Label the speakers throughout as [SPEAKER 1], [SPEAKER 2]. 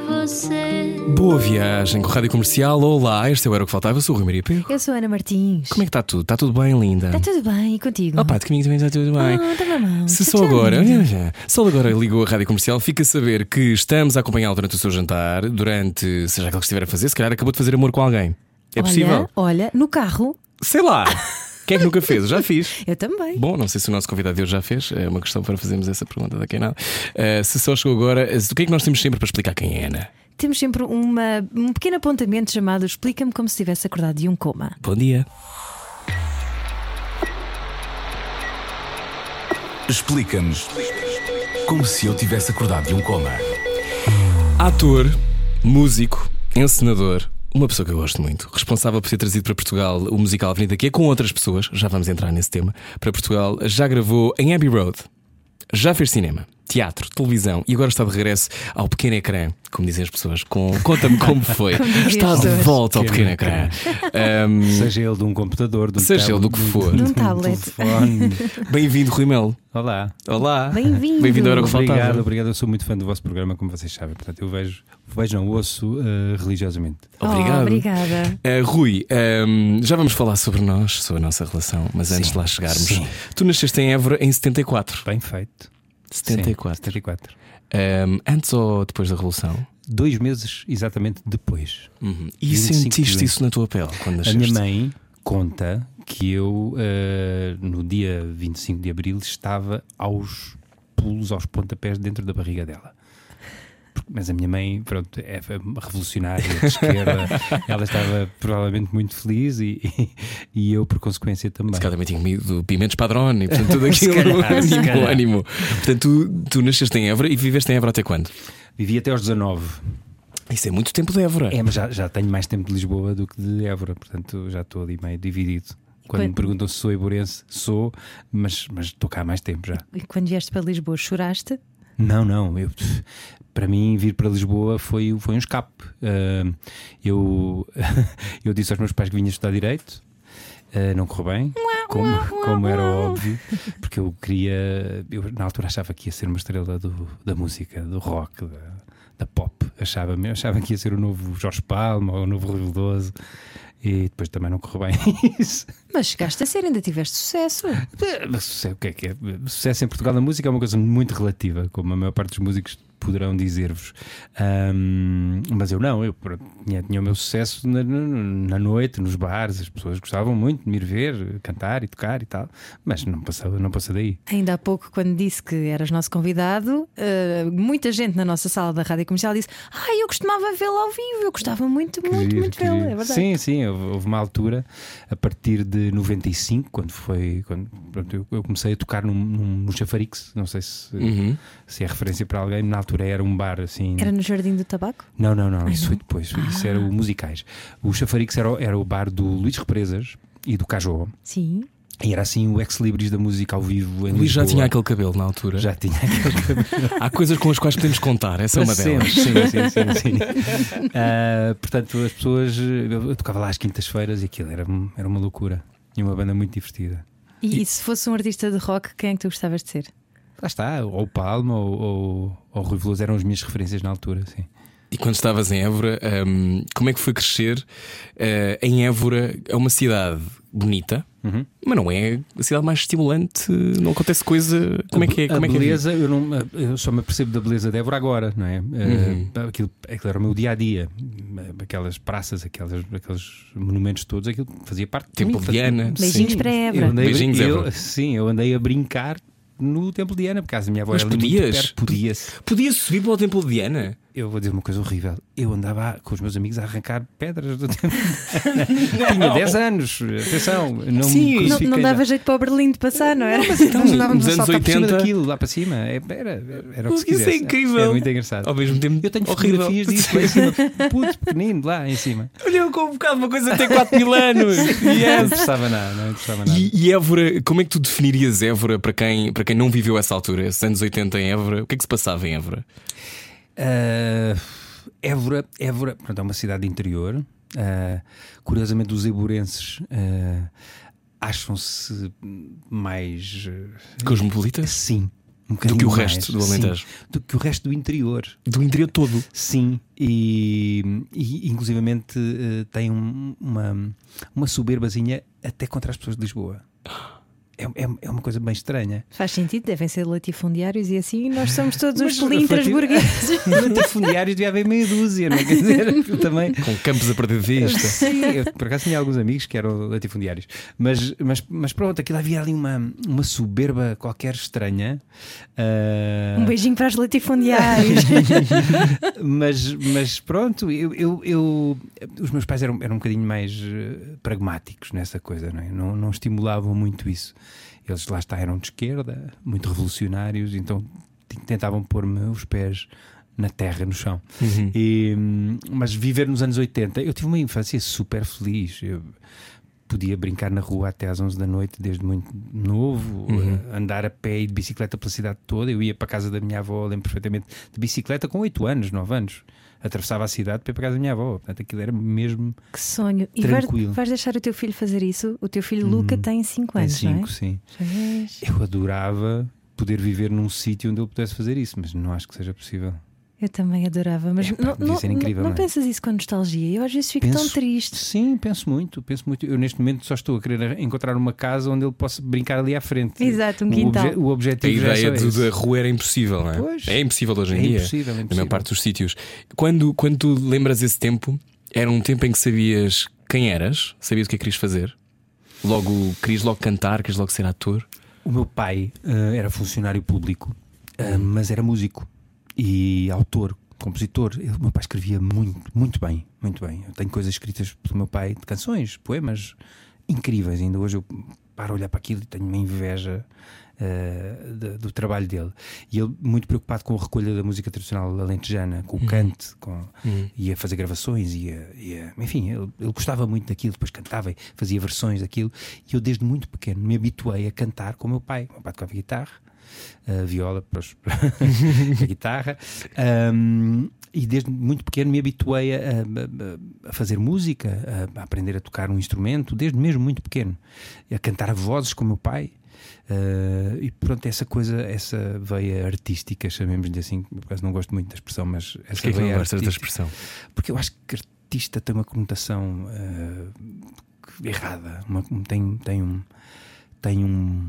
[SPEAKER 1] você.
[SPEAKER 2] Boa viagem com a Rádio Comercial. Olá, este é o Era o que Faltava. Eu sou o Rui Maria Pego.
[SPEAKER 3] Eu sou a Ana Martins.
[SPEAKER 2] Como é que está tudo? Está tudo bem, linda?
[SPEAKER 3] Está Tá tudo bem e contigo?
[SPEAKER 2] Opa, de comigo também está tudo bem.
[SPEAKER 3] Ah, tá bem, mal.
[SPEAKER 2] Se
[SPEAKER 3] Tá
[SPEAKER 2] só
[SPEAKER 3] tudo
[SPEAKER 2] agora,
[SPEAKER 3] bem.
[SPEAKER 2] só agora ligou a rádio comercial, fica a saber que estamos a acompanhá-lo durante o seu jantar, durante seja aquilo que estiver a fazer, se calhar acabou de fazer amor com alguém. É
[SPEAKER 3] Olha,
[SPEAKER 2] possível?
[SPEAKER 3] Olha, no carro,
[SPEAKER 2] Sei lá. Quem é que nunca fez? Eu já fiz.
[SPEAKER 3] eu também.
[SPEAKER 2] Bom, não sei se o nosso convidado de hoje já fez, é uma questão para fazermos essa pergunta daqui a nada. Eh, se só chegou agora, eh, o que é que nós temos sempre para explicar quem é a Ana?
[SPEAKER 3] Temos sempre uma, um pequeno apontamento chamado Explica-me como se tivesse acordado de um coma.
[SPEAKER 2] Bom dia.
[SPEAKER 4] Explica-nos como se eu tivesse acordado de um coma.
[SPEAKER 2] Ator, músico, encenador, uma pessoa que eu gosto muito, responsável por ter trazido para Portugal o musical Avenida, que é com outras pessoas, já vamos entrar nesse tema, para Portugal, já gravou em Abbey Road, já fez cinema, teatro, televisão e agora está de regresso ao pequeno ecrã, como dizem as pessoas, com conta-me como foi.
[SPEAKER 3] Como dizem
[SPEAKER 2] está
[SPEAKER 3] as
[SPEAKER 2] de
[SPEAKER 3] pessoas.
[SPEAKER 2] volta ao pequeno ecrã. Ahm,
[SPEAKER 5] Seja ele de um computador, de um
[SPEAKER 2] Seja ele do que for.
[SPEAKER 3] De um tablet.
[SPEAKER 5] telefone.
[SPEAKER 2] Bem-vindo, Rui Melo.
[SPEAKER 5] Olá.
[SPEAKER 2] Olá.
[SPEAKER 3] Bem-vindo.
[SPEAKER 2] Bem-vindo ao Era o que
[SPEAKER 5] Obrigado,
[SPEAKER 2] Faltava.
[SPEAKER 5] obrigado. Eu sou muito fã do vosso programa, como vocês sabem. Portanto, eu vejo, vejo não, ouço eh, religiosamente.
[SPEAKER 3] Oh, obrigada.
[SPEAKER 2] Uh, Rui, um, já vamos falar sobre nós, sobre a nossa relação, mas antes de lá chegarmos,
[SPEAKER 5] sim.
[SPEAKER 2] tu nasceste em Évora em 74.
[SPEAKER 5] Bem feito. Sim,
[SPEAKER 2] 74.
[SPEAKER 5] 74.
[SPEAKER 2] Um, antes ou depois da Revolução?
[SPEAKER 5] Dois meses exatamente depois.
[SPEAKER 2] E
[SPEAKER 5] 25 de
[SPEAKER 2] sentiste
[SPEAKER 5] junho.
[SPEAKER 2] isso na tua pele quando
[SPEAKER 5] A
[SPEAKER 2] nasceste?
[SPEAKER 5] minha mãe conta que eu, eh, no dia 25 de abril, estava aos pulos, aos pontapés dentro da barriga dela. Porque- Mas a minha mãe, pronto, é revolucionária de esquerda, ela estava provavelmente muito feliz e, e, e eu, por consequência, também.
[SPEAKER 2] Se calhar também tinha comido pimentos padrone, e, portanto, tudo aquilo.
[SPEAKER 5] calhar, se
[SPEAKER 2] ânimo,
[SPEAKER 5] calhar.
[SPEAKER 2] ânimo. Portanto, tu, tu nasceste em Évora e viveste em Évora até quando?
[SPEAKER 5] Vivi até aos 19.
[SPEAKER 2] Isso é muito tempo de Évora.
[SPEAKER 5] É, mas já, já tenho mais tempo de Lisboa do que de Évora, portanto já estou ali meio dividido. Quando
[SPEAKER 3] Quando-
[SPEAKER 5] me perguntam se sou eborense, sou, mas, mas estou cá há mais tempo já.
[SPEAKER 3] E quando vieste para Lisboa, choraste?
[SPEAKER 5] Não, não. Eu, para mim, vir para Lisboa foi, foi um escape. Ah, eu, eu disse aos meus pais que vinha estudar Direito. Ah, não correu bem, como, como era óbvio, porque eu queria. Eu, na altura, achava que ia ser uma estrela do- da música, do rock, da, da pop. Achava, achava que ia ser o novo Jorge Palma ou o novo Rui Veloso. E depois também não correu bem isso.
[SPEAKER 3] Mas chegaste a ser, ainda tiveste sucesso.
[SPEAKER 5] Eh, mas Sucesso, o que é que é? Sucesso em Portugal na música é uma coisa muito relativa, como a maior parte dos músicos poderão dizer-vos. Ahm, mas eu não, eu pronto, tinha, tinha o meu sucesso na, na- na noite, nos bares, as pessoas gostavam muito de me ir ver, cantar e tocar e tal, mas não passava, não passa daí.
[SPEAKER 3] Ainda há pouco, quando disse que eras nosso convidado, eh, muita gente na nossa sala da rádio comercial disse: Ah, eu costumava vê-lo ao vivo, eu gostava muito,
[SPEAKER 5] Que
[SPEAKER 3] muito,
[SPEAKER 5] giro,
[SPEAKER 3] muito
[SPEAKER 5] que
[SPEAKER 3] vê-lo.
[SPEAKER 5] giro.
[SPEAKER 3] É verdade.
[SPEAKER 5] Sim, sim, houve, houve uma altura, a partir de 95, quando foi. Quando, pronto, eu, eu comecei a tocar num, num, num chafarix, não sei se,
[SPEAKER 2] Uhum.
[SPEAKER 5] se é referência para alguém, na altura era um bar assim.
[SPEAKER 3] Era no Jardim do Tabaco?
[SPEAKER 5] Não, não, não, isso foi depois. Isso era o musicais. O Chafarix era, o- era o bar do Luís Represas e do Cajó.
[SPEAKER 3] Sim.
[SPEAKER 5] E era assim o ex-libris da música ao vivo em
[SPEAKER 2] Luís já
[SPEAKER 5] Lisboa.
[SPEAKER 2] tinha aquele cabelo na altura.
[SPEAKER 5] Já tinha aquele
[SPEAKER 2] Há coisas com as quais podemos contar, essa é uma delas.
[SPEAKER 5] Sim, sim, sim. sim. Ah, portanto, as pessoas. Eu eu tocava lá às quintas-feiras e aquilo era, um- era uma loucura. E uma banda muito divertida.
[SPEAKER 3] E, e se fosse um artista de rock, quem é que tu gostavas de ser?
[SPEAKER 5] Lá está, ou o Palma ou, ou, ou o Rui Veloso eram as minhas referências na altura, sim.
[SPEAKER 2] E quando estavas em Évora, hum, como é que foi crescer eh, em Évora? É uma cidade bonita,
[SPEAKER 5] Uhum.
[SPEAKER 2] mas não é a cidade mais estimulante, não acontece coisa. Como é que é?
[SPEAKER 5] A
[SPEAKER 2] Como é que é
[SPEAKER 5] beleza, eu, não, eu só me percebo da beleza de Évora agora, não é?
[SPEAKER 2] Uhum.
[SPEAKER 5] Eh, Aquilo, aquilo era o meu dia a dia. Aquelas praças, aquelas, aqueles monumentos todos, aquilo fazia parte de
[SPEAKER 2] Templo
[SPEAKER 5] mim,
[SPEAKER 2] de
[SPEAKER 5] fazia-
[SPEAKER 2] Ana.
[SPEAKER 3] Beijinhos
[SPEAKER 2] Sim.
[SPEAKER 3] para
[SPEAKER 5] Eu
[SPEAKER 3] Évora.
[SPEAKER 5] andei,
[SPEAKER 2] Beijinhos,
[SPEAKER 5] eu-
[SPEAKER 2] Évora.
[SPEAKER 5] Sim, eu andei a brincar no Templo de Ana, por causa da minha avó
[SPEAKER 2] Mas
[SPEAKER 5] era ali muito
[SPEAKER 2] podias?
[SPEAKER 5] perto, podia-se.
[SPEAKER 2] Podia subir para o Templo de Diana?
[SPEAKER 5] Eu vou dizer uma coisa horrível. Eu andava a- com os meus amigos a arrancar pedras do tempo. Tinha 10 anos, atenção. Não
[SPEAKER 2] Sim,
[SPEAKER 5] me
[SPEAKER 3] Não, não
[SPEAKER 5] crucifiquem já.
[SPEAKER 3] dava jeito para o Berlim de passar, não é? era?
[SPEAKER 5] Então,
[SPEAKER 2] Nos
[SPEAKER 5] andávamos a
[SPEAKER 2] anos
[SPEAKER 5] saltar por cima
[SPEAKER 2] 80.
[SPEAKER 5] daquilo, lá para cima. É- Era, era, era o que se
[SPEAKER 2] Isso é
[SPEAKER 5] quisesse.
[SPEAKER 2] incrível.
[SPEAKER 5] Era muito engraçado.
[SPEAKER 2] Ao mesmo tempo,
[SPEAKER 5] Eu tenho
[SPEAKER 2] horrível.
[SPEAKER 5] fotografias disso lá em cima. Puto, pequenino, lá em cima.
[SPEAKER 2] Olha, com um bocado uma coisa até 4 mil anos.
[SPEAKER 5] Não
[SPEAKER 2] Yes.
[SPEAKER 5] interessava nada, não interessava nada.
[SPEAKER 2] E, e Évora, como é que tu definirias Évora para quem, para quem não viveu essa altura, esses anos 80 em Évora? O que é que se passava em Évora?
[SPEAKER 5] Ah, Évora, Évora, pronto, é uma cidade de interior. Ah, curiosamente, os eburenses ah, acham-se mais. ah,
[SPEAKER 2] Cosmopolita?
[SPEAKER 5] sim. um
[SPEAKER 2] Do que o
[SPEAKER 5] bocadinho mais,
[SPEAKER 2] resto do
[SPEAKER 5] sim,
[SPEAKER 2] Alentejo?
[SPEAKER 5] do que o resto do interior.
[SPEAKER 2] Do interior todo.
[SPEAKER 5] Sim, e, e inclusivamente eh, tem um- uma, uma soberbazinha até contra as pessoas de Lisboa. É, é, é uma coisa bem estranha.
[SPEAKER 3] Faz sentido, devem ser latifundiários e assim nós somos todos uns
[SPEAKER 5] Mas,
[SPEAKER 3] pelintras
[SPEAKER 5] relativo-
[SPEAKER 3] burgueses.
[SPEAKER 5] Latifundiários devia haver meia dúzia, não é? Quer dizer, aquilo também.
[SPEAKER 2] Com campos a perder de vista.
[SPEAKER 5] Sim, eu, por acaso tinha alguns amigos que eram latifundiários, mas, mas, mas pronto, aquilo havia ali uma, uma soberba qualquer estranha. Ah,
[SPEAKER 3] Um beijinho para os latifundiários.
[SPEAKER 5] mas, mas pronto, eu, eu, eu- os meus pais eram, eram um bocadinho mais eh, pragmáticos nessa coisa, não, é? não, não estimulavam muito isso. Eles lá está, eram de esquerda, muito revolucionários, então t- tentavam pôr-me os pés na terra, no chão. E, hum, mas viver nos anos 80, eu tive uma infância super feliz. Eu podia brincar na rua até às 11 da noite, desde muito novo,
[SPEAKER 2] Uhum.
[SPEAKER 5] eh, andar a pé e de bicicleta pela cidade toda. Eu ia para a casa da minha avó, lembro perfeitamente, de bicicleta com 8 anos, 9 anos. Atravessava a cidade para ir para a casa da minha avó. Portanto, aquilo era mesmo.
[SPEAKER 3] que sonho. E vais,
[SPEAKER 5] Tranquilo. Hum,
[SPEAKER 3] vais deixar o teu filho fazer isso? O teu filho Luca tem 5 anos,
[SPEAKER 5] cinco,
[SPEAKER 3] não é?
[SPEAKER 5] sim.
[SPEAKER 3] Já vês?
[SPEAKER 5] Eu adorava poder viver num sítio onde ele pudesse fazer isso, mas não acho que seja possível.
[SPEAKER 3] Eu também adorava, mas
[SPEAKER 5] Epá,
[SPEAKER 3] não,
[SPEAKER 5] devia
[SPEAKER 3] não-
[SPEAKER 5] ser incrível,
[SPEAKER 3] não
[SPEAKER 5] não é?
[SPEAKER 3] pensas isso com nostalgia? Eu às vezes fico tão
[SPEAKER 5] Penso-
[SPEAKER 3] triste.
[SPEAKER 5] Sim, penso muito, penso muito. Eu neste momento só estou a querer encontrar uma casa onde ele possa brincar ali à frente.
[SPEAKER 3] Exato, um quintal.
[SPEAKER 5] O, obje- o
[SPEAKER 2] A
[SPEAKER 5] objetivo já é
[SPEAKER 2] ideia
[SPEAKER 5] só
[SPEAKER 2] do-
[SPEAKER 5] esse.
[SPEAKER 2] da rua era impossível, não é?
[SPEAKER 5] Pois.
[SPEAKER 2] É impossível hoje em
[SPEAKER 5] É
[SPEAKER 2] dia.
[SPEAKER 5] impossível, é
[SPEAKER 2] Na maior
[SPEAKER 5] impossível.
[SPEAKER 2] parte dos sítios. Quando, quando tu lembras esse tempo, era um tempo em que sabias quem eras, sabias o que é que querias fazer. Logo, querias logo cantar, querias logo ser ator.
[SPEAKER 5] O meu pai eh, era funcionário público, eh, mas era músico e autor, compositor. Ele- O meu pai escrevia muito, muito bem, muito bem. Eu tenho coisas escritas pelo meu pai de canções, poemas incríveis. Ainda hoje eu paro a olhar para aquilo e tenho uma inveja eh, da- do trabalho dele. E ele muito preocupado com a recolha da música tradicional alentejana, com o cante, com, ia fazer gravações, ia, ia- enfim, ele, ele gostava muito daquilo, depois cantava e fazia versões daquilo. E eu desde muito pequeno me habituei a cantar com o meu pai. O meu pai tocava guitarra, eh, viola, para os- a guitarra. Ahm, e desde muito pequeno me habituei a, a- a- a fazer música, a, a aprender a tocar um instrumento, desde mesmo muito pequeno, a cantar vozes com o meu pai. Ah, e pronto, essa coisa, essa veia artística, chamemos-lhe assim, por acaso não gosto muito da expressão, mas essa
[SPEAKER 2] Porquê é que
[SPEAKER 5] veia
[SPEAKER 2] não gostas da
[SPEAKER 5] artística-
[SPEAKER 2] expressão?
[SPEAKER 5] porque eu acho que artista tem uma conotação ah, errada, uma- tem, tem um. Tem um.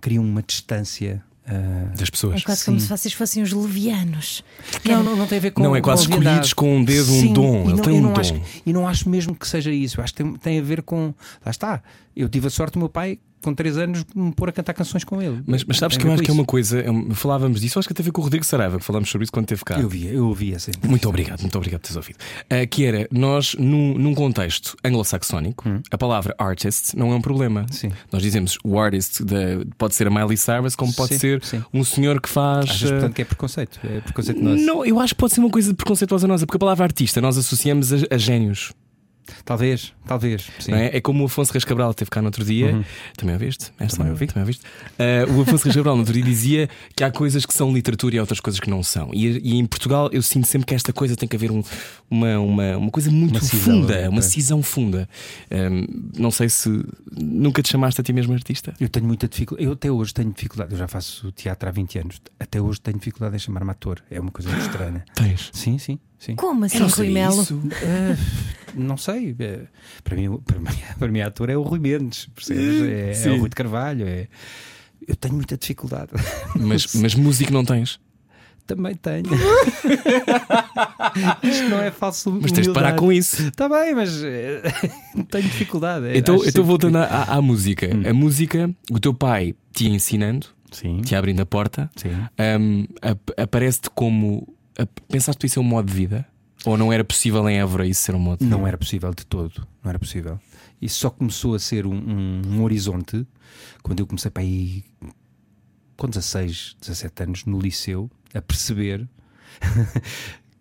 [SPEAKER 5] cria uma distância. ah,
[SPEAKER 2] Das
[SPEAKER 3] É
[SPEAKER 2] pessoas.
[SPEAKER 3] quase como se vocês fossem os levianos.
[SPEAKER 5] não, não, não tem a ver com
[SPEAKER 2] Não, é quase
[SPEAKER 5] com a leviandade.
[SPEAKER 2] escolhidos com um dedo, um dom.
[SPEAKER 5] e
[SPEAKER 2] Ele
[SPEAKER 5] não-
[SPEAKER 2] tem
[SPEAKER 5] eu
[SPEAKER 2] um
[SPEAKER 5] não
[SPEAKER 2] dom.
[SPEAKER 5] Acho, e não acho mesmo que seja isso. Eu acho que tem, tem a ver com. Lá está. Eu tive a sorte do meu pai, com 3 anos, me pôr a cantar canções com ele.
[SPEAKER 2] Mas, mas sabes
[SPEAKER 5] Tem
[SPEAKER 2] que eu
[SPEAKER 5] a ver
[SPEAKER 2] acho
[SPEAKER 5] com
[SPEAKER 2] que é
[SPEAKER 5] isso.
[SPEAKER 2] uma coisa. eu- falávamos disso, acho que teve com o Rodrigo Saraiva, que falámos sobre isso quando esteve cá.
[SPEAKER 5] Eu ouvia, eu ouvia assim.
[SPEAKER 2] Muito obrigado, muito obrigado por teres ouvido. Ah, que era, nós, num, num contexto anglo-saxónico, a palavra artist não é um problema.
[SPEAKER 5] Hum. Sim.
[SPEAKER 2] Nós dizemos o artist da- pode ser a Miley Cyrus, como pode
[SPEAKER 5] Sim,
[SPEAKER 2] ser
[SPEAKER 5] sim.
[SPEAKER 2] um senhor que faz.
[SPEAKER 5] Achas,
[SPEAKER 2] ah,
[SPEAKER 5] portanto, que é preconceito? É preconceito nosso.
[SPEAKER 2] não, eu acho que pode ser uma coisa preconceituosa nossa, porque a palavra artista nós associamos a, a génios.
[SPEAKER 5] Talvez, talvez. Sim. Uhum.
[SPEAKER 2] Não é? é como o Afonso Rascabral teve cá no outro dia. Também ouviste? Esta, é?
[SPEAKER 5] Também ouvi.
[SPEAKER 2] ouviste? Ah, o Afonso Rascabral no outro dia dizia que há coisas que são literatura e há outras coisas que não são. E, e em Portugal eu sinto sempre que esta coisa tem que haver um- uma, uma, uma coisa muito
[SPEAKER 5] Uma cisão, é?
[SPEAKER 2] funda, uma
[SPEAKER 5] ok.
[SPEAKER 2] cisão funda. Ahm, não sei se nunca te chamaste a ti mesmo artista.
[SPEAKER 5] Eu tenho muita dificuldade. Eu até hoje tenho dificuldade. Eu já faço teatro há 20 anos. Até hoje tenho dificuldade em chamar-me ator. É uma coisa muito estranha.
[SPEAKER 2] Tens.
[SPEAKER 5] Sim, sim, sim.
[SPEAKER 3] Como
[SPEAKER 2] Eu
[SPEAKER 3] assim,
[SPEAKER 2] não
[SPEAKER 3] Rui
[SPEAKER 2] sabia
[SPEAKER 3] Melo?
[SPEAKER 2] isso.
[SPEAKER 5] Eh, não sei. eh, para, mim, para, mim, para mim, ator é o Rui Mendes. Percebes? É, é o Rui de Carvalho. É... Eu tenho muita dificuldade.
[SPEAKER 2] Mas, mas músico não tens.
[SPEAKER 5] Também tenho. Isto não é falso.
[SPEAKER 2] Mas tens de parar com isso.
[SPEAKER 5] Está bem, mas eh, tenho dificuldade. Eh,
[SPEAKER 2] Então,
[SPEAKER 5] acho
[SPEAKER 2] então
[SPEAKER 5] sempre Hum.
[SPEAKER 2] voltando à, à- à música. A música, o teu pai te ia ensinando,
[SPEAKER 5] que- Sim.
[SPEAKER 2] te ia abrindo a porta,
[SPEAKER 5] Sim.
[SPEAKER 2] ahm, ap- aparece-te como a- pensaste que isso é um modo de vida? Ou não era possível em Évora isso ser um modo de vida?
[SPEAKER 5] Não era possível de todo, não era possível. Isso só começou a ser um, um- um horizonte quando eu comecei para aí com 16, 17 anos no liceu a perceber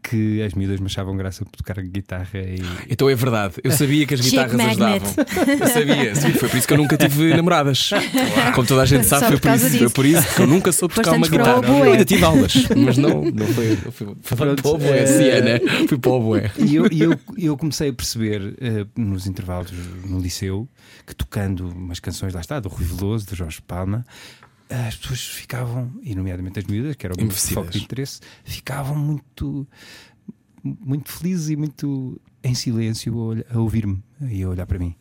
[SPEAKER 5] que as miúdas me achavam graça por tocar guitarra e
[SPEAKER 2] Então é verdade, eu sabia que as
[SPEAKER 3] Chick
[SPEAKER 2] guitarras
[SPEAKER 3] magnet.
[SPEAKER 2] ajudavam. Eu sabia, sabia, foi por isso que eu nunca tive namoradas. Como toda a gente sabe,
[SPEAKER 3] Só
[SPEAKER 2] foi
[SPEAKER 3] por
[SPEAKER 2] por,
[SPEAKER 3] causa
[SPEAKER 2] isso,
[SPEAKER 3] disso.
[SPEAKER 2] foi por isso que eu nunca soube tocar
[SPEAKER 3] Foste
[SPEAKER 2] uma
[SPEAKER 3] antes para o
[SPEAKER 2] guitarra.
[SPEAKER 3] oboé.
[SPEAKER 2] Eu ainda tive aulas, mas não, não foi. Eu fui, fui
[SPEAKER 5] Pronto,
[SPEAKER 2] para o oboé
[SPEAKER 5] eh,
[SPEAKER 2] esse ano, né? fui para o oboé.
[SPEAKER 5] E eu, e eu, eu comecei a perceber eh, nos intervalos no liceu que tocando umas canções, lá está, do Rui Veloso, do Jorge Palma, as pessoas ficavam, e nomeadamente as miúdas, que era o meu
[SPEAKER 2] Envecidas.
[SPEAKER 5] foco de interesse, ficavam muito, muito felizes e muito em silêncio a, olha- a ouvir-me e a olhar para mim.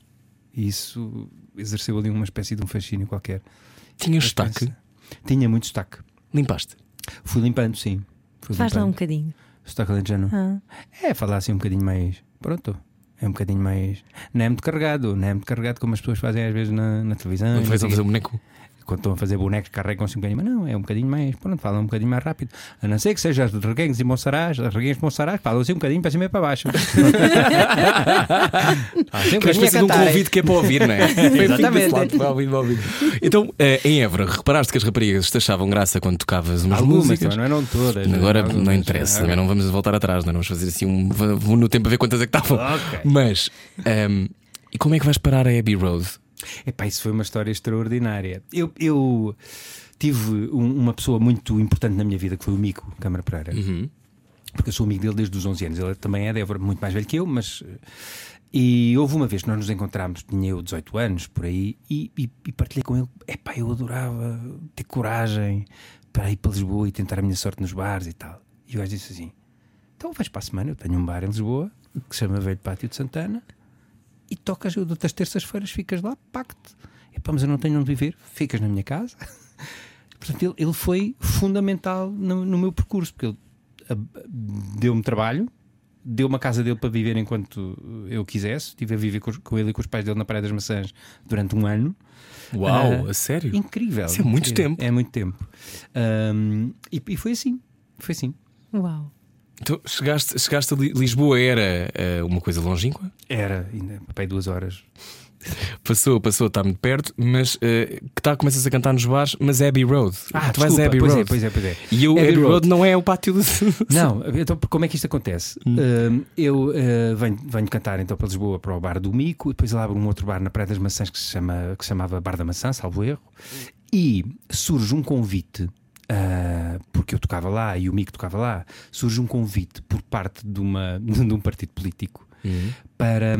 [SPEAKER 5] E isso exerceu ali uma espécie de um fascínio qualquer.
[SPEAKER 2] Tinha um sotaque,
[SPEAKER 5] Tinha muito sotaque.
[SPEAKER 2] limpaste.
[SPEAKER 5] Fui limpando, sim. Fui
[SPEAKER 3] Faz lá um
[SPEAKER 5] limpando.
[SPEAKER 3] bocadinho.
[SPEAKER 5] Sotaque alentejano.
[SPEAKER 3] Ah.
[SPEAKER 5] É falar assim um bocadinho mais. Pronto. É um bocadinho mais. Não é muito carregado, não é muito carregado como as pessoas fazem às vezes na, na televisão.
[SPEAKER 2] Não
[SPEAKER 5] e
[SPEAKER 2] foi só
[SPEAKER 5] não sei
[SPEAKER 2] fazer
[SPEAKER 5] quê.
[SPEAKER 2] um boneco.
[SPEAKER 5] Quando estão a fazer bonecos, carregam-se um bocadinho, mas não, é um bocadinho mais. Pronto, falam um bocadinho mais rápido. A não ser que seja as de reguengos e moçarás, as reguengos e moçarás, falam assim um bocadinho para cima e para baixo. Ah, assim um
[SPEAKER 2] Que é uma
[SPEAKER 5] bocadinho a
[SPEAKER 2] espécie de um
[SPEAKER 5] cantar, hein?
[SPEAKER 2] convite que é para ouvir, não é? Bem-vindo
[SPEAKER 5] Exatamente.
[SPEAKER 2] desse lado, para ouvir, para ouvir. Então, eh, em Évora, reparaste que as raparigas te achavam graça quando tocavas umas
[SPEAKER 5] Algumas,
[SPEAKER 2] músicas?
[SPEAKER 5] não eram todas.
[SPEAKER 2] Agora
[SPEAKER 5] Algumas, né?
[SPEAKER 2] não interessa, agora não vamos voltar atrás, não é? vamos fazer assim um. Vou no tempo a ver quantas é que estavam.
[SPEAKER 5] Ok.
[SPEAKER 2] Mas, ehm, e como é que vais parar a Abbey Road?
[SPEAKER 5] Epá, isso foi uma história extraordinária. Eu, eu tive um- uma pessoa muito importante na minha vida que foi o Mico Câmara Pereira. Porque eu sou amigo dele desde os 11 anos. Ele também é de Évora, muito mais velho que eu, mas. eh, E houve uma vez que nós nos encontramos, tinha eu 18 anos por aí, e, e- e partilhei com ele: epá, eu adorava ter coragem para ir para Lisboa e tentar a minha sorte nos bares e tal. E o gajo disse assim: então vais para a semana, eu tenho um bar em Lisboa que se chama Velho Pátio de Santana e tocas, eu dou-te as terças-feiras, ficas lá, pacto. Epá, mas eu não tenho onde viver, ficas na minha casa. Portanto, ele, ele foi fundamental no, no meu percurso, porque ele ah, deu-me trabalho, deu-me a casa dele para viver enquanto eu quisesse. Estive a viver com, os- com ele e com os pais dele na Praia das Maçãs durante um ano.
[SPEAKER 2] Uau,
[SPEAKER 5] Ah,
[SPEAKER 2] a sério?
[SPEAKER 5] Incrível.
[SPEAKER 2] Isso é muito
[SPEAKER 5] incrível.
[SPEAKER 2] tempo.
[SPEAKER 5] É muito tempo. Ahm, e, e foi assim. Foi assim.
[SPEAKER 3] Uau.
[SPEAKER 2] Então, chegaste, chegaste a Li- Lisboa, era eh, uma coisa longínqua?
[SPEAKER 5] Era, ainda, papai, duas horas.
[SPEAKER 2] Passou, passou, está muito perto, mas eh, que tal começas a cantar nos bares? Mas é Abbey Road. tu vais a
[SPEAKER 5] desculpa,
[SPEAKER 2] Abbey
[SPEAKER 5] pois
[SPEAKER 2] Road.
[SPEAKER 5] É, pois é, pois é.
[SPEAKER 2] E o
[SPEAKER 5] Abbey
[SPEAKER 2] Abbey, Road.
[SPEAKER 5] Road
[SPEAKER 2] não é o pátio do.
[SPEAKER 5] Não, então como é que isto acontece? Hum, eu eh, venho, venho cantar então para Lisboa para o bar do Mico, e depois ele abre um outro bar na Praia das Maçãs que se, chama, que se chamava Bar da Maçã, salvo erro, e surge um convite. ah, porque eu tocava lá e o Mico tocava lá, surge um convite por parte de, uma, de um partido político para,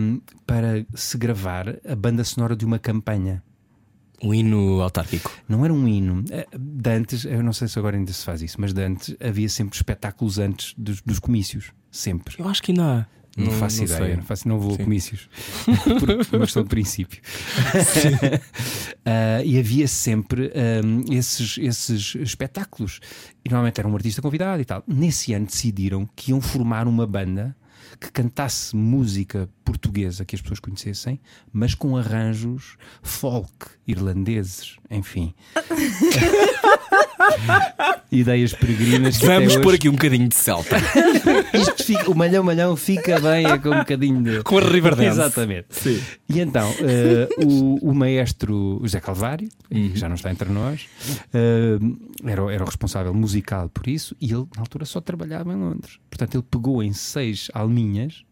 [SPEAKER 5] para se gravar a banda sonora de uma campanha.
[SPEAKER 2] Um hino autárquico.
[SPEAKER 5] Não era um hino. Eh, de antes, eu não sei se agora ainda se faz isso, mas de antes havia sempre espetáculos antes dos, dos comícios. Sempre.
[SPEAKER 2] Eu acho que ainda há.
[SPEAKER 5] Não, faço
[SPEAKER 2] não
[SPEAKER 5] ideia,
[SPEAKER 2] sei.
[SPEAKER 5] não, faço, não vou
[SPEAKER 2] Sim.
[SPEAKER 5] a comícios. Por- Por uma questão de princípio. Ah, e havia sempre ahm, esses, esses espetáculos. E normalmente era um artista convidado e tal. Nesse ano decidiram que iam formar uma banda que cantasse música portuguesa que as pessoas conhecessem, mas com arranjos folk, irlandeses, enfim. Ideias peregrinas que
[SPEAKER 2] Vamos
[SPEAKER 5] até
[SPEAKER 2] pôr
[SPEAKER 5] hoje...
[SPEAKER 2] aqui um bocadinho de Celta.
[SPEAKER 5] Isto fica- o malhão malhão fica bem é com um bocadinho de...
[SPEAKER 2] Com a Riverdance.
[SPEAKER 5] Exatamente. E então, eh, o, o maestro José Calvário,
[SPEAKER 2] Uhum.
[SPEAKER 5] que já não está entre nós, eh, era, o- era o responsável musical por isso e ele, na altura, só trabalhava em Londres. Portanto, ele pegou em seis alminhas,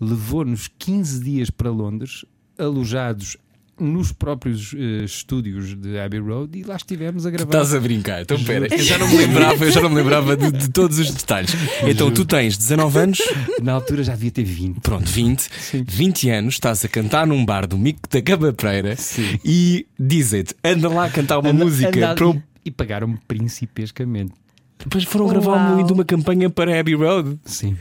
[SPEAKER 5] levou-nos 15 dias para Londres, alojados nos próprios eh, estúdios de Abbey Road e lá estivemos a
[SPEAKER 2] Tu
[SPEAKER 5] gravar.
[SPEAKER 2] estás a brincar. Então pera, eu já não me lembrava, eu já não me lembrava de, de todos os detalhes. Então tu tens 19 anos,
[SPEAKER 5] Na altura já devia ter 20.
[SPEAKER 2] pronto, 20, 20 anos, estás a cantar num bar do Mico da Gaba Pereira e dizem-te, anda lá a cantar uma
[SPEAKER 5] Anda-
[SPEAKER 2] música.
[SPEAKER 5] andava-
[SPEAKER 2] para um-
[SPEAKER 5] E pagaram-me principescamente.
[SPEAKER 2] Depois foram gravar
[SPEAKER 3] Uau.
[SPEAKER 2] um de uma campanha para Abbey Road.
[SPEAKER 5] Sim.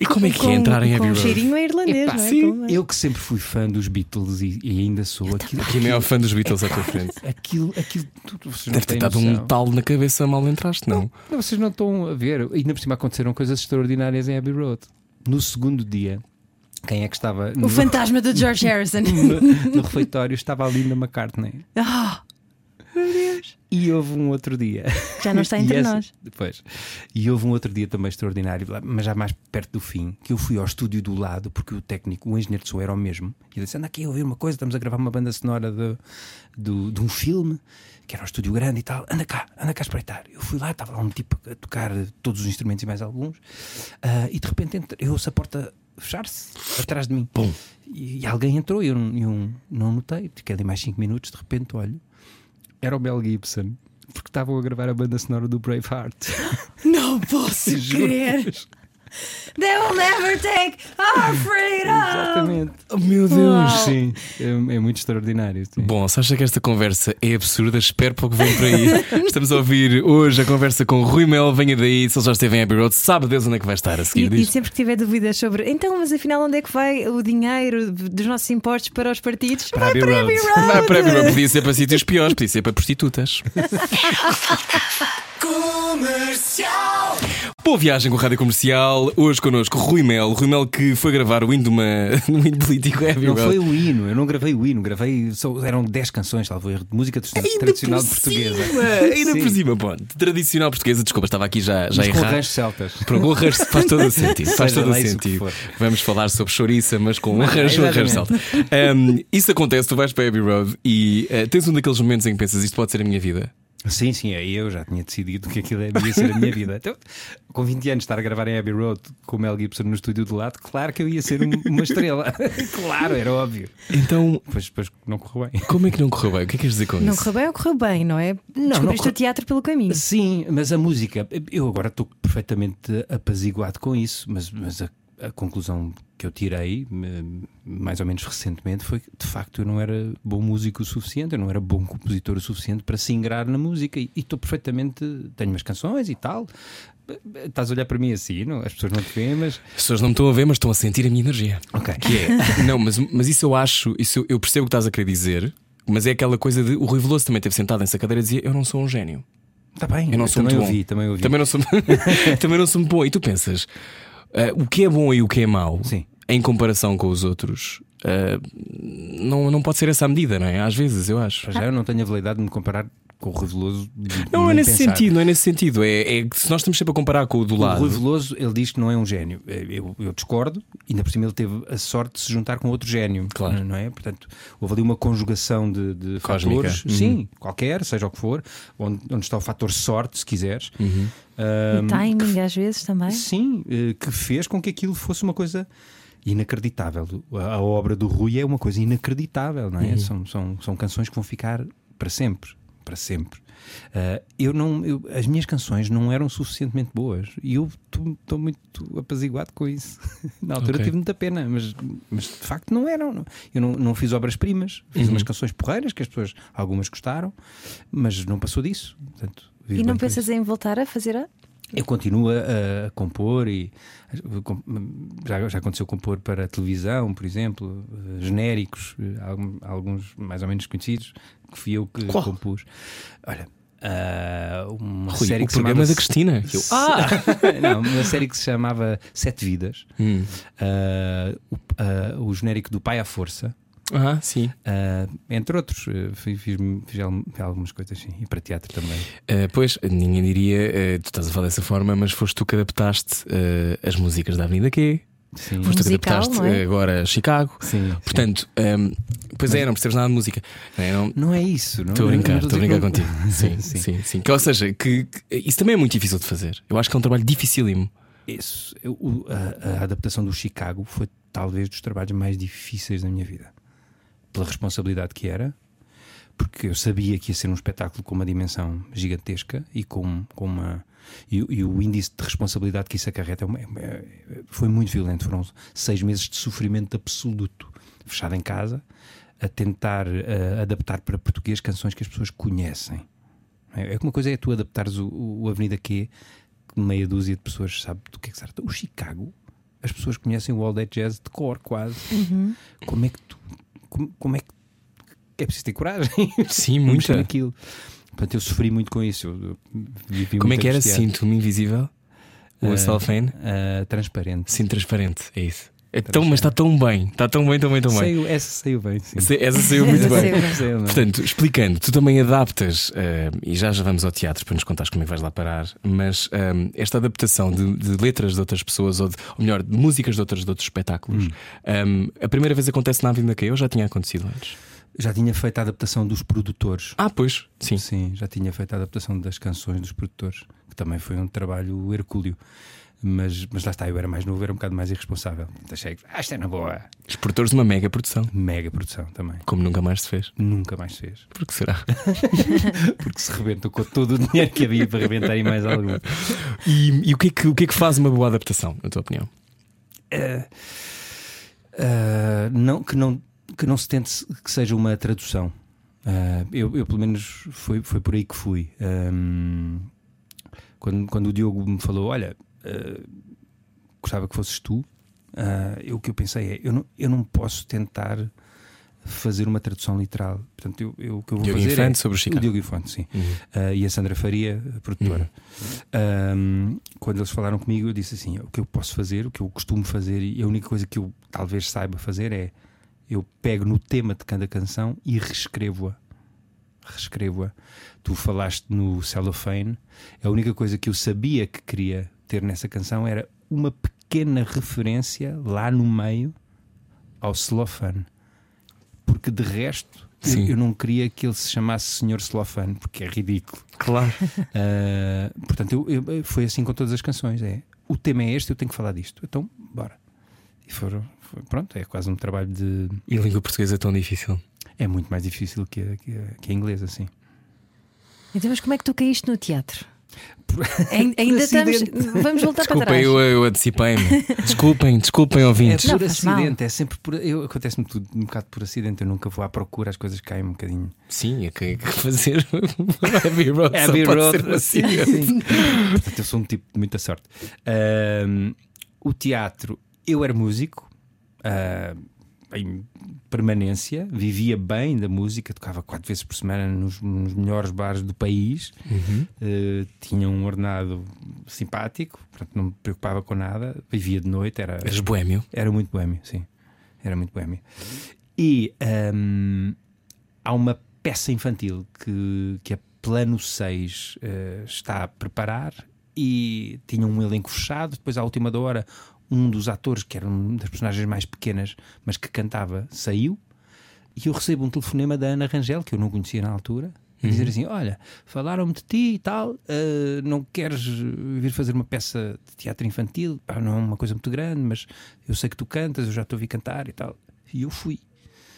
[SPEAKER 2] E como é que é entrar em
[SPEAKER 3] com
[SPEAKER 2] Abbey
[SPEAKER 3] um
[SPEAKER 2] Road?
[SPEAKER 3] cheirinho é irlandês,
[SPEAKER 5] Epá,
[SPEAKER 3] não é?
[SPEAKER 2] sim,
[SPEAKER 3] Como é?
[SPEAKER 5] Eu que sempre fui fã dos Beatles e, e ainda sou aquilo,
[SPEAKER 2] Quem é maior fã dos Beatles à tua frente?
[SPEAKER 5] aquilo, aquilo tudo. Vocês não
[SPEAKER 2] Deve ter
[SPEAKER 5] têm
[SPEAKER 2] dado um
[SPEAKER 5] noção.
[SPEAKER 2] tal na cabeça mal entraste, não?
[SPEAKER 5] Não, Vocês não estão a ver. E ainda por cima aconteceram coisas extraordinárias em Abbey Road. No segundo dia, quem é que estava no,
[SPEAKER 3] O fantasma do George Harrison. Oh,
[SPEAKER 5] no, no refeitório estava a Linda McCartney.
[SPEAKER 3] Ah,
[SPEAKER 5] E houve um outro dia.
[SPEAKER 3] Já não está entre
[SPEAKER 5] E essa-
[SPEAKER 3] nós.
[SPEAKER 5] Pois. E houve um outro dia também extraordinário, lá- mas já mais perto do fim, que eu fui ao estúdio do lado, porque o técnico, o engenheiro de som era o mesmo. E ele disse: anda aqui a ouvir uma coisa, estamos a gravar uma banda sonora de, do- de um filme, que era um estúdio grande e tal. Anda cá, anda cá espreitar. Eu fui lá, estava lá um tipo a tocar todos os instrumentos e mais alguns, ah, e de repente entra- eu ouço a porta fechar-se atrás de mim. E, e alguém entrou e eu, não- eu não notei, fiquei ali mais 5 minutos, de repente olho era o Mel Gibson, porque estavam a gravar a banda sonora do Braveheart.
[SPEAKER 3] Não posso
[SPEAKER 5] Juro.
[SPEAKER 3] crer. They will never take our freedom.
[SPEAKER 5] Exatamente.
[SPEAKER 2] Oh, meu Deus.
[SPEAKER 5] Sim, é, é muito extraordinário. sim.
[SPEAKER 2] Bom, se acha que esta conversa é absurda, espero pouco vem por aí. Estamos a ouvir hoje a conversa com Rui Mel, venha daí, se ele já esteve em Abbey Road, sabe Deus onde é que vai estar a
[SPEAKER 3] E,
[SPEAKER 2] seguir.
[SPEAKER 3] e
[SPEAKER 2] Diz.
[SPEAKER 3] sempre que tiver dúvidas sobre então, mas afinal, onde é que vai o dinheiro dos nossos impostos para os partidos?
[SPEAKER 5] Para
[SPEAKER 3] vai
[SPEAKER 5] Abbey
[SPEAKER 3] para
[SPEAKER 5] Road.
[SPEAKER 3] Abbey
[SPEAKER 2] Vai
[SPEAKER 3] Road.
[SPEAKER 2] para Abbey Road, podia ser para sítios piores, podia ser para prostitutas. Boa viagem com a Rádio Comercial. Hoje connosco Rui Mel. Rui Mel que foi gravar o hino de uma- no hino político Abbey
[SPEAKER 5] Não
[SPEAKER 2] Road.
[SPEAKER 5] foi o hino, eu não gravei o hino, gravei, só- eram 10 canções, talvez, de música tra- tradicional
[SPEAKER 2] por
[SPEAKER 5] portuguesa.
[SPEAKER 2] cima, Ainda
[SPEAKER 5] Sim.
[SPEAKER 2] por cima, bom, tradicional portuguesa, desculpa, estava aqui já, já
[SPEAKER 5] Mas com
[SPEAKER 2] errado.
[SPEAKER 5] arranjos celtas.
[SPEAKER 2] Pronto, o arranjo faz todo o sentido. Faz
[SPEAKER 5] Seja
[SPEAKER 2] todo o
[SPEAKER 5] lá isso que
[SPEAKER 2] sentido.
[SPEAKER 5] for.
[SPEAKER 2] Vamos falar sobre chouriça, mas com um arranjo, um arranjo salto.
[SPEAKER 5] Exatamente.
[SPEAKER 2] Um, isso acontece, tu vais para Abbey Road e eh, tens um daqueles momentos em que pensas isto pode ser a minha vida.
[SPEAKER 5] Sim, sim, aí eu já tinha decidido que aquilo ia ser a minha vida. Então, com 20 anos, estar a gravar em Abbey Road com o Mel Gibson no estúdio do lado, claro que eu ia ser um- uma estrela. claro, era óbvio.
[SPEAKER 2] Então,
[SPEAKER 5] Pois, pois não correu bem.
[SPEAKER 2] como é que não correu bem? O que é que queres dizer com
[SPEAKER 3] Não
[SPEAKER 2] isso?
[SPEAKER 3] correu bem ou correu bem, não é? Descobriste
[SPEAKER 5] correu-
[SPEAKER 3] o teatro pelo caminho.
[SPEAKER 5] Sim, mas a música, eu agora estou perfeitamente apaziguado com isso, mas, mas a, a conclusão que eu tirei, me- mais ou menos recentemente, foi que de facto eu não era bom músico o suficiente, eu não era bom compositor o suficiente para se ingrar na música e e estou perfeitamente. Tenho umas canções e tal. Estás a olhar para mim assim, não? as pessoas não te veem, mas.
[SPEAKER 2] As pessoas não me estão a ver, mas estão a sentir a minha energia.
[SPEAKER 5] Ok.
[SPEAKER 2] Que é? não, mas, mas isso eu acho, isso eu- eu percebo o que estás a querer dizer. Mas é aquela coisa de o Rui Veloso também esteve sentado nessa cadeira e dizia: Eu não sou um gênio.
[SPEAKER 5] Está é, tá bem,
[SPEAKER 2] Eu não sou
[SPEAKER 5] também
[SPEAKER 2] muito bom.
[SPEAKER 5] ouvi, também ouvi.
[SPEAKER 2] Também não sou, também não sou muito bom. E tu pensas, ah, o que é bom e o que é mau,
[SPEAKER 5] Sim.
[SPEAKER 2] em comparação com os outros, ah, não, não pode ser essa a medida, não é? Às vezes, eu acho.
[SPEAKER 5] Para já eu não tenho a validade de me comparar com o Rui Veloso. de-
[SPEAKER 2] Não é
[SPEAKER 5] nem
[SPEAKER 2] nesse
[SPEAKER 5] pensar.
[SPEAKER 2] sentido, não é nesse sentido. É, é que se nós estamos sempre a comparar com o do
[SPEAKER 5] O Rui
[SPEAKER 2] lado.
[SPEAKER 5] Veloso, ele diz que não é um gênio. Eu, eu discordo, ainda por cima ele teve a sorte de se juntar com outro gênio.
[SPEAKER 2] Claro.
[SPEAKER 5] Não é? Portanto, houve ali uma conjugação de, de
[SPEAKER 2] Cósmica. Uhum.
[SPEAKER 5] fatores. Sim, qualquer, seja o que for. Onde, onde está o fator sorte, se quiseres.
[SPEAKER 2] Uhum.
[SPEAKER 5] Ah,
[SPEAKER 3] E timing às vezes também.
[SPEAKER 5] Sim, eh, que fez com que aquilo fosse uma coisa inacreditável. A, a obra do Rui é uma coisa inacreditável, não
[SPEAKER 3] Uhum.
[SPEAKER 5] é? São, são, são canções que vão ficar para sempre. Para sempre. Ah, eu não, eu- as minhas canções não eram suficientemente boas e eu estou muito apaziguado com isso. Na altura
[SPEAKER 2] Ok.
[SPEAKER 5] tive muita pena, mas, mas de facto não eram. Eu não, não fiz obras-primas, fiz
[SPEAKER 3] Uhum.
[SPEAKER 5] umas canções porreiras que as pessoas, algumas gostaram, mas não passou disso. Portanto, vivo
[SPEAKER 3] E não
[SPEAKER 5] bem com isso.
[SPEAKER 3] pensas em voltar a fazer? a-
[SPEAKER 5] Eu continuo a, a compor e com- já, já aconteceu compor para televisão, por exemplo, eh, genéricos, eh, algum- alguns mais ou menos conhecidos, que fui eu que
[SPEAKER 2] Qual?
[SPEAKER 5] compus. Olha, ah, uma
[SPEAKER 2] Rui,
[SPEAKER 5] série
[SPEAKER 2] o
[SPEAKER 5] que
[SPEAKER 2] programa da
[SPEAKER 5] chamava
[SPEAKER 2] Cristina. Eu-
[SPEAKER 5] ah! Não, uma série que se chamava Sete Vidas,
[SPEAKER 2] Hum.
[SPEAKER 5] Ah, o, ah, o genérico do Pai à Força.
[SPEAKER 2] Ah, sim.
[SPEAKER 5] ah, entre outros, eh, fiz, fiz- fiz al- algumas coisas sim, e para teatro também.
[SPEAKER 2] Ah, pois, ninguém diria, ah, tu estás a falar dessa forma, mas foste tu que adaptaste ah, as músicas da Avenida Q,
[SPEAKER 5] Sim,
[SPEAKER 2] foste tu que
[SPEAKER 3] Musical,
[SPEAKER 2] adaptaste
[SPEAKER 3] não é?
[SPEAKER 2] ah, agora Chicago.
[SPEAKER 5] sim, sim.
[SPEAKER 2] Portanto, ahm, pois é, não percebes nada de música. Não é? Não-
[SPEAKER 5] Não é isso, não
[SPEAKER 2] Estou a brincar,
[SPEAKER 5] Não
[SPEAKER 2] estou a
[SPEAKER 5] dizer
[SPEAKER 2] brincar
[SPEAKER 5] que
[SPEAKER 2] contigo.
[SPEAKER 5] não-
[SPEAKER 2] Sim, sim, sim. Que, ou seja, que, que- isso também é muito difícil de fazer. Eu acho que é um trabalho dificílimo.
[SPEAKER 5] Isso, eu- o- a, a adaptação do Chicago foi talvez dos trabalhos mais difíceis da minha vida. Pela responsabilidade que era, porque eu sabia que ia ser um espetáculo com uma dimensão gigantesca e com, com uma. E, o- e o índice de responsabilidade que isso acarreta é uma- é uma- é- foi muito violento. Foram seis meses de sofrimento absoluto, fechado em casa, a tentar eh, adaptar para português canções que as pessoas conhecem. É é que uma coisa é tu adaptares o, o- o Avenida Q, que meia dúzia de pessoas sabe do que é que se trata. O Chicago, as pessoas conhecem o All That Jazz de cor, quase. Como é que tu. Como, como é que. É preciso ter coragem
[SPEAKER 2] Sim,
[SPEAKER 5] para mexer
[SPEAKER 2] muita.
[SPEAKER 5] naquilo. Portanto, eu sofri muito com isso. Eu- eu vivi
[SPEAKER 2] Como é
[SPEAKER 5] muito
[SPEAKER 2] que era?
[SPEAKER 5] angustiado.
[SPEAKER 2] Sinto-me invisível? O
[SPEAKER 5] Eh,
[SPEAKER 2] cellophane?
[SPEAKER 5] Ah, transparente.
[SPEAKER 2] Sinto transparente, é isso. É tão, mas está tão bem. Está tão bem, tão bem, tão bem.
[SPEAKER 5] Saiu, essa saiu bem, sim.
[SPEAKER 2] Se- Essa saiu muito
[SPEAKER 3] Essa
[SPEAKER 2] bem.
[SPEAKER 3] saiu.
[SPEAKER 5] Saiu, não é?
[SPEAKER 2] Portanto, explicando, tu também adaptas, eh, e já já vamos ao teatro para nos contares como é que vais lá parar, mas eh, esta adaptação de, de letras de outras pessoas, ou, de- ou melhor, de músicas de outras de outros espetáculos, eh, a primeira vez acontece na Avenida Caiu, já tinha acontecido antes.
[SPEAKER 5] Já tinha feito a adaptação dos produtores.
[SPEAKER 2] Ah, pois, sim.
[SPEAKER 5] Sim, já tinha feito a adaptação das canções dos produtores, que também foi um trabalho hercúleo. Mas, mas lá está, eu era mais novo, era um bocado mais irresponsável. Portanto, Achei que, ah, isto é na boa.
[SPEAKER 2] Os produtores de uma mega produção,
[SPEAKER 5] Mega produção também.
[SPEAKER 2] como nunca mais se fez.
[SPEAKER 5] Nunca mais fez.
[SPEAKER 2] Porque será?
[SPEAKER 5] Porque se rebentou com todo o dinheiro que havia para rebentar e mais algum.
[SPEAKER 2] E, e o, que é que, o que é que faz uma boa adaptação, na tua opinião?
[SPEAKER 5] Ah, Eh, não, que, não, que não se tente se- que seja uma tradução. Ah, eu, eu, pelo menos, foi, foi por aí que fui. Ahm, quando, quando o Diogo me falou: Olha, ah, gostava que fosses tu, ah, eu, o que eu pensei é: eu não, eu não posso tentar fazer uma tradução literal. Portanto, eu, eu, o que eu vou
[SPEAKER 2] Diogo
[SPEAKER 5] fazer
[SPEAKER 2] Infante
[SPEAKER 5] é,
[SPEAKER 2] sobre o Chicago.
[SPEAKER 5] Diogo Infante, sim.
[SPEAKER 2] Uhum.
[SPEAKER 5] Ah, e a Sandra Faria, a produtora. Ahm, quando eles falaram comigo, eu disse assim: o que eu posso fazer, o que eu costumo fazer, e a única coisa que eu talvez saiba fazer é eu pego no tema de cada canção e reescrevo-a. Reescrevo-a. Tu falaste no cellophane, a única coisa que eu sabia que queria ter nessa canção era uma pequena referência lá no meio ao cellophane. Porque de resto, eu,
[SPEAKER 2] Sim.
[SPEAKER 5] eu não queria que ele se chamasse Senhor Cellophane, porque é ridículo.
[SPEAKER 2] Claro.
[SPEAKER 5] Ah, portanto, eu- eu- eu- foi assim com todas as canções. É, o tema é este, eu tenho que falar disto. Então, bora. E foram, foi- pronto, é quase um trabalho de.
[SPEAKER 2] E a língua portuguesa é tão difícil.
[SPEAKER 5] É muito mais difícil que a, que a, que a inglesa, sim.
[SPEAKER 3] Então, mas como é que tu caíste no teatro? Ain- Ainda estamos.
[SPEAKER 5] acidente.
[SPEAKER 3] Vamos voltar para
[SPEAKER 2] Desculpem,
[SPEAKER 3] trás.
[SPEAKER 2] eu, eu antecipei-me. Desculpem, desculpem,
[SPEAKER 5] É
[SPEAKER 2] ouvintes.
[SPEAKER 5] por
[SPEAKER 3] Não, faz mal.
[SPEAKER 5] acidente, é sempre por. eu- Acontece-me tudo um bocado por acidente. Eu nunca vou à procura, as coisas caem um bocadinho.
[SPEAKER 2] Sim, é que, é que fazer Abbey Road. só
[SPEAKER 5] Abbey
[SPEAKER 2] pode
[SPEAKER 5] Road.
[SPEAKER 2] ser assim.
[SPEAKER 5] Sim. Portanto, eu sou um tipo de muita sorte. Ahm, o teatro, eu era músico ah, em permanência, vivia bem da música, tocava quatro vezes por semana nos, nos melhores bares do país,
[SPEAKER 2] Uhum.
[SPEAKER 5] Ah, tinha um ordenado simpático, portanto não me preocupava com nada, vivia de noite, era
[SPEAKER 2] És boémio.
[SPEAKER 5] era muito boêmio, sim. Era muito boêmio. E hum, há uma peça infantil que, que a Plano 6 eh, está a preparar e tinha um elenco fechado. Depois, à última da hora, um dos atores, que era um das personagens mais pequenas, mas que cantava, saiu. E eu recebo um telefonema da Ana Rangel, que eu não conhecia na altura, a dizer assim: Olha, falaram-me de ti e tal, eh, não queres vir fazer uma peça de teatro infantil? Pá, não é uma coisa muito grande, mas eu sei que tu cantas, eu já te ouvi cantar e tal. E eu fui.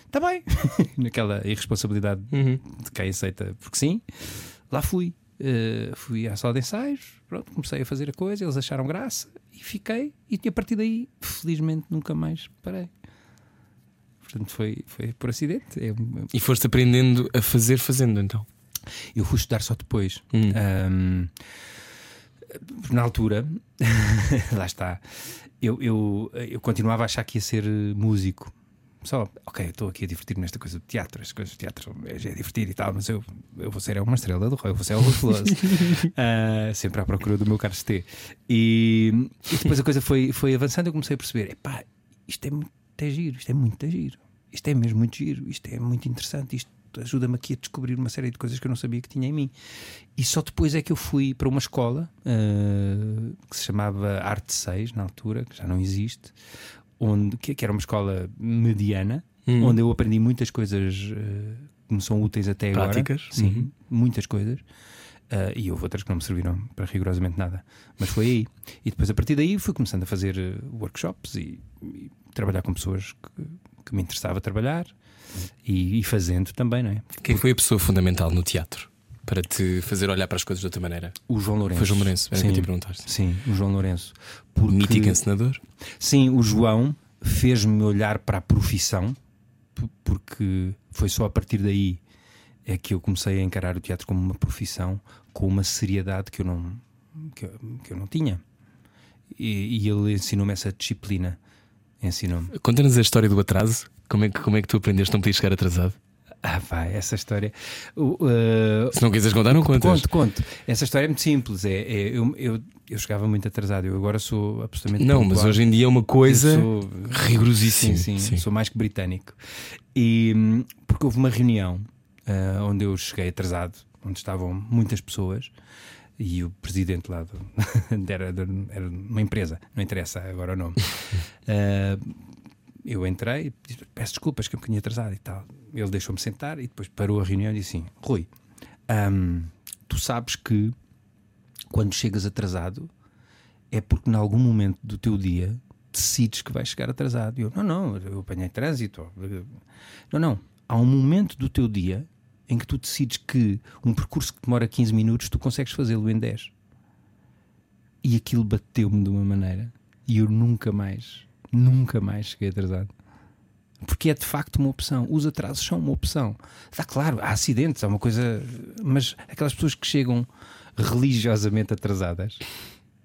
[SPEAKER 5] Está bem, naquela irresponsabilidade de quem aceita, porque sim, lá fui. Eh, fui à sala de ensaios, pronto, comecei a fazer a coisa, eles acharam graça e fiquei. E a partir daí, felizmente, nunca mais parei. Portanto, foi, foi por acidente. É um-
[SPEAKER 2] E foste aprendendo a fazer fazendo, então.
[SPEAKER 5] eu fui estudar só depois. Ahm, na altura, lá está, eu, eu, eu continuava a achar que ia ser músico. Só, ok, eu estou aqui a divertir-me nesta coisa de teatro, as coisas de teatro é, é divertido e tal, mas eu, eu vou ser uma estrela do rock, eu vou ser Elba Veloso. Ah, sempre à procura do meu caro T. E, e depois a coisa foi, foi avançando, eu comecei a perceber: epá, isto é muito é giro, isto é muito é giro, isto é mesmo muito giro, isto é muito interessante, isto ajuda-me aqui a descobrir uma série de coisas que eu não sabia que tinha em mim. E só depois é que eu fui para uma escola ah, que se chamava Arte 6, na altura, que já não existe, onde, que, que era uma escola mediana, onde eu aprendi muitas coisas ah, que me são úteis até
[SPEAKER 2] Práticas?
[SPEAKER 5] agora. Sim, muitas coisas. Ah, e houve outras que não me serviram para rigorosamente nada. Mas foi aí. E depois, a partir daí, fui começando a fazer eh, workshops e, e trabalhar com pessoas que, que me interessava trabalhar e, e fazendo também, não é?
[SPEAKER 2] Quem foi a pessoa fundamental no teatro para te fazer olhar para as coisas de outra maneira?
[SPEAKER 5] O João Lourenço.
[SPEAKER 2] Foi João Lourenço, era o que eu te ia
[SPEAKER 5] Sim,
[SPEAKER 2] perguntar.
[SPEAKER 5] sim, o João Lourenço. Porque-
[SPEAKER 2] Mítico encenador?
[SPEAKER 5] Sim, o João fez-me olhar para a profissão, p- porque foi só a partir daí é que eu comecei a encarar o teatro como uma profissão, com uma seriedade que eu não, que eu, que eu não tinha. E, e ele ensinou-me essa disciplina. Ensinou-me.
[SPEAKER 2] Conta-nos a história do atraso. Como é, que, como é que tu aprendeste a não podias chegar atrasado?
[SPEAKER 5] Ah, vai, essa história. O, eh,
[SPEAKER 2] Se não quiseres contar, não contas.
[SPEAKER 5] Conto, conto. Essa história é muito simples. É, é- eu, eu, eu chegava muito atrasado. Eu agora sou absolutamente.
[SPEAKER 2] Não, mas
[SPEAKER 5] pontual.
[SPEAKER 2] hoje em dia é uma coisa
[SPEAKER 5] Eu sou-
[SPEAKER 2] rigorosíssima.
[SPEAKER 5] Sim, sim,
[SPEAKER 2] Sim.
[SPEAKER 5] Sou mais que britânico. E hum, porque houve uma reunião ah, onde eu cheguei atrasado, onde estavam muitas pessoas. E o presidente lá do- era, de- era de uma empresa, não interessa agora o nome. Ah, eu entrei, disse, peço desculpas que eu um bocadinho atrasado e tal. Ele deixou-me sentar e depois parou a reunião e disse assim: Rui, hum, tu sabes que quando chegas atrasado é porque em algum momento do teu dia decides que vais chegar atrasado. E eu, não, não, eu apanhei trânsito. Não, não. Há um momento do teu dia em que tu decides que um percurso que demora 15 minutos tu consegues fazê-lo em 10. E aquilo bateu-me de uma maneira. E eu nunca mais, nunca mais cheguei atrasado. Porque é de facto uma opção. Os atrasos são uma opção. Está claro, há acidentes, há uma coisa. Mas aquelas pessoas que chegam religiosamente atrasadas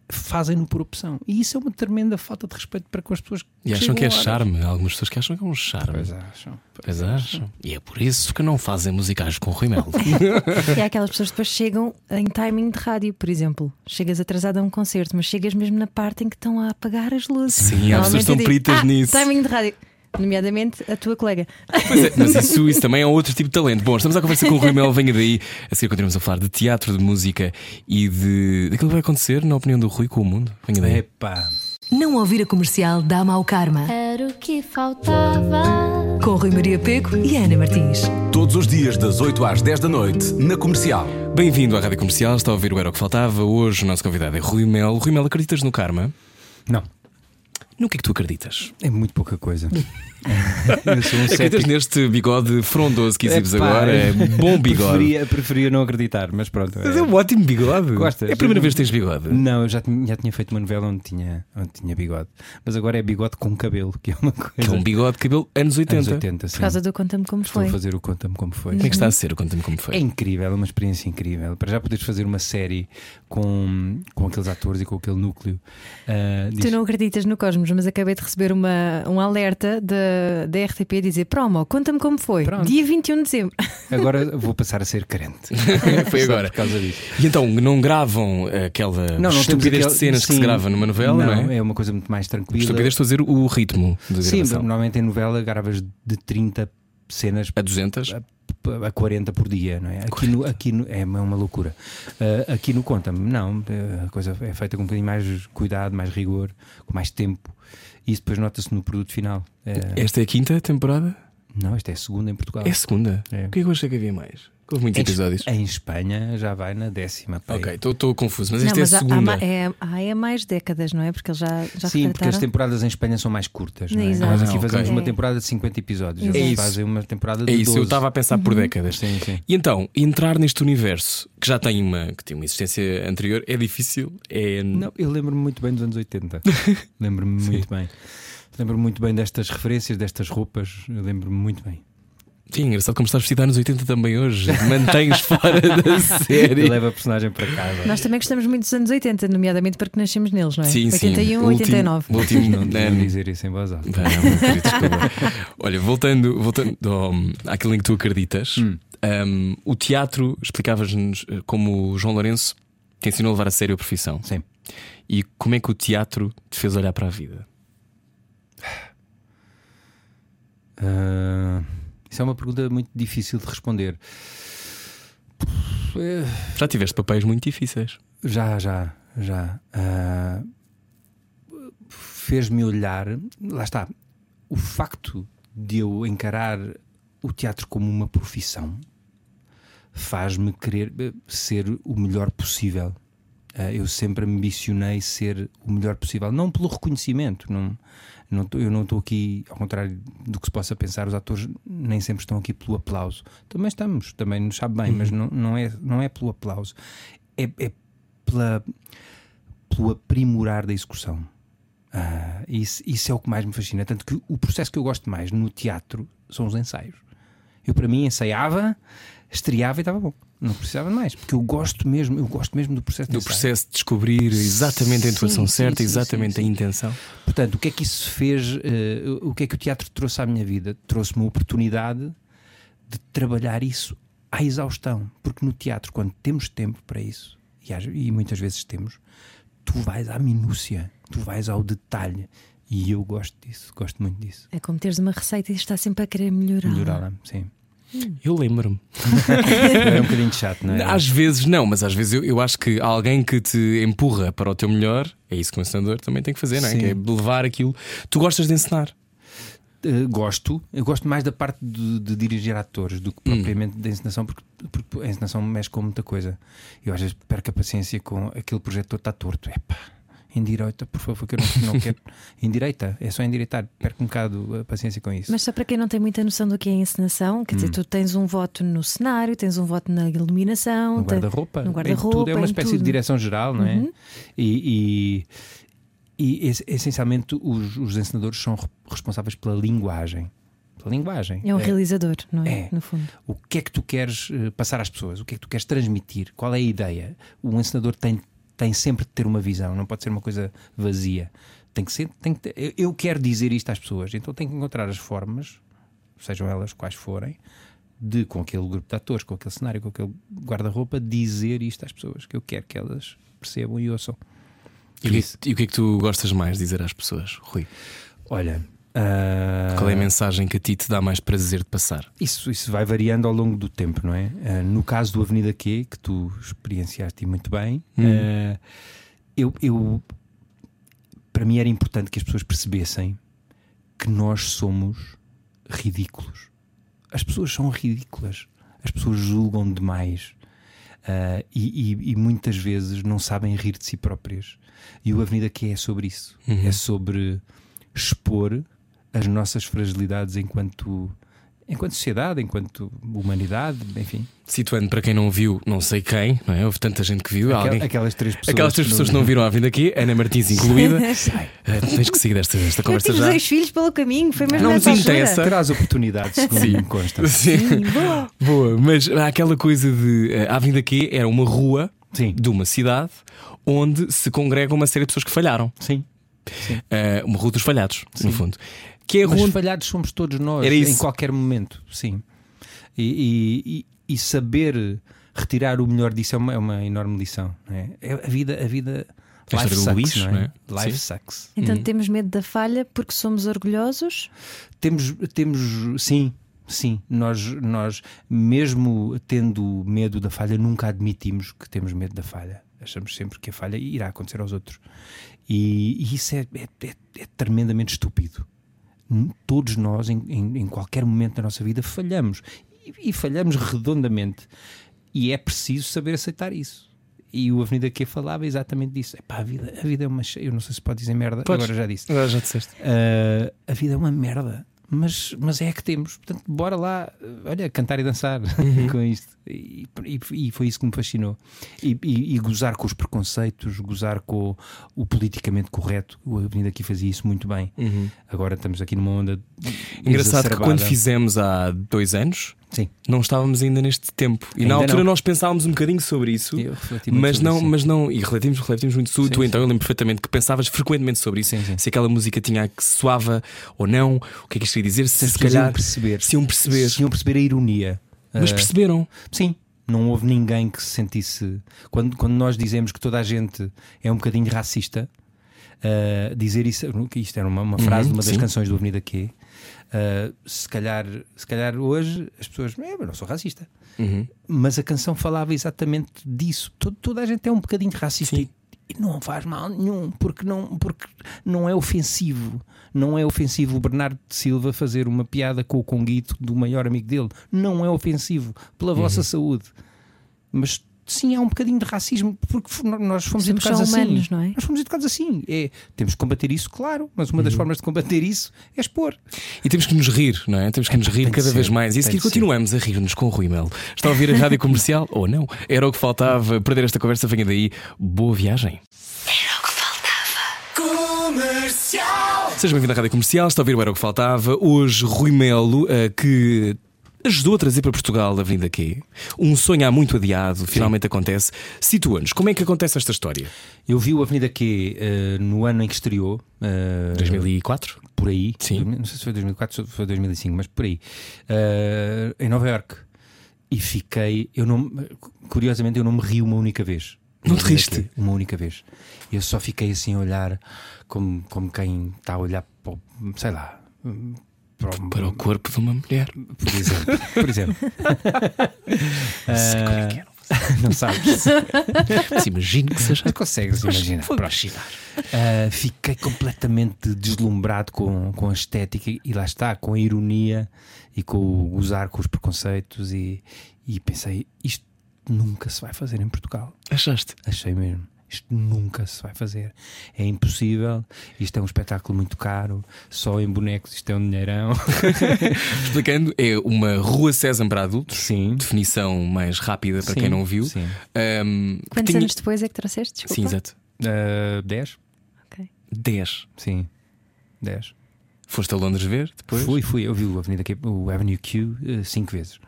[SPEAKER 5] fazem-no por opção. E isso é uma tremenda falta de respeito para com as pessoas que
[SPEAKER 2] E acham
[SPEAKER 5] chegam
[SPEAKER 2] que é
[SPEAKER 5] a horas.
[SPEAKER 2] charme. Há algumas pessoas que acham que é um charme.
[SPEAKER 5] Pois acham.
[SPEAKER 2] Pois acham. E é por isso que não fazem musicais com Rui Melo.
[SPEAKER 3] E há aquelas pessoas que depois chegam em timing de rádio, por exemplo. Chegas atrasado a um concerto, mas chegas mesmo na parte em que estão a apagar as luzes.
[SPEAKER 2] Sim, há pessoas que
[SPEAKER 3] Normalmente
[SPEAKER 2] estão
[SPEAKER 3] eu digo,
[SPEAKER 2] peritas
[SPEAKER 3] "Ah,
[SPEAKER 2] nisso."
[SPEAKER 3] Timing de rádio. Nomeadamente a tua colega.
[SPEAKER 2] Pois é, mas isso, isso também é outro tipo de talento. Bom, estamos à conversa com o Rui Melo, venha daí. A seguir continuamos a falar de teatro, de música e de daquilo que vai acontecer, na opinião do Rui, com o mundo. Venha daí.
[SPEAKER 5] Epá.
[SPEAKER 6] Não ouvir a comercial dá mau karma.
[SPEAKER 1] Era o que faltava.
[SPEAKER 6] Com Rui Maria Peco e Ana Martins.
[SPEAKER 4] Todos os dias, das 8 às 10 da noite, na comercial.
[SPEAKER 2] Bem-vindo à Rádio Comercial, está a ouvir o Era o que Faltava. Hoje o nosso convidado é Rui Melo. Rui Melo, acreditas no karma?
[SPEAKER 5] Não,
[SPEAKER 2] No que é que tu acreditas?
[SPEAKER 5] é muito pouca coisa. eu sou um
[SPEAKER 2] Acreditas
[SPEAKER 5] cético.
[SPEAKER 2] neste bigode frondoso que exibes
[SPEAKER 5] Epá,
[SPEAKER 2] agora? É bom bigode.
[SPEAKER 5] Preferia, preferia não acreditar, mas pronto.
[SPEAKER 2] Mas
[SPEAKER 5] é.
[SPEAKER 2] é um ótimo bigode.
[SPEAKER 5] Gostas?
[SPEAKER 2] É a primeira vez que tens bigode.
[SPEAKER 5] Não, eu já tinha, já tinha feito uma novela onde tinha, onde tinha bigode. Mas agora é bigode com cabelo, que é uma coisa.
[SPEAKER 2] Que é um bigode de cabelo anos 80.
[SPEAKER 5] Anos 80, sim.
[SPEAKER 3] Por causa do conta-me como
[SPEAKER 5] Estou
[SPEAKER 3] foi.
[SPEAKER 5] a fazer o Conta-me Como Foi.
[SPEAKER 2] Como é que está a ser? Conta-me como foi.
[SPEAKER 5] É incrível, é uma experiência incrível. Para já poderes fazer uma série com, com aqueles atores e com aquele núcleo. ah,
[SPEAKER 3] Tu
[SPEAKER 5] diz-
[SPEAKER 3] não acreditas no Cosmos, mas acabei de receber uma, um alerta da da RTP a dizer: promo, conta-me como foi.
[SPEAKER 5] Pronto.
[SPEAKER 3] Dia 21 de dezembro.
[SPEAKER 5] Agora vou passar a ser carente.
[SPEAKER 2] Foi
[SPEAKER 5] Só
[SPEAKER 2] agora.
[SPEAKER 5] Por causa disso.
[SPEAKER 2] E então não gravam aquela
[SPEAKER 5] Não, não temos
[SPEAKER 2] estupidez
[SPEAKER 5] aquele-
[SPEAKER 2] de cenas que se
[SPEAKER 5] sim.
[SPEAKER 2] grava numa novela, não, é?
[SPEAKER 5] é uma coisa muito mais tranquila.
[SPEAKER 2] Estupidez, estou a dizer o ritmo de
[SPEAKER 5] Sim,
[SPEAKER 2] gravação.
[SPEAKER 5] normalmente em novela gravas de 30 cenas
[SPEAKER 2] a 200.
[SPEAKER 5] a, a 40 por dia, não é? Aqui no, aqui no- é uma é uma loucura. Ah, aqui no Conta-me, não, eh, a coisa é feita com um bocadinho mais cuidado, mais rigor, com mais tempo. E isso depois nota-se no produto final. Eh,
[SPEAKER 2] Esta é a quinta temporada?
[SPEAKER 5] Não, esta é a segunda em Portugal.
[SPEAKER 2] É a segunda?
[SPEAKER 5] É.
[SPEAKER 2] O que é que eu achei que havia mais? Houve muitos
[SPEAKER 5] Em-
[SPEAKER 2] episódios.
[SPEAKER 5] Em Espanha já vai na décima. pai.
[SPEAKER 2] Ok, estou- estou confuso, mas
[SPEAKER 3] não,
[SPEAKER 2] esta
[SPEAKER 3] mas
[SPEAKER 2] é
[SPEAKER 3] há-
[SPEAKER 2] a
[SPEAKER 3] há
[SPEAKER 2] segunda.
[SPEAKER 3] ma- é- há é mais décadas, não é? Porque eles já, já
[SPEAKER 5] Sim, porque as
[SPEAKER 3] retrataram.
[SPEAKER 5] temporadas em Espanha são mais curtas. Não é?
[SPEAKER 3] Exato.
[SPEAKER 5] Nós aqui
[SPEAKER 2] Ah, ok.
[SPEAKER 5] fazemos uma
[SPEAKER 3] É.
[SPEAKER 5] temporada de 50 episódios. Eles
[SPEAKER 2] É isso.
[SPEAKER 5] fazem uma temporada de
[SPEAKER 2] É isso, eu
[SPEAKER 5] 12.
[SPEAKER 2] estava a pensar por décadas.
[SPEAKER 5] Sim, sim.
[SPEAKER 2] E então, entrar neste universo que já tem uma, que tem uma existência anterior é difícil. É...
[SPEAKER 5] Não, eu lembro-me muito bem dos anos 80. lembro-me muito bem. Lembro-me muito bem destas referências, destas roupas. Eu lembro-me muito bem.
[SPEAKER 2] Sim, é engraçado como estás vestido anos 80 também hoje. Mantens fora da
[SPEAKER 5] Ele
[SPEAKER 2] série.
[SPEAKER 5] leva a personagem para casa.
[SPEAKER 3] Nós também gostamos muito dos anos 80, nomeadamente porque nascemos neles, não é?
[SPEAKER 2] Sim,
[SPEAKER 3] 81,
[SPEAKER 2] sim.
[SPEAKER 3] 89.
[SPEAKER 2] Último, último
[SPEAKER 5] Não é deviam
[SPEAKER 2] ano.
[SPEAKER 5] dizer isso em voz alta.
[SPEAKER 2] Bem, não, querido, desculpa. Olha, voltando, voltando ao, àquilo em que tu acreditas, hum, o teatro explicavas-nos eh, como o João Lourenço te ensinou a levar a sério a profissão.
[SPEAKER 5] Sim.
[SPEAKER 2] E como é que o teatro te fez olhar para a vida?
[SPEAKER 5] Ah, isso é uma pergunta muito difícil de responder. Eh,
[SPEAKER 2] Já tiveste papéis muito difíceis.
[SPEAKER 5] Já, já, já. Ah, Fez-me olhar. Lá está. O facto de eu encarar o teatro como uma profissão faz-me querer eh, ser o melhor possível. Ah, eu sempre ambicionei ser o melhor possível, não pelo reconhecimento. Não, não tô- eu não estou aqui, ao contrário do que se possa pensar, os atores nem sempre estão aqui pelo aplauso. Também estamos, também nos sabe bem, mas não, não, é, não é pelo aplauso, é, é pela, pelo aprimorar da execução. Ah, isso, isso é o que mais me fascina. Tanto que o processo que eu gosto mais no teatro são os ensaios. Eu, para mim, ensaiava, estreava e estava bom. Não precisava de mais, porque eu gosto mesmo, eu gosto mesmo do processo de
[SPEAKER 2] Do
[SPEAKER 5] ensaio.
[SPEAKER 2] processo de descobrir exatamente a
[SPEAKER 5] Sim,
[SPEAKER 2] intuação
[SPEAKER 5] sim,
[SPEAKER 2] certa,
[SPEAKER 5] sim,
[SPEAKER 2] exatamente
[SPEAKER 5] sim, sim.
[SPEAKER 2] a intenção.
[SPEAKER 5] Portanto, o que é que isso fez? eh, o que é que o teatro trouxe à minha vida? Trouxe-me a oportunidade de trabalhar isso à exaustão. Porque no teatro, quando temos tempo para isso, e, às- e muitas vezes temos, tu vais à minúcia, tu vais ao detalhe. E eu gosto disso, gosto muito disso.
[SPEAKER 3] É como teres uma receita e está sempre a querer melhorar.
[SPEAKER 5] Melhorá-la, sim.
[SPEAKER 2] Eu lembro-me.
[SPEAKER 5] É um bocadinho chato, não é?
[SPEAKER 2] Às vezes não, mas às vezes eu, eu acho que alguém que te empurra para o teu melhor, é isso que um ensinador também tem que fazer, não é?
[SPEAKER 5] Sim.
[SPEAKER 2] Que é levar aquilo. Tu gostas de ensinar.
[SPEAKER 5] Uh, gosto, eu gosto mais da parte de, de dirigir atores do que
[SPEAKER 3] Hum.
[SPEAKER 5] propriamente da encenação, porque, porque a encenação mexe com muita coisa. Eu às vezes perco a paciência com aquele projeto todo está torto. Epá, endireita, por favor, que eu não, não quero. Endireita, é só endireitar. Perco um bocado a paciência com isso.
[SPEAKER 3] Mas só para quem não tem muita noção do que é encenação, quer dizer, tu tens um voto no cenário, tens um voto na iluminação,
[SPEAKER 5] no
[SPEAKER 3] tem-
[SPEAKER 5] guarda-roupa,
[SPEAKER 3] no
[SPEAKER 5] em
[SPEAKER 3] guarda-roupa,
[SPEAKER 5] tudo. É uma
[SPEAKER 3] em
[SPEAKER 5] espécie de
[SPEAKER 3] tudo. Uhum.
[SPEAKER 5] direção geral, não é? E, e, e ess- essencialmente os, os ensinadores são re- responsáveis pela linguagem. Pela linguagem.
[SPEAKER 3] É um realizador, não é?
[SPEAKER 5] É.
[SPEAKER 3] No fundo.
[SPEAKER 5] O que é que tu queres eh, passar às pessoas? O que é que tu queres transmitir? Qual é a ideia? O ensinador tem, tem sempre de ter uma visão, não pode ser uma coisa vazia. Tem que ser, tem que ter- eu- eu quero dizer isto às pessoas, então tem que encontrar as formas, sejam elas quais forem, de com aquele grupo de atores, com aquele cenário, com aquele guarda-roupa, dizer isto às pessoas que eu quero que elas percebam e ouçam.
[SPEAKER 2] E o, que, é que- e o que é que tu gostas mais de dizer às pessoas, Rui?
[SPEAKER 5] Olha, ah,
[SPEAKER 2] Qual é a mensagem que a ti te dá mais prazer de passar?
[SPEAKER 5] Isso, isso vai variando ao longo do tempo, não é? Ah, no caso do Avenida Q, que tu experienciaste muito bem, ah, eu, eu- para mim era importante que as pessoas percebessem que nós somos ridículos. As pessoas são ridículas, as pessoas julgam demais. ah, e, e- e muitas vezes não sabem rir de si próprias. E o Avenida Q é sobre isso. É sobre expor as nossas fragilidades enquanto enquanto sociedade, enquanto humanidade, enfim.
[SPEAKER 2] Situando para quem não viu, não sei quem, não é? Houve tanta gente que viu.
[SPEAKER 5] Aquel-
[SPEAKER 2] alguém...
[SPEAKER 5] Aquelas três pessoas.
[SPEAKER 2] Aquelas três pessoas que não viram a vinda aqui, Ana Martins incluída. Eh, tens que seguir desta, esta
[SPEAKER 3] Eu
[SPEAKER 2] conversa
[SPEAKER 3] tive
[SPEAKER 2] já.
[SPEAKER 3] dois filhos pelo caminho, foi mesmo
[SPEAKER 2] Não
[SPEAKER 3] nessa
[SPEAKER 2] nos interessa.
[SPEAKER 3] altura.
[SPEAKER 5] Terás oportunidade, segundo me consta.
[SPEAKER 2] Sim. Boa. mas há aquela coisa de. eh, A Avenida Q era uma rua
[SPEAKER 5] Sim.
[SPEAKER 2] de uma cidade onde se congrega uma série de pessoas que falharam.
[SPEAKER 5] Sim.
[SPEAKER 2] Eh, uma rua dos falhados, no fundo. Que é a
[SPEAKER 5] Mas
[SPEAKER 2] rua onde-
[SPEAKER 5] falhados somos todos nós,
[SPEAKER 2] Era isso.
[SPEAKER 5] em qualquer momento, sim. E, e- e- e saber retirar o melhor disso é uma, é uma enorme lição. não é? É a vida, a vida.
[SPEAKER 2] A história
[SPEAKER 5] Life
[SPEAKER 2] do
[SPEAKER 5] sucks,
[SPEAKER 2] Luís,
[SPEAKER 5] não
[SPEAKER 2] não
[SPEAKER 5] é?
[SPEAKER 2] é?
[SPEAKER 5] Life
[SPEAKER 2] Sim.
[SPEAKER 5] sucks.
[SPEAKER 3] Então temos medo da falha porque somos orgulhosos.
[SPEAKER 5] temos, temos sim, sim, nós, nós mesmo tendo medo da falha, nunca admitimos que temos medo da falha. Achamos sempre que a falha irá acontecer aos outros. E, e isso é, é- é- é tremendamente estúpido. N- Todos nós, em, em- em qualquer momento da nossa vida, falhamos. E, e falhamos redondamente. E é preciso saber aceitar isso. E o Avenida Q falava exatamente disso. Epá, a, vida, a vida é uma. che- Eu não sei se pode dizer merda,
[SPEAKER 2] Podes.
[SPEAKER 5] agora já disse.
[SPEAKER 2] Agora já disseste.
[SPEAKER 5] Uh, a vida é uma merda, mas, mas é a que temos. Portanto, bora lá, uh, olha, cantar e dançar
[SPEAKER 2] Uhum.
[SPEAKER 5] com isto. E, e- e foi isso que me fascinou. E, e- e gozar com os preconceitos, gozar com o, o politicamente correto. O Avenida aqui fazia isso muito bem. Agora estamos aqui numa onda.
[SPEAKER 2] Uhum. Engraçado que quando
[SPEAKER 5] exacerbada.
[SPEAKER 2] fizemos há dois anos,
[SPEAKER 5] Sim.
[SPEAKER 2] não estávamos ainda neste tempo. E
[SPEAKER 5] Ainda
[SPEAKER 2] na altura
[SPEAKER 5] não.
[SPEAKER 2] nós pensávamos um bocadinho sobre isso.
[SPEAKER 5] Eu refleti muito
[SPEAKER 2] Mas
[SPEAKER 5] sobre
[SPEAKER 2] não,
[SPEAKER 5] isso, sim.
[SPEAKER 2] mas não, e refletimos, refletimos muito. Tu,
[SPEAKER 5] Sim,
[SPEAKER 2] tu
[SPEAKER 5] sim.
[SPEAKER 2] então, eu lembro perfeitamente que pensavas frequentemente sobre isso.
[SPEAKER 5] Sim, sim.
[SPEAKER 2] Se aquela música tinha que soava ou não, o que é que isto queria dizer, se,
[SPEAKER 5] As
[SPEAKER 2] se
[SPEAKER 5] pessoas
[SPEAKER 2] calhar.
[SPEAKER 5] iam um perceber.
[SPEAKER 2] se iam perceber.
[SPEAKER 5] Se iam perceber a ironia.
[SPEAKER 2] Mas
[SPEAKER 5] Uh,
[SPEAKER 2] perceberam.
[SPEAKER 5] Sim, não houve ninguém que se sentisse. Quando, quando nós dizemos que toda a gente é um bocadinho racista, ah, dizer isso, que isto era uma, uma frase de uma das
[SPEAKER 2] sim.
[SPEAKER 5] canções do Avenida Q. ah, se, calhar, se calhar hoje as pessoas, é, mas não sou racista, mas a canção falava exatamente disso. To- toda a gente é um bocadinho racista e, e não faz mal nenhum, porque não, porque não é ofensivo. Não é ofensivo o Bernardo de Silva fazer uma piada com o Conguito do maior amigo dele. Não é ofensivo pela
[SPEAKER 3] Uhum.
[SPEAKER 5] vossa saúde. Mas sim, há um bocadinho de racismo, porque fo- nós fomos
[SPEAKER 3] Somos
[SPEAKER 5] educados
[SPEAKER 3] só
[SPEAKER 5] assim.
[SPEAKER 3] humanos, não é?
[SPEAKER 5] Nós fomos educados assim. É, temos que combater isso, claro, mas
[SPEAKER 3] Uhum.
[SPEAKER 5] uma das formas de combater isso é expor.
[SPEAKER 2] E temos que nos rir, não é? Temos que nos rir
[SPEAKER 5] tem que
[SPEAKER 2] cada
[SPEAKER 5] ser,
[SPEAKER 2] vez mais. E a
[SPEAKER 5] tem
[SPEAKER 2] seguir
[SPEAKER 5] que ser.
[SPEAKER 2] continuamos a rir-nos com o Rui Melo. Está a ouvir a rádio comercial ou não? Era o que faltava. Perder esta conversa, venha daí. Boa viagem. Seja bem-vindo à Rádio Comercial, está a ouvir o Era o que Faltava. Hoje, Rui Melo, eh, que ajudou a trazer para Portugal a vinda aqui. Um sonho há muito adiado, finalmente acontece. Situa-nos, como é que acontece esta história?
[SPEAKER 5] Eu vi o Avenida Q eh, no ano em que estreou. eh,
[SPEAKER 2] 2004?
[SPEAKER 5] por aí,
[SPEAKER 2] Sim.
[SPEAKER 5] não sei se foi 2004 ou foi 2005, mas por aí, eh, em Nova York. E fiquei, eu não, curiosamente, eu não me ri uma única vez.
[SPEAKER 2] Não te riste?
[SPEAKER 5] Uma única vez. Eu só fiquei assim a olhar, como, como quem está a olhar para, o- sei lá, para, o-
[SPEAKER 2] Para o corpo de uma mulher.
[SPEAKER 5] por exemplo. Por exemplo.
[SPEAKER 2] Sei como é que é, não faço-
[SPEAKER 5] não sabes,
[SPEAKER 2] mas imagino que seja.
[SPEAKER 5] mas consegues imaginar.
[SPEAKER 2] Vou
[SPEAKER 5] Pronto.
[SPEAKER 2] imaginar.
[SPEAKER 5] Uh, fiquei completamente deslumbrado com, com a estética e lá está, com a ironia e com o gozar com os preconceitos e, e pensei, isto nunca se vai fazer em Portugal.
[SPEAKER 2] Achaste?
[SPEAKER 5] Achei mesmo. Isto nunca se vai fazer. É impossível. Isto é um espetáculo muito caro. Só em bonecos isto é um dinheirão.
[SPEAKER 2] Explicando, é uma rua César para adultos.
[SPEAKER 5] Sim.
[SPEAKER 2] Definição mais rápida para
[SPEAKER 5] Sim,
[SPEAKER 2] quem não viu.
[SPEAKER 5] Sim.
[SPEAKER 2] Ahm, que
[SPEAKER 1] Quantos
[SPEAKER 2] tinha-
[SPEAKER 1] anos depois é que trouxeste? Desculpa.
[SPEAKER 2] Sim, exato. Ah,
[SPEAKER 5] Uh, 10?
[SPEAKER 2] 10.
[SPEAKER 5] Sim. 10.
[SPEAKER 2] Foste a Londres ver depois?
[SPEAKER 5] Fui, fui. Eu vi o Avenida Q, o Avenue Q eh, cinco vezes.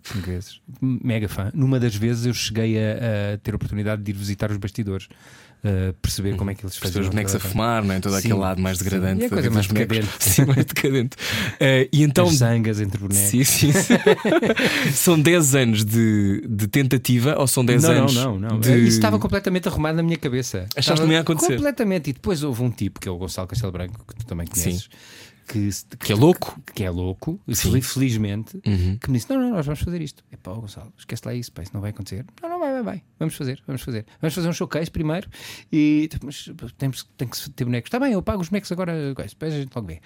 [SPEAKER 5] Cinco vezes. Mega fã. Numa das vezes eu cheguei a, a ter a oportunidade de ir visitar os bastidores, eh, perceber como é que eles
[SPEAKER 2] Uhum. Perceber
[SPEAKER 5] faziam.
[SPEAKER 2] os bonecos a
[SPEAKER 5] aquela-
[SPEAKER 2] fumar, não é? Todo
[SPEAKER 5] Sim,
[SPEAKER 2] aquele lado mais
[SPEAKER 5] sim.
[SPEAKER 2] degradante.
[SPEAKER 5] E
[SPEAKER 2] da
[SPEAKER 5] a coisa
[SPEAKER 2] vida
[SPEAKER 5] mais
[SPEAKER 2] dos bonecos.
[SPEAKER 5] decadente. né?
[SPEAKER 2] Sim, mais decadente. Eh, e então.
[SPEAKER 5] As zangas entre bonecos.
[SPEAKER 2] Sim, sim. são 10 anos de, de tentativa ou são 10
[SPEAKER 5] não,
[SPEAKER 2] anos?
[SPEAKER 5] não, não, É não.
[SPEAKER 2] De...
[SPEAKER 5] Isso estava completamente arrumado na minha cabeça.
[SPEAKER 2] Achaste
[SPEAKER 5] Estava
[SPEAKER 2] que não ia acontecer?
[SPEAKER 5] Completamente. E depois houve um tipo, que é o Gonçalo Castelo Branco, que tu também conheces, que, se-
[SPEAKER 2] Que é louco.
[SPEAKER 5] que é louco,
[SPEAKER 2] Sim.
[SPEAKER 5] fel- felizmente,
[SPEAKER 2] Uhum.
[SPEAKER 5] que me disse: Não, não, nós vamos fazer isto. É pá, Gonçalo, esquece lá isso, pá, isso não vai acontecer. Não, não, vai, vai, vai. Vamos fazer, vamos fazer. Vamos fazer um showcase primeiro e tipo, mas temos, tem que se ter bonecos. Está bem, eu pago os bonecos agora, coisa, depois a gente logo vê.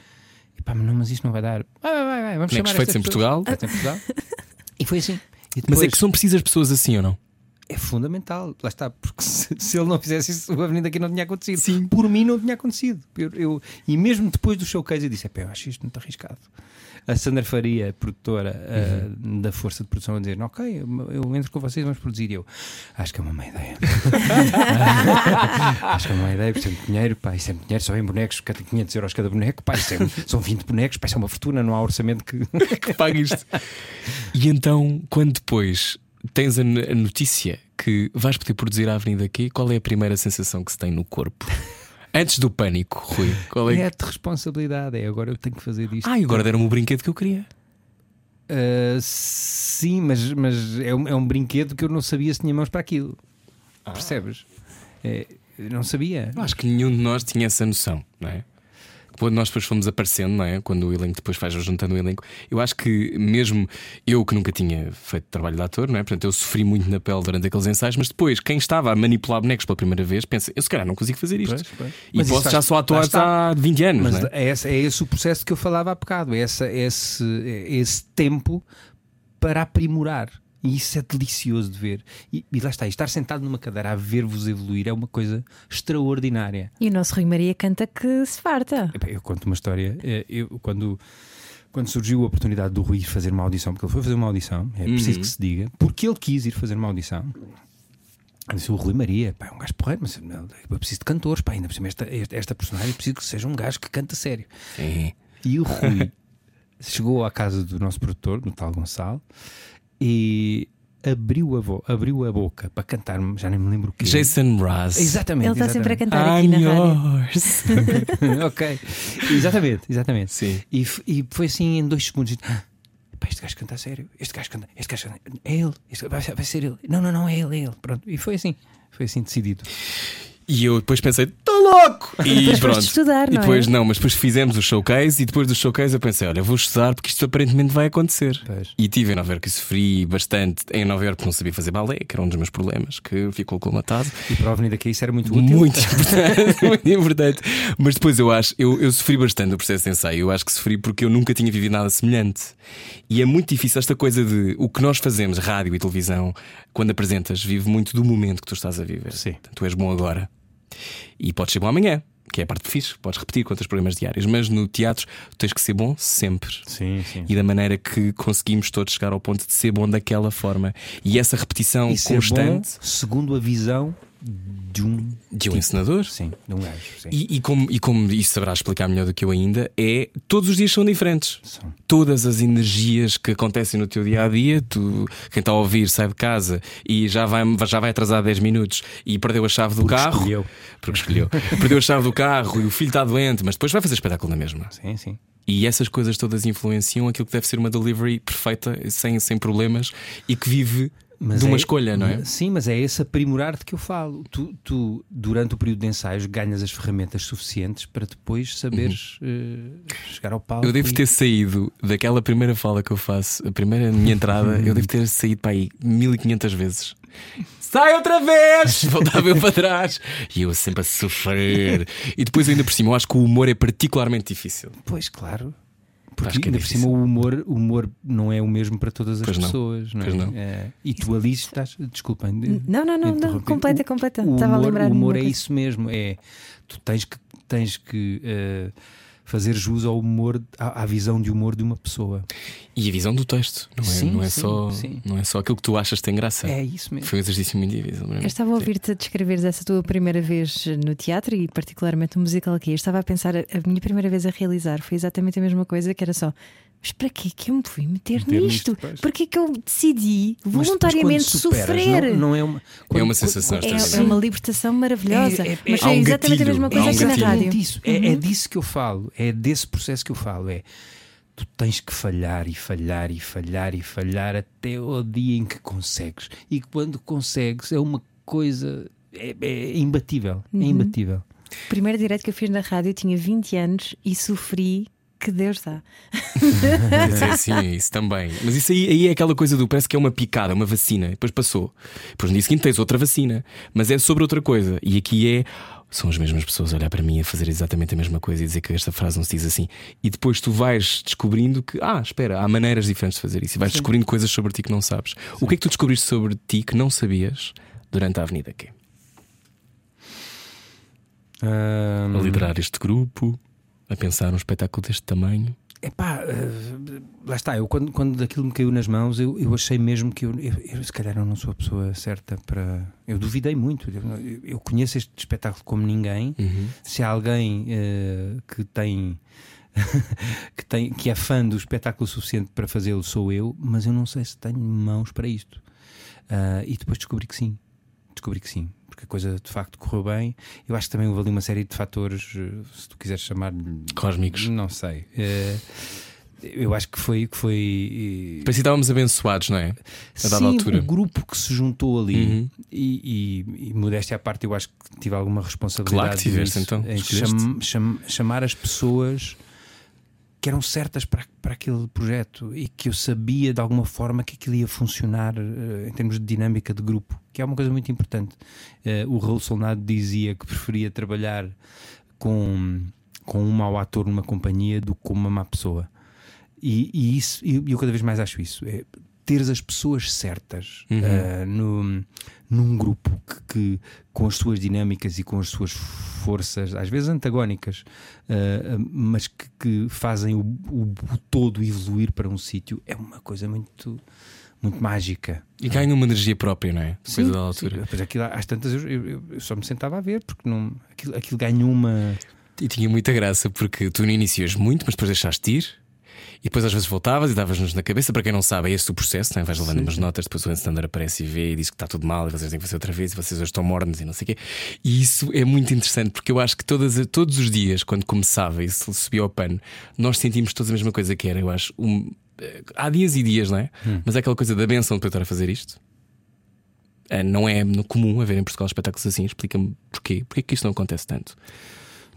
[SPEAKER 5] E pá, mas não, mas isso não vai dar. Vai, vai, vai, vai. Vamos
[SPEAKER 2] Bonecos
[SPEAKER 5] chamar
[SPEAKER 2] feitos em
[SPEAKER 5] estas pessoas.
[SPEAKER 2] Portugal.
[SPEAKER 5] Feitos em Portugal. e foi assim. E
[SPEAKER 2] Mas é
[SPEAKER 5] depois-
[SPEAKER 2] que são precisas pessoas assim ou não?
[SPEAKER 5] é fundamental. Lá está, porque se, se ele não fizesse isso, a Avenida aqui não tinha acontecido. Sim. Por mim não tinha acontecido. Eu, eu- e mesmo depois do showcase eu disse: é pá, eu acho isto muito arriscado. A Sandra Faria, produtora ah, da Força de Produção, a dizer: Ok, eu- eu entro com vocês, vamos produzir. E eu acho que é uma má ideia. acho que é uma má ideia, porque sempre dinheiro, pá, e sempre dinheiro, só em bonecos, cada 500 euros cada boneco, pá, isso é- são 20 bonecos, pá, isso é uma fortuna, não há orçamento que.
[SPEAKER 2] que paga isto. e então, quando depois tens a no- a notícia que vais poder produzir a Avenida aqui, qual é a primeira sensação que se tem no corpo? Antes do pânico, Rui, qual é?
[SPEAKER 5] É de responsabilidade, é agora eu tenho que fazer isto.
[SPEAKER 2] Ah, e agora deram-me o brinquedo que eu queria.
[SPEAKER 5] Uh, sim, mas, mas é, um, é um brinquedo que eu não sabia se tinha mãos para aquilo. Percebes? É, eu não sabia.
[SPEAKER 2] Eu acho que nenhum de nós tinha essa noção, não é? Quando nós depois fomos aparecendo, não é? Quando o elenco depois faz juntando o elenco, eu acho que mesmo eu que nunca tinha feito trabalho de ator, não é? Portanto, eu sofri muito na pele durante aqueles ensaios, mas depois quem estava a manipular bonecos pela primeira vez pensa, eu se calhar não consigo fazer isto.
[SPEAKER 5] Pois, pois.
[SPEAKER 2] E
[SPEAKER 5] Mas
[SPEAKER 2] posso
[SPEAKER 5] isso
[SPEAKER 2] já
[SPEAKER 5] faz-
[SPEAKER 2] só atuar
[SPEAKER 5] lá está.
[SPEAKER 2] há 20 anos,
[SPEAKER 5] Mas
[SPEAKER 2] não é?
[SPEAKER 5] é, esse, é esse o processo que eu falava há bocado, é, essa, é esse, é esse tempo para aprimorar. E isso é delicioso de ver. E, e lá está, e estar sentado numa cadeira a ver-vos evoluir é uma coisa extraordinária.
[SPEAKER 3] E o nosso Rui Maria canta que se farta.
[SPEAKER 5] Epá, Eu conto uma história. Eh, Eu, quando, quando surgiu a oportunidade do Rui ir fazer uma audição, porque ele foi fazer uma audição, é preciso que se diga, porque ele quis ir fazer uma audição. Eu Disse o Rui Maria, pá, é um gajo porreiro, mas eu preciso de cantores, pá, ainda por cima esta, esta, esta personagem preciso que seja um gajo que canta sério.
[SPEAKER 2] Sim.
[SPEAKER 5] E o Rui chegou à casa do nosso produtor, do tal Gonçalo, e abriu a, vo- abriu a boca para cantar, já nem me lembro o que.
[SPEAKER 2] Jason Mraz.
[SPEAKER 5] Exatamente.
[SPEAKER 3] Ele está sempre a
[SPEAKER 5] exatamente.
[SPEAKER 3] cantar aqui na rádio.
[SPEAKER 2] yours.
[SPEAKER 5] ok. Exatamente, exatamente.
[SPEAKER 2] Sim.
[SPEAKER 5] E, f- e foi assim em dois segundos. "Ah, Pá, este gajo canta a sério. Este gajo canta. Este gajo canta. É ele. Este, vai, ser- vai ser ele. Não, não, não, é ele, é ele. Pronto. E foi assim. Foi assim decidido.
[SPEAKER 2] E eu depois pensei, estou louco! E
[SPEAKER 3] Depois foste
[SPEAKER 2] pronto.
[SPEAKER 3] estudar,
[SPEAKER 2] e
[SPEAKER 3] não é?
[SPEAKER 2] depois não, mas depois fizemos o showcase e depois do showcase eu pensei, olha, vou estudar porque isto aparentemente vai acontecer.
[SPEAKER 5] Pois.
[SPEAKER 2] E tive em Nova Iorque e sofri bastante. Em Nova Iorque não sabia fazer balé, que era um dos meus problemas, que ficou colmatado.
[SPEAKER 5] E para a Avenida que isso era muito útil.
[SPEAKER 2] Muito importante, muito importante. Mas depois eu acho, eu, eu sofri bastante no processo de ensaio. Eu acho que sofri porque eu nunca tinha vivido nada semelhante. E é muito difícil esta coisa de o que nós fazemos, rádio e televisão, quando apresentas, vive muito do momento que tu estás a viver.
[SPEAKER 5] Sim.
[SPEAKER 2] Portanto, tu és bom agora e podes ser bom amanhã. Que é a parte fixe, podes repetir com outros programas diários, mas no teatro tu tens que ser bom sempre
[SPEAKER 5] Sim, sim.
[SPEAKER 2] e da maneira que conseguimos todos chegar ao ponto de ser bom
[SPEAKER 5] Um
[SPEAKER 2] daquela forma. E essa repetição
[SPEAKER 5] E ser
[SPEAKER 2] constante.
[SPEAKER 5] bom, segundo a visão de um
[SPEAKER 2] De um encenador?
[SPEAKER 5] Sim, de um gajo. Sim.
[SPEAKER 2] E, e como, e como isso saberá explicar melhor do que eu ainda, é todos os dias são diferentes. Todas as energias que acontecem no teu dia a dia, tu, quem está a ouvir sai de casa e já vai, já vai atrasar 10 minutos e perdeu a chave do carro.
[SPEAKER 5] escolheu.
[SPEAKER 2] Porque escolheu. perdeu a chave do carro e o filho está doente, mas depois vai fazer espetáculo na mesma.
[SPEAKER 5] Sim, sim.
[SPEAKER 2] E essas coisas todas influenciam aquilo que deve ser uma delivery perfeita, sem, sem problemas e que vive de uma
[SPEAKER 5] é-
[SPEAKER 2] escolha, não é?
[SPEAKER 5] Sim, mas é esse aprimorar de que eu falo. Tu, tu, durante o período de ensaios, ganhas as ferramentas suficientes para depois saberes eh, chegar ao palco.
[SPEAKER 2] Uhum. Eu devo
[SPEAKER 5] e-
[SPEAKER 2] ter saído daquela primeira fala que eu faço, a primeira minha entrada, eu devo ter saído para aí 1500 vezes. Sai outra vez! Voltava eu para trás. E eu sempre a sofrer. E depois, ainda por cima, eu acho que o humor é particularmente difícil.
[SPEAKER 5] Pois, claro.
[SPEAKER 2] Acho
[SPEAKER 5] Porque
[SPEAKER 2] que é
[SPEAKER 5] ainda por
[SPEAKER 2] difícil.
[SPEAKER 5] cima o humor, o humor não é o mesmo para todas as
[SPEAKER 2] Pois não.
[SPEAKER 5] pessoas, não é?
[SPEAKER 2] Pois não.
[SPEAKER 5] É, E tu ali estás. Desculpa, ainda-
[SPEAKER 3] Não, não, não, não,
[SPEAKER 5] interrompi.
[SPEAKER 3] completa,
[SPEAKER 5] O-
[SPEAKER 3] completa.
[SPEAKER 5] O
[SPEAKER 3] Estava a
[SPEAKER 5] humor,
[SPEAKER 3] lembrar-me
[SPEAKER 5] o
[SPEAKER 3] de uma
[SPEAKER 5] humor é
[SPEAKER 3] coisa.
[SPEAKER 5] isso mesmo. É, tu tens que, tens que eh, fazer jus ao humor, à, à visão de humor de uma pessoa.
[SPEAKER 2] E a visão do texto, não é,
[SPEAKER 5] Sim,
[SPEAKER 2] não é,
[SPEAKER 5] sim,
[SPEAKER 2] só,
[SPEAKER 5] sim.
[SPEAKER 2] Não é só aquilo que tu achas que tem graça.
[SPEAKER 5] É isso mesmo.
[SPEAKER 2] Foi um exercício muito difícil. para mim.
[SPEAKER 3] Eu estava a ouvir-te a descrever essa tua primeira vez no teatro e, particularmente, o musical aqui. Eu estava a pensar, a a minha primeira vez a realizar foi exatamente a mesma coisa, que era só. Mas para que é que eu me fui meter
[SPEAKER 5] Meter
[SPEAKER 3] nisto?
[SPEAKER 5] nisto, pois."
[SPEAKER 3] Para que é que eu decidi
[SPEAKER 5] Mas- mas
[SPEAKER 3] voluntariamente
[SPEAKER 5] quando superas,
[SPEAKER 3] sofrer?
[SPEAKER 5] Não, não é uma,
[SPEAKER 2] É uma sensação
[SPEAKER 3] É- É,
[SPEAKER 2] extraordinária.
[SPEAKER 3] uma libertação maravilhosa.
[SPEAKER 5] É- é- é-
[SPEAKER 3] mas
[SPEAKER 5] há
[SPEAKER 3] é
[SPEAKER 5] um
[SPEAKER 3] exatamente
[SPEAKER 2] gatilho,
[SPEAKER 3] a mesma
[SPEAKER 2] há um
[SPEAKER 3] coisa aqui na
[SPEAKER 2] gatilho.
[SPEAKER 3] rádio. Uhum.
[SPEAKER 5] Isso. É, é disso que eu falo, é desse processo que eu falo. É tu tens que falhar e falhar e falhar e falhar até o dia em que consegues. E quando consegues é uma coisa é, é imbatível.
[SPEAKER 3] Uhum.
[SPEAKER 5] É imbatível.
[SPEAKER 3] O primeiro direto que eu fiz na rádio eu tinha 20 anos e sofri que Deus dá.
[SPEAKER 2] Quer dizer, sim, é isso também. Mas isso aí, aí é aquela coisa do parece que é uma picada, uma vacina, e depois passou. Depois no dia seguinte tens outra vacina, mas é sobre outra coisa. E aqui é. São as mesmas pessoas a olhar para mim a fazer exatamente a mesma coisa e dizer que esta frase não se diz assim. E depois tu vais descobrindo que, ah, espera, há maneiras diferentes de fazer isso. E vais descobrindo coisas sobre ti que não sabes. O que é que tu descobriste sobre ti que não sabias durante a Avenida Q? A liderar este grupo, a pensar um espetáculo deste tamanho.
[SPEAKER 5] Epá, eh, lá está, eu quando, quando aquilo me caiu nas mãos, eu, eu achei mesmo que eu, eu, eu, se calhar eu não sou a pessoa certa para. Eu duvidei muito. Eu, não- eu- eu conheço este espetáculo como ninguém. Se há alguém eh, que tem. que, tem, que é fã do espetáculo suficiente para fazê-lo, sou eu, mas eu não sei se tenho mãos para isto. Ah, e depois descobri que sim. Descobri que sim, porque a coisa de facto correu bem. Eu acho que também houve ali uma série de fatores, eh, se tu quiseres chamar-lhe
[SPEAKER 2] Cósmicos.
[SPEAKER 5] não sei. Eh, eu acho que foi. Que foi eh,
[SPEAKER 2] Parece que estávamos abençoados, não é? A dada
[SPEAKER 5] sim,
[SPEAKER 2] altura. Uhum.
[SPEAKER 5] o grupo que se juntou ali e, e, e modéstia à parte, eu acho que tive alguma responsabilidade
[SPEAKER 2] Claro que tiveste,
[SPEAKER 5] nisso,
[SPEAKER 2] então.
[SPEAKER 5] em
[SPEAKER 2] Escolheste.
[SPEAKER 5] cham- cham- chamar as pessoas que eram certas para, para aquele projeto e que eu sabia de alguma forma que aquilo ia funcionar eh, em termos de dinâmica de grupo, que é uma coisa muito importante. Eh, o Raul Solnado dizia que preferia trabalhar com, com um mau ator numa companhia do que com uma má pessoa. E, e isso, e eu cada vez mais acho isso. É teres as pessoas certas ah, no, num grupo que, que, com as suas dinâmicas e com as suas forças, às vezes antagónicas, ah, ah, mas que, que fazem o, o- o todo evoluir para um sítio, é uma coisa muito, muito mágica.
[SPEAKER 2] E ganha uma energia própria, não é? Coisa da altura.
[SPEAKER 5] Depois aquilo, às tantas eu, eu- eu só me sentava a ver, porque não, aquilo, aquilo ganhou uma.
[SPEAKER 2] E tinha muita graça porque tu no início ias muito, mas depois deixaste ir. E depois às vezes voltavas e davas-nos na cabeça. Para quem não sabe, é este o processo, não é? vais levando umas notas, depois o encenador aparece e vê e diz que está tudo mal e vocês têm que fazer outra vez e vocês hoje estão mornos e não sei o quê. E isso é muito interessante porque eu acho que todas, todos os dias, quando começava e se subia ao pano, nós sentimos todos a mesma coisa que era, eu acho. Um- há dias e dias, não é? Mas é aquela coisa da benção de eu estar a fazer isto. Ah, Não é comum haver em Portugal espetáculos assim. Explica-me porquê. Porquê que isto não acontece tanto?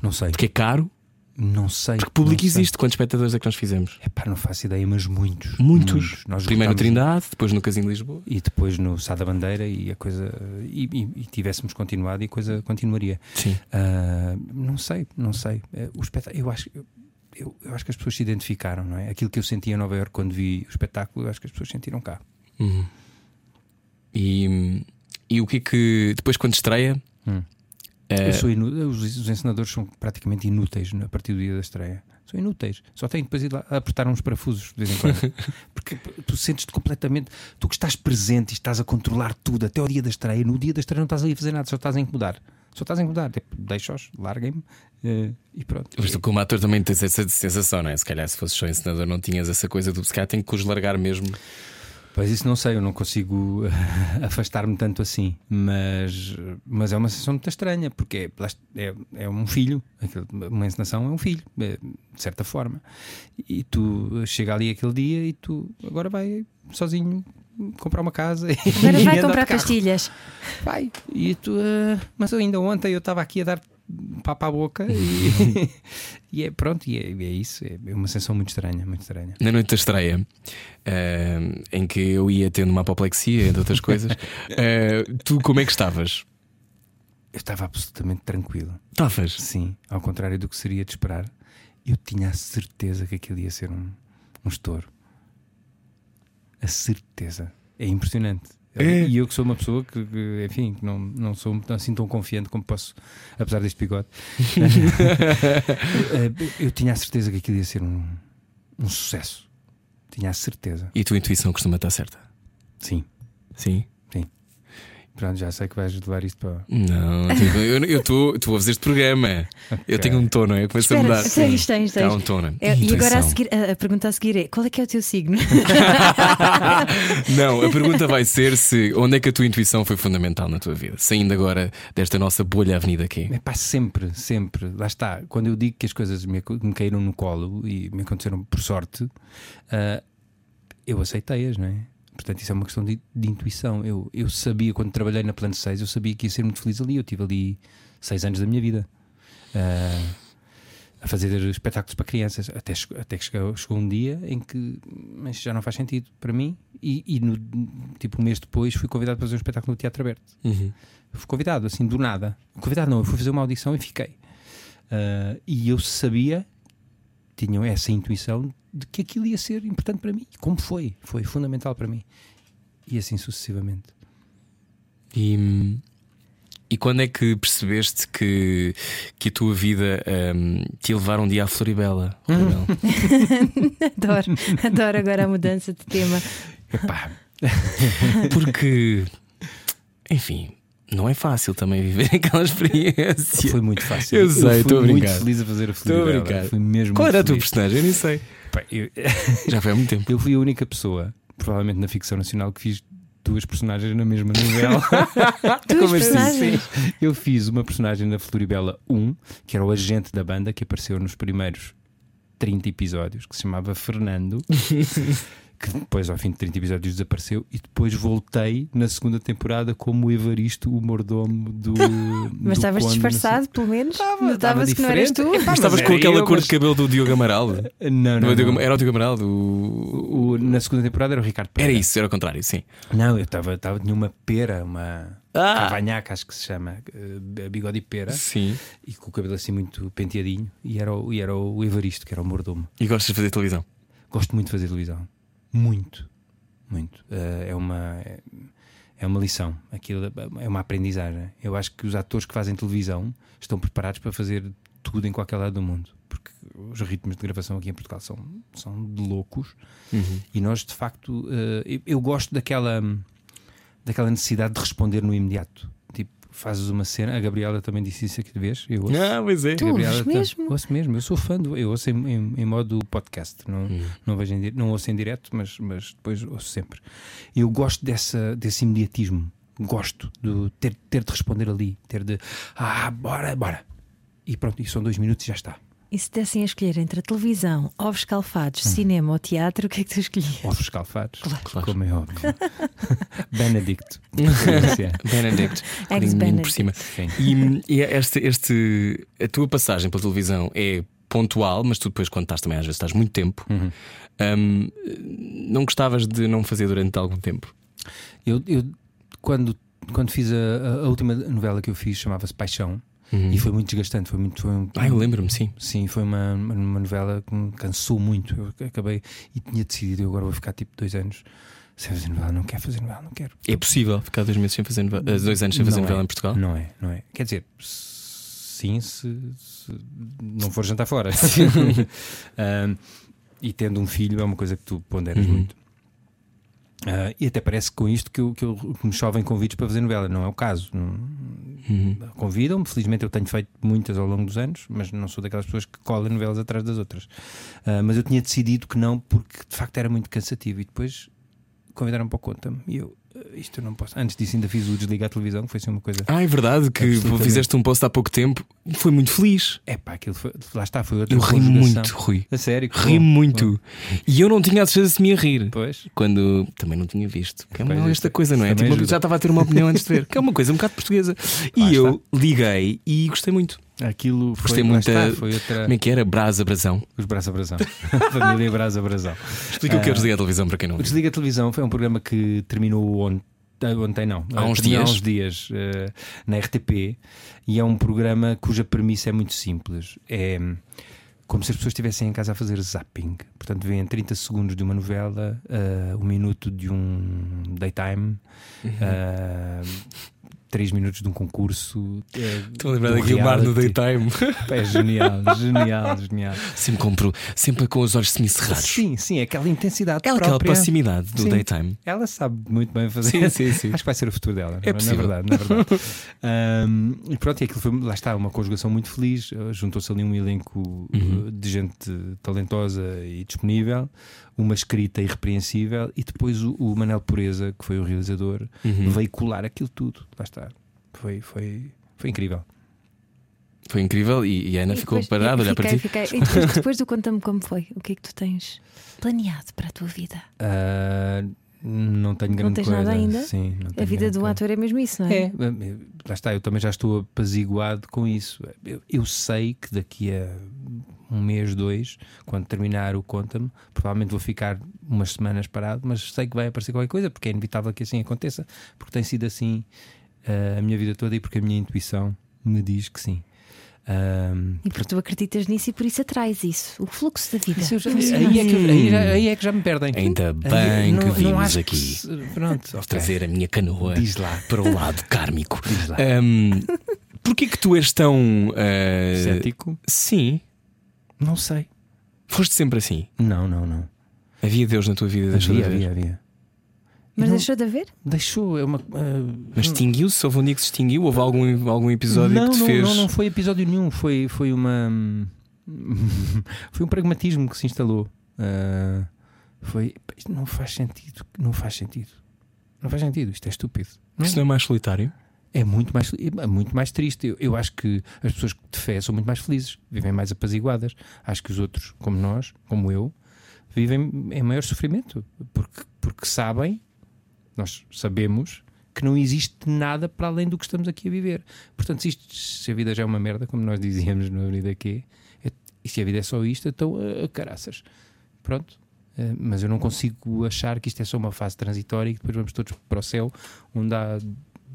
[SPEAKER 5] Não sei.
[SPEAKER 2] Porque é caro.
[SPEAKER 5] Não sei.
[SPEAKER 2] Porque público
[SPEAKER 5] não sei.
[SPEAKER 2] existe, quantos espectadores é que nós fizemos?
[SPEAKER 5] Epá, não faço ideia, mas muitos. Nós um-
[SPEAKER 2] Primeiro no
[SPEAKER 5] esgotámos-
[SPEAKER 2] Trindade, depois no Casino de Lisboa.
[SPEAKER 5] E depois no Sá da Bandeira e a coisa. E, e- e tivéssemos continuado e a coisa continuaria.
[SPEAKER 2] Sim.
[SPEAKER 5] Ah, não sei, não sei. Eh, O espetáculo, eu acho. Eu, eu- eu acho que as pessoas se identificaram, não é? Aquilo que eu senti em Nova Iorque quando vi o espetáculo, eu acho que as pessoas sentiram cá.
[SPEAKER 2] Uhum. E, e o que é que. Depois, quando estreia,
[SPEAKER 5] Eu sou inú- os, os ensinadores são praticamente inúteis né, a partir do dia da estreia. São inúteis. Só têm depois de ir lá apertar uns parafusos de vez em quando. Porque tu sentes-te completamente. Tu que estás presente e estás a controlar tudo até ao dia da estreia, no dia da estreia não estás ali a fazer nada, só estás a incomodar. Só estás a incomodar. Tipo, deixa-os, larguem-me eh, e pronto.
[SPEAKER 2] Mas tu, como ator, também tens essa sensação, não é? Se calhar, se fosses só encenador, não tinhas essa coisa do se calhar tenho que os largar mesmo.
[SPEAKER 5] Pois isso não sei, eu não consigo eh, afastar-me tanto assim, mas, mas é uma sensação muito estranha, porque é, é, é um filho, aquilo- uma encenação é um filho, é, de certa forma. E tu chega ali aquele dia e tu agora vai sozinho comprar uma casa. e
[SPEAKER 3] Agora vai
[SPEAKER 5] andar
[SPEAKER 3] comprar
[SPEAKER 5] de carro.
[SPEAKER 3] pastilhas.
[SPEAKER 5] Vai, e tu, ah, mas ainda ontem eu estava aqui a dar papo à boca e, e é pronto, e é, e é isso, é uma sensação muito estranha, muito estranha.
[SPEAKER 2] Na noite da estreia, eh, em que eu ia tendo uma apoplexia e de outras coisas, eh, tu como é que estavas?
[SPEAKER 5] Eu estava absolutamente tranquilo.
[SPEAKER 2] Estavas.
[SPEAKER 5] Sim, ao contrário do que seria de esperar, eu tinha a certeza que aquilo ia ser um, um estouro. A certeza. É impressionante. E eu que sou uma pessoa que, que, enfim, que não, não sou muito- assim tão confiante como posso, apesar deste bigode. Eh, eu tinha a certeza que aquilo ia ser um, um sucesso. Tinha a certeza.
[SPEAKER 2] E a tua intuição costuma estar certa?
[SPEAKER 5] Sim.
[SPEAKER 2] Sim.
[SPEAKER 5] Pronto, já sei que vais levar isto para.
[SPEAKER 2] Não, tipo, eu eu estou, tu ouves este programa. Eu tenho um tom, não é? Começa a
[SPEAKER 3] Espera,
[SPEAKER 2] mudar.
[SPEAKER 3] tens, tens,
[SPEAKER 5] Tá
[SPEAKER 2] Há um
[SPEAKER 3] tens.
[SPEAKER 2] tom, não é?
[SPEAKER 3] É, e agora a,
[SPEAKER 2] Intuição.
[SPEAKER 3] seguir, a, a pergunta a seguir é: qual é que é o teu signo?
[SPEAKER 2] Não, a pergunta vai ser se onde é que a tua intuição foi fundamental na tua vida, saindo agora desta nossa bolha avenida aqui.
[SPEAKER 5] É pá, sempre, sempre. Lá está. Quando eu digo que as coisas me, aco- me caíram no colo e me aconteceram por sorte, ah, eu aceitei-as, não é? Portanto, isso é uma questão de, de intuição. Eu, eu sabia, quando trabalhei na Plano 6, eu sabia que ia ser muito feliz ali. Eu tive ali seis anos da minha vida ah, a fazer espetáculos para crianças. Até, che- até que chegou, chegou um dia em que mas já não faz sentido para mim. E, e no, tipo, um mês depois fui convidado para fazer um espetáculo no Teatro Aberto.
[SPEAKER 2] Uhum.
[SPEAKER 5] Fui convidado, assim, do nada. Convidado não, eu fui fazer uma audição e fiquei. Ah, e eu sabia, tinham essa intuição de que aquilo ia ser importante para mim. E Como foi? Foi fundamental para mim. E assim sucessivamente.
[SPEAKER 2] E, hum, e quando é que percebeste que, que a tua vida hum, te ia levar um dia à Floribela? Ronel?
[SPEAKER 3] adoro, adoro agora a mudança de tema.
[SPEAKER 5] É Epá,
[SPEAKER 2] Porque, enfim, não é fácil também viver aquela experiência.
[SPEAKER 5] foi muito fácil.
[SPEAKER 2] Eu sei, estou a
[SPEAKER 5] fui muito
[SPEAKER 2] brincar.
[SPEAKER 5] feliz a fazer a
[SPEAKER 2] Estou a
[SPEAKER 5] Floribela.
[SPEAKER 2] brincar.
[SPEAKER 5] Fui mesmo
[SPEAKER 2] Qual
[SPEAKER 5] muito
[SPEAKER 2] era a tua
[SPEAKER 5] feliz.
[SPEAKER 2] personagem? Eu nem sei.
[SPEAKER 5] Pá, eu-
[SPEAKER 2] Já foi há muito tempo.
[SPEAKER 5] Eu fui a única pessoa, provavelmente na ficção nacional, que fiz duas personagens na mesma novela.
[SPEAKER 2] É
[SPEAKER 3] Duas
[SPEAKER 5] Como assim?
[SPEAKER 3] personagens?
[SPEAKER 5] Sim. Eu fiz uma personagem na Floribela 1, que era o agente da banda que apareceu nos primeiros 30 episódios, que se chamava Fernando. Que depois, ao fim de 30 episódios, desapareceu e depois voltei na segunda temporada como Evaristo, o mordomo do.
[SPEAKER 3] Mas
[SPEAKER 5] do
[SPEAKER 3] estavas
[SPEAKER 5] conde, não sei-
[SPEAKER 3] disfarçado, pelo menos? Notava-se que não eras tu?
[SPEAKER 5] diferente. Epá, mas
[SPEAKER 2] Estavas com
[SPEAKER 5] era
[SPEAKER 2] aquela
[SPEAKER 5] eu,
[SPEAKER 2] cor
[SPEAKER 5] mas-
[SPEAKER 2] de cabelo do Diogo Amaral. Não,
[SPEAKER 5] Não,
[SPEAKER 2] é
[SPEAKER 5] não.
[SPEAKER 2] o Diogo
[SPEAKER 5] não.
[SPEAKER 2] Ama- Era o Diogo Amaral do.
[SPEAKER 5] O- na segunda temporada era o Ricardo
[SPEAKER 2] Era
[SPEAKER 5] Pereira.
[SPEAKER 2] isso, era o contrário, sim.
[SPEAKER 5] Não, eu estava, tava, tinha uma pera, uma
[SPEAKER 2] Ah!
[SPEAKER 5] cavanhaca, acho que se chama, eh, bigode e
[SPEAKER 2] É?
[SPEAKER 5] pera,
[SPEAKER 2] Sim.
[SPEAKER 5] e com o cabelo assim muito penteadinho, e era, o, e era o Evaristo, que era o mordomo.
[SPEAKER 2] E gostas de fazer televisão?
[SPEAKER 5] Gosto muito de fazer televisão. Muito, muito. Eh, é uma. é- É uma lição, aquilo é uma aprendizagem. Eu acho que os atores que fazem televisão estão preparados para fazer tudo em qualquer lado do mundo, porque os ritmos de gravação aqui em Portugal são, são de loucos. E nós, de facto, eh, eu- eu gosto daquela, daquela necessidade de responder no imediato. Tipo, fazes uma cena. A Gabriela também disse isso aqui vez. Eu ouço.
[SPEAKER 2] Ah, pois é.
[SPEAKER 3] Tu
[SPEAKER 5] A
[SPEAKER 3] ouves
[SPEAKER 5] Gabriela tá-
[SPEAKER 3] mesmo?
[SPEAKER 5] ouço mesmo, eu sou fã do. Eu ouço em, em- em modo podcast, não,
[SPEAKER 2] Hum.
[SPEAKER 5] não, vejo em dire- não ouço em direto, mas, mas depois ouço sempre. Eu gosto dessa, desse imediatismo, gosto de ter, ter de responder ali, ter de. Ah, bora, bora. E pronto, e são dois minutos e já está.
[SPEAKER 3] E se dessem a escolher entre a televisão, ovos calfados,
[SPEAKER 5] Hum.
[SPEAKER 3] cinema ou teatro, o que é que tu escolhias?
[SPEAKER 5] Ovos calfados,
[SPEAKER 2] Claro.
[SPEAKER 5] como é óbvio. Benedicto.
[SPEAKER 2] Benedict.
[SPEAKER 3] Ex-Benedict.
[SPEAKER 2] Por cima.
[SPEAKER 5] Sim.
[SPEAKER 2] E, e este, este, a tua passagem pela televisão é pontual, mas tu depois, quando estás também, às vezes estás muito tempo. Hum, não gostavas de não fazer durante algum tempo?
[SPEAKER 5] Eu, eu quando, quando fiz a, a- a última novela que eu fiz chamava-se Paixão
[SPEAKER 2] Uhum.
[SPEAKER 5] e foi muito desgastante, foi muito. Foi um-
[SPEAKER 2] Ah, Hum. eu lembro-me, sim.
[SPEAKER 5] Sim, foi uma, uma novela que me cansou muito. Eu acabei e tinha decidido, eu agora vou ficar tipo dois anos sem fazer novela, não quero fazer novela, não quero.
[SPEAKER 2] É possível ficar dois meses sem fazer novela- eh, dois anos sem
[SPEAKER 5] Não
[SPEAKER 2] fazer
[SPEAKER 5] é.
[SPEAKER 2] novela em Portugal?
[SPEAKER 5] Não é, não é. Quer dizer, sim, se, se não for jantar fora. Ahm, e tendo um filho é uma coisa que tu ponderas muito. Ah, e até parece com isto que, eu, que, eu, que me chovem convites para fazer novela, não é o caso. Não- Convidam-me, felizmente eu tenho feito muitas ao longo dos anos, mas não sou daquelas pessoas que colam novelas atrás das outras. Ah, mas eu tinha decidido que não, porque de facto era muito cansativo. E depois convidaram-me para o Conta-me. E eu, ah, isto eu não posso. Antes disso, ainda fiz o Desligar a Televisão, que foi assim uma coisa.
[SPEAKER 2] Ah, é verdade que
[SPEAKER 5] Absolutamente.
[SPEAKER 2] fizeste um post há pouco tempo. Foi muito feliz.
[SPEAKER 5] É pá, aquilo foi, lá está, foi outra
[SPEAKER 2] Eu ri
[SPEAKER 5] conjugação.
[SPEAKER 2] muito, Rui.
[SPEAKER 5] A sério? que
[SPEAKER 2] Ri
[SPEAKER 5] bom.
[SPEAKER 2] muito. E eu não tinha a certeza se me ia rir.
[SPEAKER 5] Pois.
[SPEAKER 2] Quando também não tinha visto. Que é uma-
[SPEAKER 5] Pois,
[SPEAKER 2] esta
[SPEAKER 5] isso-
[SPEAKER 2] coisa, não é?
[SPEAKER 5] isso também
[SPEAKER 2] Tipo,
[SPEAKER 5] ajuda.
[SPEAKER 2] já estava a ter uma opinião antes de ver. Que é uma coisa um bocado portuguesa.
[SPEAKER 5] Lá
[SPEAKER 2] E eu liguei e gostei muito.
[SPEAKER 5] Aquilo foi,
[SPEAKER 2] Gostei
[SPEAKER 5] lá
[SPEAKER 2] muito
[SPEAKER 5] está,
[SPEAKER 2] da-
[SPEAKER 5] foi outra.
[SPEAKER 2] Como é que era? Brasa, brasão.
[SPEAKER 5] Os braços a brasão. Família braço a brasão.
[SPEAKER 2] Explica o que é o Desliga a Televisão para quem não
[SPEAKER 5] O
[SPEAKER 2] viu.
[SPEAKER 5] Desliga a Televisão foi um programa que terminou ontem. Ontem não, eh,
[SPEAKER 2] Há uns
[SPEAKER 5] Terminou
[SPEAKER 2] dias.
[SPEAKER 5] há uns dias eh, na RTP e é um programa cuja premissa é muito simples. É como se as pessoas estivessem em casa a fazer zapping. Portanto, vêem 30 segundos de uma novela, eh, um minuto de um daytime,
[SPEAKER 2] Uhum.
[SPEAKER 5] 3 minutos de um concurso. eh,
[SPEAKER 2] Estou a lembrar
[SPEAKER 5] de um
[SPEAKER 2] daqui o mar no
[SPEAKER 5] reality.
[SPEAKER 2] daytime.
[SPEAKER 5] É genial, genial, genial.
[SPEAKER 2] sempre compro, sempre com os olhos semicerrados.
[SPEAKER 5] Sim, sim, é aquela intensidade
[SPEAKER 2] É aquela
[SPEAKER 5] própria.
[SPEAKER 2] proximidade do
[SPEAKER 5] Sim.
[SPEAKER 2] daytime.
[SPEAKER 5] Ela sabe muito bem fazer.
[SPEAKER 2] Sim, sim, sim.
[SPEAKER 5] Acho que vai ser o futuro dela.
[SPEAKER 2] É
[SPEAKER 5] na- na
[SPEAKER 2] possível.
[SPEAKER 5] verdade, na verdade. Ahm, e pronto, e aquilo foi, lá está, uma conjugação muito feliz. Eh, Juntou-se ali um elenco
[SPEAKER 2] Uhum.
[SPEAKER 5] eh, de gente talentosa e disponível, uma escrita irrepreensível, e depois o, o Manel Pureza, que foi o realizador,
[SPEAKER 2] Uhum.
[SPEAKER 5] veio colar aquilo tudo. Lá está. Foi, foi, foi incrível.
[SPEAKER 2] Foi incrível e, e a Ana
[SPEAKER 3] E
[SPEAKER 2] ficou
[SPEAKER 3] depois-
[SPEAKER 2] parada a olhar para
[SPEAKER 3] fiquei,
[SPEAKER 2] ti.
[SPEAKER 3] fiquei. E depois, depois do conta-me como foi, o que é que tu tens planeado para a tua vida?
[SPEAKER 5] Ah, não tenho grande
[SPEAKER 3] tens
[SPEAKER 5] coisa.
[SPEAKER 3] nada ainda?
[SPEAKER 5] Sim, não
[SPEAKER 3] A
[SPEAKER 5] tenho
[SPEAKER 3] vida
[SPEAKER 5] grande
[SPEAKER 3] de um
[SPEAKER 5] coisa.
[SPEAKER 3] ator é mesmo isso, não é?
[SPEAKER 5] É, lá está, eu também já estou apaziguado com isso. Eu, eu sei que daqui a um mês, dois, quando terminar o Conta-me, provavelmente vou ficar umas semanas parado, mas sei que vai aparecer qualquer coisa, porque é inevitável que assim aconteça, porque tem sido assim ah, a minha vida toda e porque a minha intuição me diz que sim. Ahm,
[SPEAKER 3] E porque tu acreditas nisso e por isso atrais isso. O fluxo da vida.
[SPEAKER 5] aí, é que, aí já- aí é que já me perdem.
[SPEAKER 2] Ainda
[SPEAKER 5] Aí
[SPEAKER 2] bem
[SPEAKER 5] não-
[SPEAKER 2] que
[SPEAKER 5] não
[SPEAKER 2] vimos
[SPEAKER 5] acho
[SPEAKER 2] aqui.
[SPEAKER 5] que se- pronto, ok.
[SPEAKER 2] Trazer a minha canoa
[SPEAKER 5] Diz lá.
[SPEAKER 2] para o lado kármico.
[SPEAKER 5] Diz lá.
[SPEAKER 2] Ahm, Porquê que tu és tão. ah,
[SPEAKER 5] Cético?
[SPEAKER 2] Sim,
[SPEAKER 5] Não sei.
[SPEAKER 2] foste sempre assim.
[SPEAKER 5] Não, não, não.
[SPEAKER 2] Havia Deus na tua vida, deixa eu
[SPEAKER 5] Havia,
[SPEAKER 2] ver.
[SPEAKER 5] havia, havia.
[SPEAKER 3] Mas
[SPEAKER 5] Não-
[SPEAKER 3] deixou de haver?
[SPEAKER 5] Deixou, é uma.
[SPEAKER 2] Mas extinguiu-se? Houve um dia que se extinguiu? Houve algum, algum episódio
[SPEAKER 5] não,
[SPEAKER 2] que te
[SPEAKER 5] não,
[SPEAKER 2] fez.
[SPEAKER 5] não, não foi episódio nenhum, foi, foi uma. foi um pragmatismo que se instalou. Ah, foi. Isto não faz sentido, não faz sentido. Não faz sentido, isto é estúpido. Não.
[SPEAKER 2] Isso não é mais solitário?
[SPEAKER 5] É muito mais, é muito mais triste. Eu, eu acho que as pessoas de fé são muito mais felizes, vivem mais apaziguadas. Acho que os outros, como nós, como eu, vivem em maior sofrimento porque, porque sabem, nós sabemos, que não existe nada para além do que estamos aqui a viver. Portanto, se, isto, se a vida já é uma merda, como nós dizíamos no Avenida Q, é- e se a vida é só isto, então a caraças. Pronto. Eh, Mas eu não consigo achar que isto é só uma fase transitória e que depois vamos todos para o céu, onde há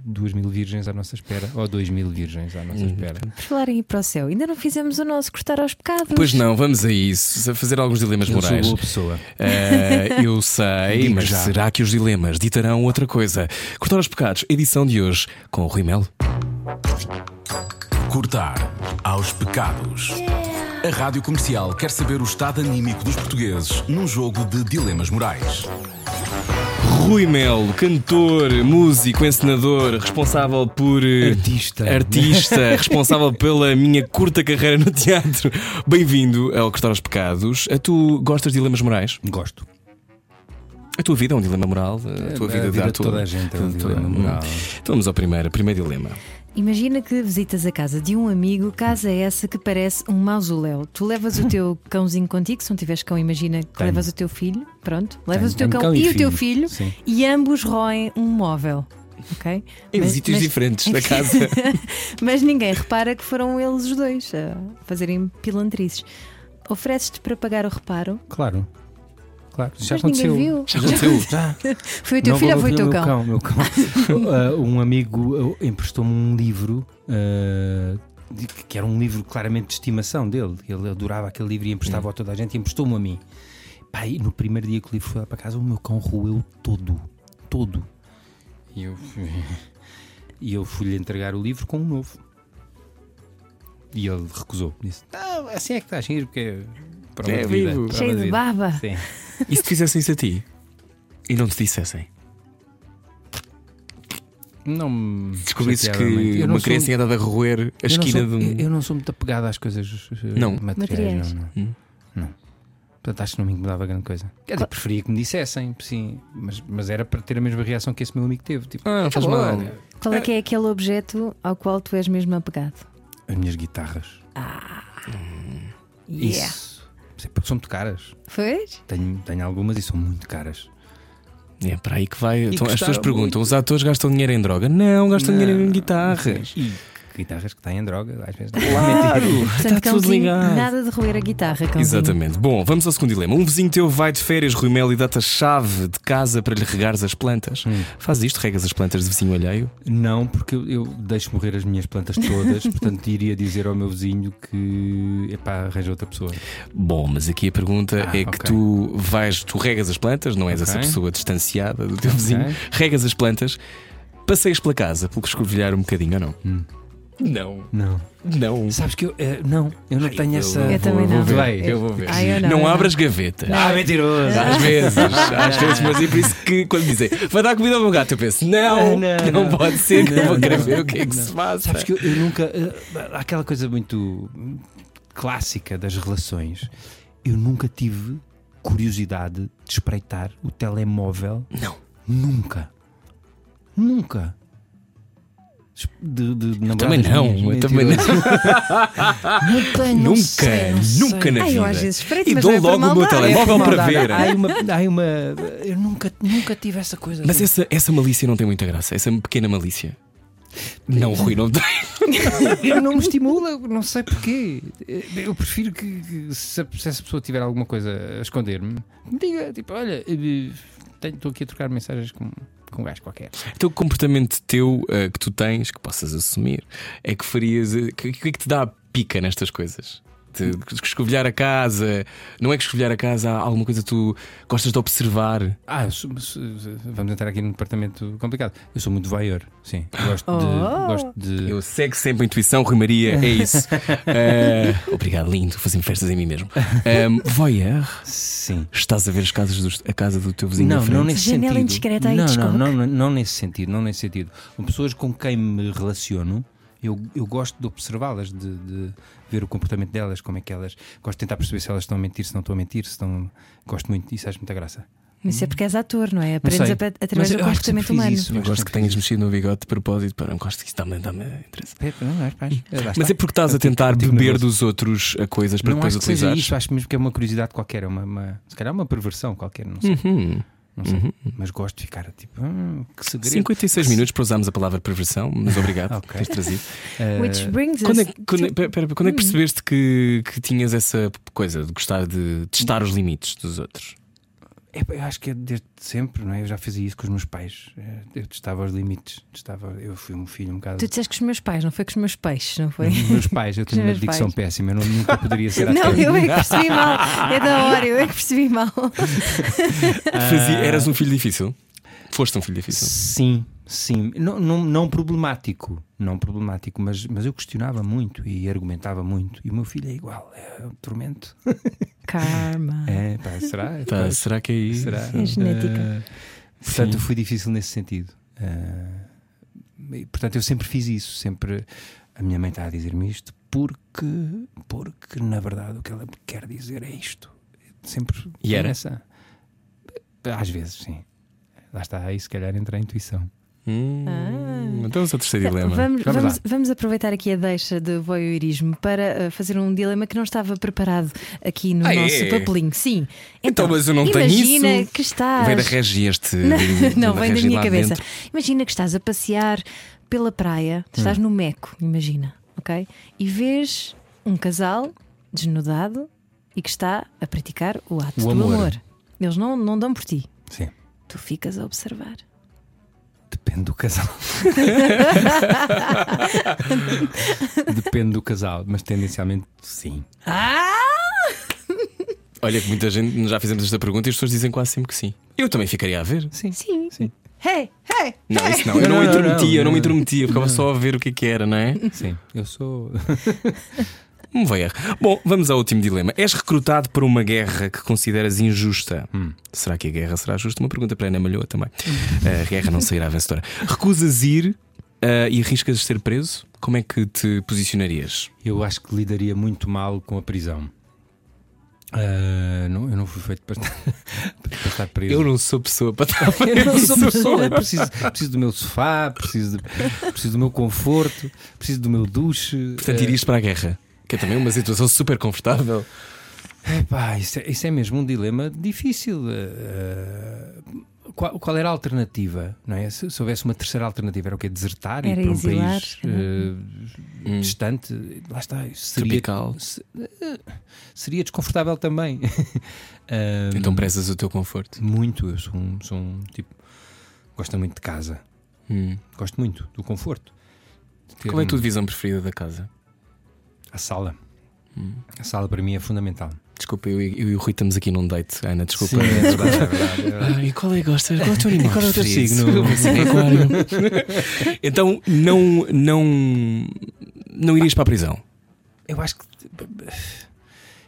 [SPEAKER 5] duas mil virgens à nossa espera, ou dois mil virgens à nossa espera.
[SPEAKER 3] Por falarem ir para o céu, ainda não fizemos o nosso cortar aos pecados.
[SPEAKER 2] Pois não, vamos a isso. A fazer alguns dilemas
[SPEAKER 5] Eu sou
[SPEAKER 2] morais.
[SPEAKER 5] boa pessoa.
[SPEAKER 2] Eh, eu sei,
[SPEAKER 5] Digo
[SPEAKER 2] mas
[SPEAKER 5] já.
[SPEAKER 2] será que os dilemas ditarão outra coisa? Cortar os pecados, edição de hoje com o Rui Melo.
[SPEAKER 4] Cortar aos pecados. A Rádio Comercial quer saber o estado anímico dos portugueses num jogo de dilemas morais.
[SPEAKER 2] Rui Melo, cantor, músico, encenador, responsável por. eh,
[SPEAKER 5] Artista.
[SPEAKER 2] Artista, responsável pela minha curta carreira no teatro. Bem-vindo ao Cortar os Pecados. A tu gostas de dilemas morais?
[SPEAKER 5] Gosto.
[SPEAKER 2] A tua vida é um dilema moral? A tua
[SPEAKER 5] A
[SPEAKER 2] vida,
[SPEAKER 5] vida
[SPEAKER 2] dá
[SPEAKER 5] de toda a gente é um dilema moral.
[SPEAKER 2] Então vamos ao primeiro, primeiro dilema.
[SPEAKER 3] Imagina que visitas a casa de um amigo, casa essa que parece um mausoléu. Tu levas
[SPEAKER 5] Hum.
[SPEAKER 3] o teu cãozinho contigo, se não tiveres cão, imagina que levas o teu filho, pronto, levas
[SPEAKER 5] Tenho.
[SPEAKER 3] o teu cão,
[SPEAKER 5] Tenho cão
[SPEAKER 3] e,
[SPEAKER 5] e
[SPEAKER 3] o teu
[SPEAKER 5] filho,
[SPEAKER 3] filho
[SPEAKER 5] sim.
[SPEAKER 3] e ambos roem um móvel. Ok?
[SPEAKER 2] Em
[SPEAKER 3] Mas-
[SPEAKER 2] sítios
[SPEAKER 3] mas-
[SPEAKER 2] diferentes da casa.
[SPEAKER 3] Mas ninguém repara que foram eles os dois a fazerem pilantrices. Ofereces-te para pagar o reparo?
[SPEAKER 5] Claro. Claro. Já
[SPEAKER 3] Mas ninguém
[SPEAKER 5] aconteceu.
[SPEAKER 3] viu.
[SPEAKER 5] Já aconteceu. Já.
[SPEAKER 3] Foi o teu
[SPEAKER 5] Não,
[SPEAKER 3] filho
[SPEAKER 5] vou-
[SPEAKER 3] ou foi o teu
[SPEAKER 5] meu
[SPEAKER 3] cão?
[SPEAKER 5] meu cão. Uh, um amigo uh, emprestou-me um livro uh, de- que era um livro claramente de estimação dele. Ele adorava aquele livro e emprestava a toda a gente e emprestou-me a mim. Pá, e no primeiro dia que o livro foi lá para casa, o meu cão roeu todo. Todo. E eu, e eu fui-lhe entregar o livro com um novo. E ele recusou. Disse: "Ah, assim é que estás a porque é. prova
[SPEAKER 2] É
[SPEAKER 5] de vida,
[SPEAKER 2] vivo.
[SPEAKER 5] prova
[SPEAKER 3] Cheio de
[SPEAKER 5] vida."
[SPEAKER 3] baba.
[SPEAKER 5] Sim.
[SPEAKER 2] E se te fizessem isso a ti? e não te dissessem?
[SPEAKER 5] Não me
[SPEAKER 2] Descobrisses
[SPEAKER 5] chateava muito.
[SPEAKER 2] que
[SPEAKER 5] Eu não
[SPEAKER 2] uma
[SPEAKER 5] sou- um
[SPEAKER 2] criança é dada a roer a
[SPEAKER 5] eu não
[SPEAKER 2] esquina
[SPEAKER 5] sou-
[SPEAKER 2] de um.
[SPEAKER 5] Eu não sou muito apegado às coisas eh,
[SPEAKER 2] Não.
[SPEAKER 3] Materiais.
[SPEAKER 5] materiais. Não, não.
[SPEAKER 2] Hum.
[SPEAKER 5] Não. Portanto, acho que não me incomodava grande coisa. Quer dizer, preferia que me dissessem, sim, mas, mas era para ter a mesma reação que esse meu amigo teve. Tipo,
[SPEAKER 2] Ah, não faz mal.
[SPEAKER 5] olha,
[SPEAKER 3] Qual é que é aquele objeto ao qual tu és mesmo apegado?
[SPEAKER 5] As minhas guitarras.
[SPEAKER 3] Yeah.
[SPEAKER 5] Isso. Porque são muito caras.
[SPEAKER 3] Foi?
[SPEAKER 5] Tenho, tenho algumas e são muito caras.
[SPEAKER 2] É para aí que vai. Então, as pessoas
[SPEAKER 5] gostava
[SPEAKER 2] perguntam:
[SPEAKER 5] muito.
[SPEAKER 2] os atores gastam dinheiro em droga? Não, gastam
[SPEAKER 5] Não,
[SPEAKER 2] dinheiro em guitarras.
[SPEAKER 5] E guitarras que têm droga, às vezes.
[SPEAKER 3] Portanto,
[SPEAKER 2] Está Tá tudo
[SPEAKER 3] cãozinho,
[SPEAKER 2] ligado.
[SPEAKER 3] Nada de roer a guitarra, cãozinho.
[SPEAKER 2] Exatamente. Bom, vamos ao segundo dilema. Um vizinho teu vai de férias, Rui Mel, e dá-te a chave de casa para lhe regares as plantas.
[SPEAKER 5] Hum.
[SPEAKER 2] Faz isto, regas as plantas de vizinho alheio.
[SPEAKER 5] Não, porque eu, eu deixo morrer as minhas plantas todas, portanto iria dizer ao meu vizinho que epá, arranja outra pessoa.
[SPEAKER 2] Bom, mas aqui a pergunta
[SPEAKER 5] Ah,
[SPEAKER 2] é que
[SPEAKER 5] ok.
[SPEAKER 2] tu vais, tu regas as plantas, não és essa
[SPEAKER 5] Ok.
[SPEAKER 2] pessoa distanciada do teu vizinho,
[SPEAKER 5] Ok.
[SPEAKER 2] regas as plantas, passeias pela casa, pelo que escovilhar um bocadinho ou não?
[SPEAKER 5] Hum.
[SPEAKER 2] Não,
[SPEAKER 5] Não.
[SPEAKER 2] não.
[SPEAKER 5] Sabes que eu eh, não, eu não tenho essa.
[SPEAKER 3] Eu também não.
[SPEAKER 5] Vai,
[SPEAKER 2] Eu vou ver.
[SPEAKER 3] Ai, eu
[SPEAKER 2] não
[SPEAKER 3] não, eu não.
[SPEAKER 2] abras gavetas.
[SPEAKER 5] Ah, mentiroso!
[SPEAKER 2] Às vezes, às vezes, mas é por isso que quando dizem vai dar comida ao meu gato, eu penso, não, não,
[SPEAKER 5] Ah, Não, não.
[SPEAKER 2] pode ser, que eu
[SPEAKER 5] Não,
[SPEAKER 2] vou querer
[SPEAKER 5] não,
[SPEAKER 2] ver o que é que
[SPEAKER 5] não.
[SPEAKER 2] se faz.
[SPEAKER 5] Sabes que eu, eu nunca. eh, há aquela coisa muito hum, clássica das relações. Eu nunca tive curiosidade de espreitar o telemóvel.
[SPEAKER 2] Não.
[SPEAKER 5] Nunca. Nunca. Es- De, de namoradas
[SPEAKER 2] também não,
[SPEAKER 5] minhas,
[SPEAKER 2] eu também não.
[SPEAKER 5] mentirosas.
[SPEAKER 2] nunca,
[SPEAKER 5] sei, não sei.
[SPEAKER 2] nunca na
[SPEAKER 3] Ai,
[SPEAKER 2] vida.
[SPEAKER 3] eu às vezes espreito,
[SPEAKER 2] e
[SPEAKER 3] mas
[SPEAKER 2] dou
[SPEAKER 3] não é por
[SPEAKER 2] logo o meu
[SPEAKER 3] maldade, é por
[SPEAKER 2] telemóvel para
[SPEAKER 5] Maldade,
[SPEAKER 2] ver.
[SPEAKER 5] Há uma, há uma. Eu nunca, nunca tive essa coisa.
[SPEAKER 2] Mas essa, essa malícia não tem muita graça, essa pequena malícia. Não, Rui, não tem.
[SPEAKER 5] Eu não me estimula, não sei porquê. Eu prefiro que, que se, a- se essa pessoa tiver alguma coisa a esconder-me, me diga, tipo, olha, eh, tenho- estou aqui a trocar mensagens com, com um gajo qualquer.
[SPEAKER 2] Então, o comportamento teu eh, que tu tens, que possas assumir, é que farias. eh, que- O que é que te dá a pica nestas coisas? De de escovilhar a casa, não é que escovilhar a casa, há alguma coisa que tu gostas de observar.
[SPEAKER 5] Ah, eu sou- sou- sou- vamos entrar aqui num departamento complicado. Eu sou muito voyeur, sim. Gosto
[SPEAKER 3] Oh.
[SPEAKER 5] de. Gosto de...
[SPEAKER 2] Eu segue sempre a intuição, Rui Maria, é isso. Eh, obrigado, lindo, fazendo festas em mim mesmo. Um, voyeur,
[SPEAKER 5] Sim.
[SPEAKER 2] estás a ver as casas dos- a casa do teu vizinho? à
[SPEAKER 5] Não,
[SPEAKER 2] frente?
[SPEAKER 5] não nesse
[SPEAKER 3] Janela
[SPEAKER 5] sentido.
[SPEAKER 3] indiscreta aí,
[SPEAKER 5] não, não,
[SPEAKER 3] Hitchcock.
[SPEAKER 5] não, não, não nesse sentido, não nesse sentido. Com pessoas com quem me relaciono, eu, eu gosto de observá-las, de, de ver o comportamento delas, como é que elas. Gosto de tentar perceber se elas estão a mentir, se não estão a mentir, se estão. Gosto muito disso, acho muita graça.
[SPEAKER 3] Mas isso é porque és ator, não é?
[SPEAKER 5] Não
[SPEAKER 3] Aprendes
[SPEAKER 5] sei,
[SPEAKER 3] a- através
[SPEAKER 5] mas
[SPEAKER 3] do
[SPEAKER 5] eu acho que sempre
[SPEAKER 3] comportamento
[SPEAKER 5] fiz
[SPEAKER 3] humano.
[SPEAKER 5] isso,
[SPEAKER 2] Eu gosto
[SPEAKER 5] sempre
[SPEAKER 2] que tenhas
[SPEAKER 5] fiz
[SPEAKER 2] mexido no bigode de propósito, para não gosto que isso também dá-me interessa.
[SPEAKER 5] isso. É, não, mas, mas, lá
[SPEAKER 2] Mas
[SPEAKER 5] está.
[SPEAKER 2] é porque estás a
[SPEAKER 5] Eu fico-
[SPEAKER 2] tentar
[SPEAKER 5] fico
[SPEAKER 2] beber
[SPEAKER 5] nervoso.
[SPEAKER 2] dos outros a coisas para
[SPEAKER 5] Não
[SPEAKER 2] depois
[SPEAKER 5] acho que seja
[SPEAKER 2] utilizares.
[SPEAKER 5] isso, acho mesmo que é uma curiosidade qualquer, é uma, uma- se calhar uma perversão qualquer, não sei.
[SPEAKER 2] Hum.
[SPEAKER 5] Não sei. Mas gosto de ficar tipo, hum, que segredo.
[SPEAKER 2] 56 minutos para usarmos a palavra perversão, mas obrigado por
[SPEAKER 5] Ok.
[SPEAKER 2] teres trazido.
[SPEAKER 5] Eh,
[SPEAKER 3] Which brings
[SPEAKER 2] Quando é,
[SPEAKER 3] us.
[SPEAKER 2] que- quando, é- pera- pera, quando é que percebeste que, que tinhas essa coisa de gostar de testar os limites dos outros?
[SPEAKER 5] É, pá, eu acho que é desde sempre, não é? Eu já fazia isso com os meus pais. Eh, Eu testava os limites. Testava, eu fui um filho um bocado.
[SPEAKER 3] Tu disseste que os meus pais, não foi com os meus peixes, não foi?
[SPEAKER 5] Os meus pais, eu tenho uma
[SPEAKER 3] meus
[SPEAKER 5] dicção
[SPEAKER 3] pais.
[SPEAKER 5] péssima, eu não- nunca poderia ser
[SPEAKER 3] Não,
[SPEAKER 5] ator.
[SPEAKER 3] eu é que percebi mal. É da hora, eu é que percebi mal.
[SPEAKER 2] Fazia- eras um filho difícil? Foste um filho difícil?
[SPEAKER 5] Sim, sim. Não, não, não problemático, não problemático, mas, mas eu questionava muito e argumentava muito. E o meu filho é igual, é um tormento.
[SPEAKER 3] Karma.
[SPEAKER 5] É, pá, será?
[SPEAKER 2] Tá, será que é isso?
[SPEAKER 5] Será?
[SPEAKER 3] É genética.
[SPEAKER 5] Eh, portanto,
[SPEAKER 2] Sim.
[SPEAKER 5] eu fui difícil nesse sentido. Eh, e, portanto, eu sempre fiz isso. Sempre a minha mãe está a dizer-me isto porque, porque, na verdade, o que ela quer dizer é isto. Sempre
[SPEAKER 2] E era?
[SPEAKER 5] nessa- Às vezes, sim. Lá está, aí se calhar entra a intuição.
[SPEAKER 2] Hum,
[SPEAKER 3] Ah.
[SPEAKER 2] Então esse é o terceiro
[SPEAKER 3] Então,
[SPEAKER 2] dilema.
[SPEAKER 3] Vamos,
[SPEAKER 5] Vamos
[SPEAKER 3] vamos-
[SPEAKER 5] lá.
[SPEAKER 3] vamos aproveitar aqui a deixa de voyeurismo para uh, fazer um dilema que não estava preparado aqui no
[SPEAKER 2] Ah, é?
[SPEAKER 3] nosso papelinho. Sim.
[SPEAKER 2] Então, mas eu não tenho
[SPEAKER 3] imagina
[SPEAKER 2] isso.
[SPEAKER 3] que estás.
[SPEAKER 2] Vem da regi este.
[SPEAKER 3] Não, vem da
[SPEAKER 2] regi
[SPEAKER 3] minha
[SPEAKER 2] lá
[SPEAKER 3] cabeça.
[SPEAKER 2] dentro.
[SPEAKER 3] Imagina que estás a passear pela praia, estás
[SPEAKER 2] Hum.
[SPEAKER 3] no Meco, imagina, ok? E vês um casal desnudado e que está a praticar o ato
[SPEAKER 5] O
[SPEAKER 3] do amor.
[SPEAKER 5] amor.
[SPEAKER 3] Eles não, não dão por ti,
[SPEAKER 5] Sim.
[SPEAKER 3] tu ficas a observar.
[SPEAKER 5] Depende do casal. Depende do casal, mas tendencialmente sim.
[SPEAKER 2] Olha que muita gente já fizemos esta pergunta e as pessoas dizem quase sempre que sim. Eu também ficaria a ver.
[SPEAKER 5] Sim.
[SPEAKER 3] Sim.
[SPEAKER 5] Sim.
[SPEAKER 3] Hey, hey!
[SPEAKER 2] Não, isso não. Eu
[SPEAKER 5] Não,
[SPEAKER 2] não, me
[SPEAKER 5] não, não,
[SPEAKER 2] intrometia, eu não me
[SPEAKER 5] não.
[SPEAKER 2] intrometia, eu ficava só a ver o que é que era, não é?
[SPEAKER 5] Sim, eu sou.
[SPEAKER 2] Um voyeur. Bom, vamos ao último dilema. És recrutado para uma guerra que consideras injusta.
[SPEAKER 5] Hum.
[SPEAKER 2] Será que a guerra será justa? Uma pergunta para a Ana Malhoa também. A guerra não sairá vencedora. Recusas ir ah, e arriscas de ser preso? Como é que te posicionarias?
[SPEAKER 5] Eu acho que lidaria muito mal com a prisão. Ah, não, eu não fui feito para estar, para estar preso.
[SPEAKER 2] não sou pessoa para estar
[SPEAKER 5] Eu não sou pessoa. Preciso, preciso do meu sofá, preciso, de- preciso do meu conforto, preciso do meu duche.
[SPEAKER 2] Portanto,
[SPEAKER 5] Eh,
[SPEAKER 2] irias para a guerra. Que é também uma situação super confortável.
[SPEAKER 5] Epá, isso, é, isso é mesmo um dilema difícil. eh, eh, qual, qual era a alternativa? Não é? se, se houvesse uma terceira alternativa, era o quê? Desertar e ir
[SPEAKER 3] Era
[SPEAKER 5] para um
[SPEAKER 3] exilar,
[SPEAKER 5] país
[SPEAKER 3] era.
[SPEAKER 5] eh, distante? Lá está. isso Seria,
[SPEAKER 2] Hum, Tropical.
[SPEAKER 5] se- eh, seria desconfortável também. Eh,
[SPEAKER 2] Então prezas o teu conforto.
[SPEAKER 5] muito. Eu sou um, sou um tipo. Gosto muito de casa.
[SPEAKER 2] Hum.
[SPEAKER 5] Gosto muito do conforto. De ter
[SPEAKER 2] Qual é a
[SPEAKER 5] um-
[SPEAKER 2] tua divisão preferida da casa?
[SPEAKER 5] A sala.
[SPEAKER 2] Hum.
[SPEAKER 5] A sala para mim é fundamental.
[SPEAKER 2] Desculpa, eu, e- eu e o Rui estamos aqui num date, Ana, desculpa.
[SPEAKER 5] Sim, é verdade, é verdade, é verdade.
[SPEAKER 2] Ah, e qual é que gostas? Qual é o teu animal?
[SPEAKER 5] Qual é o teu
[SPEAKER 2] preferido?
[SPEAKER 5] signo?
[SPEAKER 2] O signo aquário. então, não, não, não irias para a prisão.
[SPEAKER 5] Eu acho que.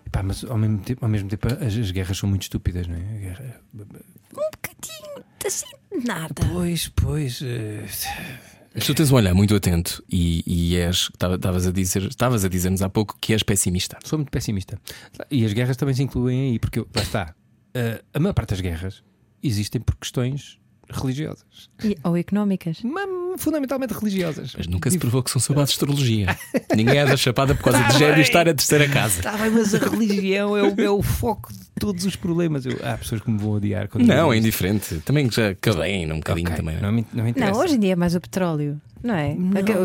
[SPEAKER 5] Epá, mas ao mesmo tempo, ao mesmo tempo as, as guerras são muito estúpidas, não é? A guerra-
[SPEAKER 3] Tá.
[SPEAKER 1] Nada.
[SPEAKER 5] Pois, pois. eh,
[SPEAKER 2] Tu tens um olhar muito atento e, e és, estavas a dizer, estavas a dizer-nos há pouco que és pessimista.
[SPEAKER 5] Sou muito pessimista. E as guerras também se incluem aí, porque eu- lá está. eh, a maior parte das guerras existem por questões religiosas.
[SPEAKER 3] E- ou económicas.
[SPEAKER 5] Mas fundamentalmente religiosas.
[SPEAKER 2] Mas nunca se provou que são sobre a astrologia. Ninguém é da chapada por
[SPEAKER 3] Tá
[SPEAKER 2] causa de gêmeos estar a terceira casa.
[SPEAKER 5] Está bem, mas a religião é o, é o foco de todos os problemas. Eu- há pessoas que me vão odiar. quando eu
[SPEAKER 2] Não,
[SPEAKER 5] digo
[SPEAKER 2] é
[SPEAKER 5] isto.
[SPEAKER 2] indiferente. Também já cadeiem um bocadinho
[SPEAKER 5] Ok,
[SPEAKER 2] também. não é?
[SPEAKER 5] Não, me- não me interessa.
[SPEAKER 3] Não, hoje em dia é mais o petróleo, não é?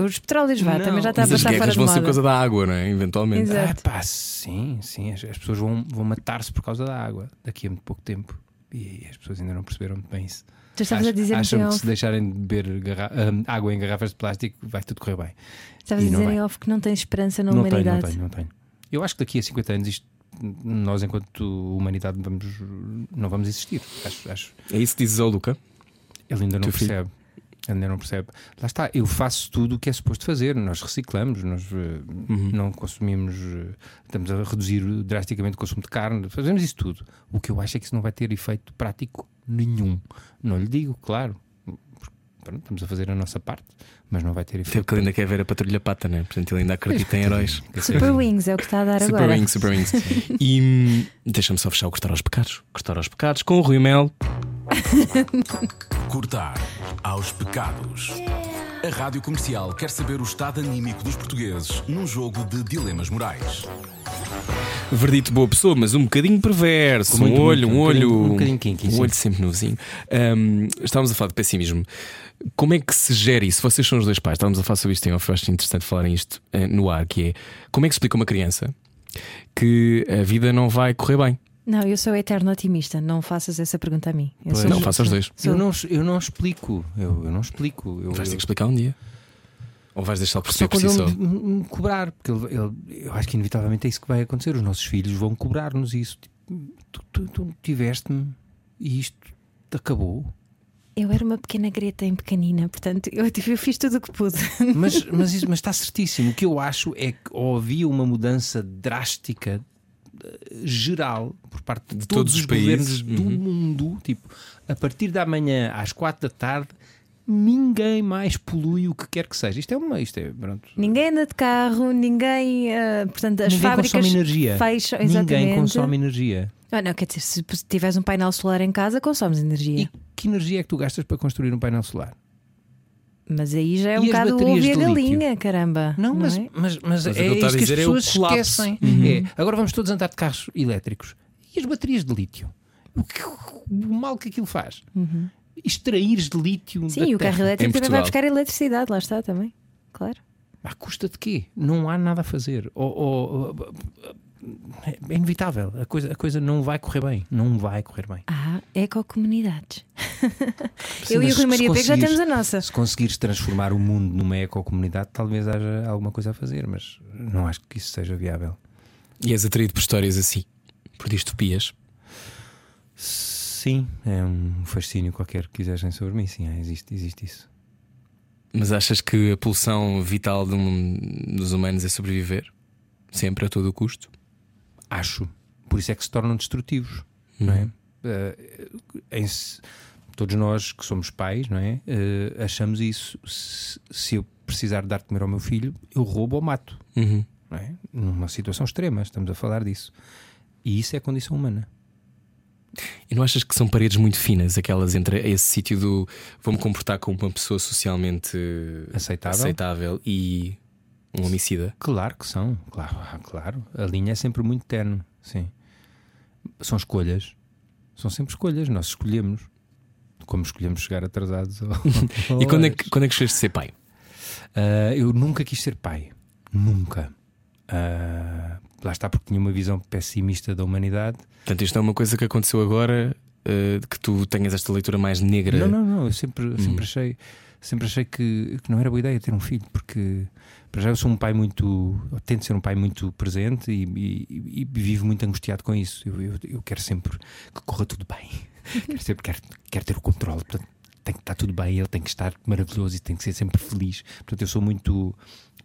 [SPEAKER 3] Os petróleos vá,
[SPEAKER 5] Não.
[SPEAKER 3] também já está a
[SPEAKER 2] Mas as
[SPEAKER 3] passar fora
[SPEAKER 2] guerras
[SPEAKER 3] de
[SPEAKER 2] vão ser
[SPEAKER 3] moda.
[SPEAKER 2] por causa da água, não é? Eventualmente.
[SPEAKER 3] Exato.
[SPEAKER 5] Ah, pá, sim, sim. As, as pessoas vão, vão matar-se por causa da água daqui a muito pouco tempo. E as pessoas ainda não perceberam muito bem isso.
[SPEAKER 3] Tu estavas a é
[SPEAKER 5] Ach-
[SPEAKER 3] dizer
[SPEAKER 5] acham
[SPEAKER 3] em
[SPEAKER 5] que
[SPEAKER 3] off,
[SPEAKER 5] se deixarem de beber garra- hum, água em garrafas de plástico vai tudo correr bem.
[SPEAKER 3] estavas a
[SPEAKER 5] E não
[SPEAKER 3] dizer em
[SPEAKER 5] vai.
[SPEAKER 3] off que não tens esperança na
[SPEAKER 5] não tenho, não
[SPEAKER 3] humanidade.
[SPEAKER 5] tenho, não tenho. Eu acho que daqui a 50 anos isto, nós, enquanto humanidade, vamos, não vamos existir. Acho, acho.
[SPEAKER 2] É isso que dizes ao Luca?
[SPEAKER 5] Ele ainda não
[SPEAKER 2] Teu filho.
[SPEAKER 5] percebe. Ele ainda não percebe. Lá está, eu faço tudo o que é suposto fazer. Nós reciclamos, nós eh, não consumimos, eh, estamos a reduzir drasticamente o consumo de carne, fazemos isso tudo. O que eu acho é que isso não vai ter efeito prático nenhum. Não lhe digo, claro. porque, pronto, estamos a fazer a nossa parte, mas não vai ter
[SPEAKER 2] Até
[SPEAKER 5] efeito.
[SPEAKER 2] porque ele ainda quer ver a Patrulha Pata, né? Portanto, ele ainda acredita em heróis.
[SPEAKER 3] Super Wings é o que está a dar
[SPEAKER 2] Super
[SPEAKER 3] agora.
[SPEAKER 2] Wings, Super Wings. E hum, deixa-me só fechar o Cortar aos Pecados. Cortar aos Pecados com o Rui Mel.
[SPEAKER 4] Cortar aos pecados. A Rádio Comercial quer saber o estado anímico dos portugueses num jogo de dilemas morais.
[SPEAKER 2] Verdito boa pessoa, mas um bocadinho perverso.
[SPEAKER 5] Muito,
[SPEAKER 2] um olho, um
[SPEAKER 5] muito, um
[SPEAKER 2] olho.
[SPEAKER 5] bocadinho- um bocadinho kinky,
[SPEAKER 2] um
[SPEAKER 5] sim.
[SPEAKER 2] olho sempre nozinho. Hum, estávamos a falar de pessimismo. Como é que se gera isso? Vocês são os dois pais. Estávamos a falar sobre isto em off. Eu acho interessante falarem isto eh, no ar, que é como é que se explica a uma criança que a vida não vai correr bem?
[SPEAKER 3] Não, eu sou eterno otimista, não faças essa pergunta a mim. Eu
[SPEAKER 5] Pois.
[SPEAKER 3] sou-
[SPEAKER 2] Não, faça os dois.
[SPEAKER 3] sou-
[SPEAKER 5] Eu não, eu não explico. Eu, eu não explico. Eu,
[SPEAKER 2] Vais ter
[SPEAKER 5] eu-
[SPEAKER 2] que explicar um dia. Ou vais deixar por
[SPEAKER 5] Só
[SPEAKER 2] si por
[SPEAKER 5] quando
[SPEAKER 2] si
[SPEAKER 5] ele
[SPEAKER 2] só.
[SPEAKER 5] me, me cobrar, porque ele, ele- eu acho que inevitavelmente é isso que vai acontecer. Os nossos filhos vão cobrar-nos isso. Tipo, Tu, tu- tu tiveste-me e isto te acabou.
[SPEAKER 3] Eu era uma pequena greta em pequenina, portanto eu, tive- eu fiz tudo o que pude.
[SPEAKER 5] Mas, mas, isso, mas está certíssimo. O que eu acho é que ou havia uma mudança drástica eh, geral por parte de,
[SPEAKER 2] todos
[SPEAKER 5] todos, os Uhum.
[SPEAKER 2] os países,
[SPEAKER 5] governos do mundo, tipo, a partir da manhã às quatro da tarde, ninguém mais polui o que quer que seja. Isto é uma, isto é, pronto,
[SPEAKER 3] ninguém anda de carro, ninguém. ah, portanto, as
[SPEAKER 5] ninguém
[SPEAKER 3] fábricas.
[SPEAKER 5] consome energia.
[SPEAKER 3] fecham-
[SPEAKER 5] ninguém
[SPEAKER 3] exatamente.
[SPEAKER 5] consome energia.
[SPEAKER 3] Ah, não, quer dizer, se tiveres um painel solar em casa, consomes energia.
[SPEAKER 5] E que energia é que tu gastas para construir um painel solar?
[SPEAKER 3] Mas aí já é um
[SPEAKER 5] E as
[SPEAKER 3] bocado o
[SPEAKER 5] baterias
[SPEAKER 3] ovo e a
[SPEAKER 5] de lítio?
[SPEAKER 3] galinha, caramba.
[SPEAKER 5] Não, mas,
[SPEAKER 3] é?
[SPEAKER 5] mas,
[SPEAKER 2] Mas
[SPEAKER 5] mas,
[SPEAKER 2] o que
[SPEAKER 5] é
[SPEAKER 2] ele está a
[SPEAKER 5] isso que as
[SPEAKER 2] dizer é o
[SPEAKER 5] pessoas
[SPEAKER 2] colapso.
[SPEAKER 5] esquecem. É, agora vamos todos andar de carros elétricos. E as baterias de lítio? O, que- o mal que aquilo faz? Extraíres de lítio
[SPEAKER 3] Uhum. Sim,
[SPEAKER 5] da
[SPEAKER 3] e o carro é-
[SPEAKER 5] terra.
[SPEAKER 2] Em
[SPEAKER 3] elétrico também
[SPEAKER 2] Portugal.
[SPEAKER 3] vai buscar eletricidade, lá está também. Claro.
[SPEAKER 5] À custa de quê? Não há nada a fazer. Ou- ou- ou- é inevitável. A coisa, a coisa não vai correr bem. Não vai correr bem.
[SPEAKER 3] Ah,
[SPEAKER 5] é
[SPEAKER 3] ecocomunidades.
[SPEAKER 5] Sim,
[SPEAKER 3] Eu e
[SPEAKER 5] mas
[SPEAKER 3] o Rui
[SPEAKER 5] se
[SPEAKER 3] Maria Pego já
[SPEAKER 5] conseguires-
[SPEAKER 3] temos a nossa.
[SPEAKER 5] Se conseguires transformar o mundo numa ecocomunidade, talvez haja alguma coisa a fazer, mas não acho que isso seja viável.
[SPEAKER 2] E és atraído por histórias assim, por distopias.
[SPEAKER 5] Sim, é um fascínio qualquer que quiserem sobre mim. Sim, é, existe, existe isso.
[SPEAKER 2] Mas achas que a pulsão vital de um- dos humanos é sobreviver? sempre a todo o custo.
[SPEAKER 5] Acho. Por isso é que se tornam destrutivos, não é? Eh, em se- todos nós que somos pais, não é? Eh, achamos isso. Se, se eu precisar dar de comer ao meu filho, eu roubo ou mato,
[SPEAKER 2] Uhum.
[SPEAKER 5] não é? Numa situação extrema, estamos a falar disso. E isso é condição humana.
[SPEAKER 2] E não achas que são paredes muito finas, aquelas entre esse sítio do vou-me comportar como uma pessoa socialmente
[SPEAKER 5] Aceitável?
[SPEAKER 2] aceitável e um homicida?
[SPEAKER 5] Claro que são, claro, ah, claro. A linha é sempre muito terno, sim. São escolhas, são sempre escolhas, nós escolhemos. Como escolhemos chegar atrasados. ao-
[SPEAKER 2] E quando é, que, quando é que escolheste ser pai?
[SPEAKER 5] Ah, eu nunca quis ser pai. Nunca. Ah, lá está porque tinha uma visão pessimista da humanidade.
[SPEAKER 2] Portanto, isto é uma coisa que aconteceu agora, eh, de que tu tenhas esta leitura mais negra.
[SPEAKER 5] Não, não, não. Eu sempre, eu sempre achei, sempre achei que, que não era boa ideia ter um filho, porque para já eu sou um pai muito. Eu tento ser um pai muito presente e, e- e vivo muito angustiado com isso. Eu, eu- eu quero sempre que corra tudo bem. quero sempre quero, quero ter o controle. Portanto, tem que estar tudo bem, ele tem que estar maravilhoso e tem que ser sempre feliz. Portanto, eu sou muito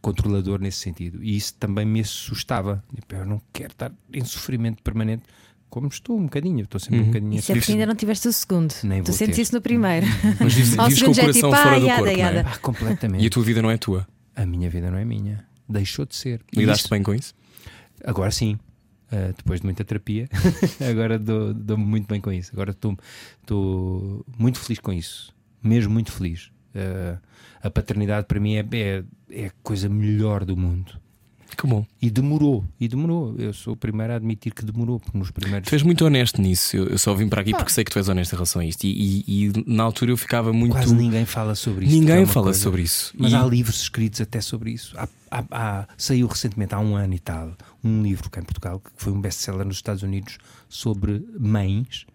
[SPEAKER 5] controlador nesse sentido. E isso também me assustava. Tipo, Eu não quero estar em sofrimento permanente. Como estou um bocadinho, eu estou sempre um bocadinho
[SPEAKER 3] Isso é porque ainda não tiveste o segundo.
[SPEAKER 5] Nem
[SPEAKER 3] tu
[SPEAKER 5] vou
[SPEAKER 3] sentes
[SPEAKER 5] ter.
[SPEAKER 3] isso no primeiro.
[SPEAKER 2] Mas vives,
[SPEAKER 3] Ao
[SPEAKER 2] vives com o
[SPEAKER 3] segundo já é
[SPEAKER 2] coração
[SPEAKER 3] tipo,
[SPEAKER 2] fora
[SPEAKER 3] ah,
[SPEAKER 2] do
[SPEAKER 3] yada,
[SPEAKER 2] corpo, não é?
[SPEAKER 3] yada.
[SPEAKER 5] Ah, completamente.
[SPEAKER 2] E a tua vida não é tua.
[SPEAKER 5] a minha vida não é minha. Deixou de ser.
[SPEAKER 2] Lidaste
[SPEAKER 5] Isso-
[SPEAKER 2] bem com isso?
[SPEAKER 5] Agora sim. Ah, depois de muita terapia, agora dou- dou-me muito bem com isso. Agora estou- estou muito feliz com isso, mesmo muito feliz. Ah, a paternidade para mim é, é, é a coisa melhor do mundo.
[SPEAKER 2] Que bom.
[SPEAKER 5] E demorou, e demorou. Eu sou o primeiro a admitir que demorou, porque nos primeiros.
[SPEAKER 2] Tu és muito honesto nisso. Eu, eu só vim para aqui porque sei que tu és honesto em relação a isto. E, e- e na altura eu ficava muito.
[SPEAKER 5] Quase ninguém fala sobre é isso.
[SPEAKER 2] Ninguém fala sobre isso.
[SPEAKER 5] Mas
[SPEAKER 2] E-
[SPEAKER 5] há livros escritos até sobre isso. Há- há- há- saiu recentemente, há um ano e tal, um livro cá em Portugal, que foi um best-seller nos Estados Unidos, sobre mães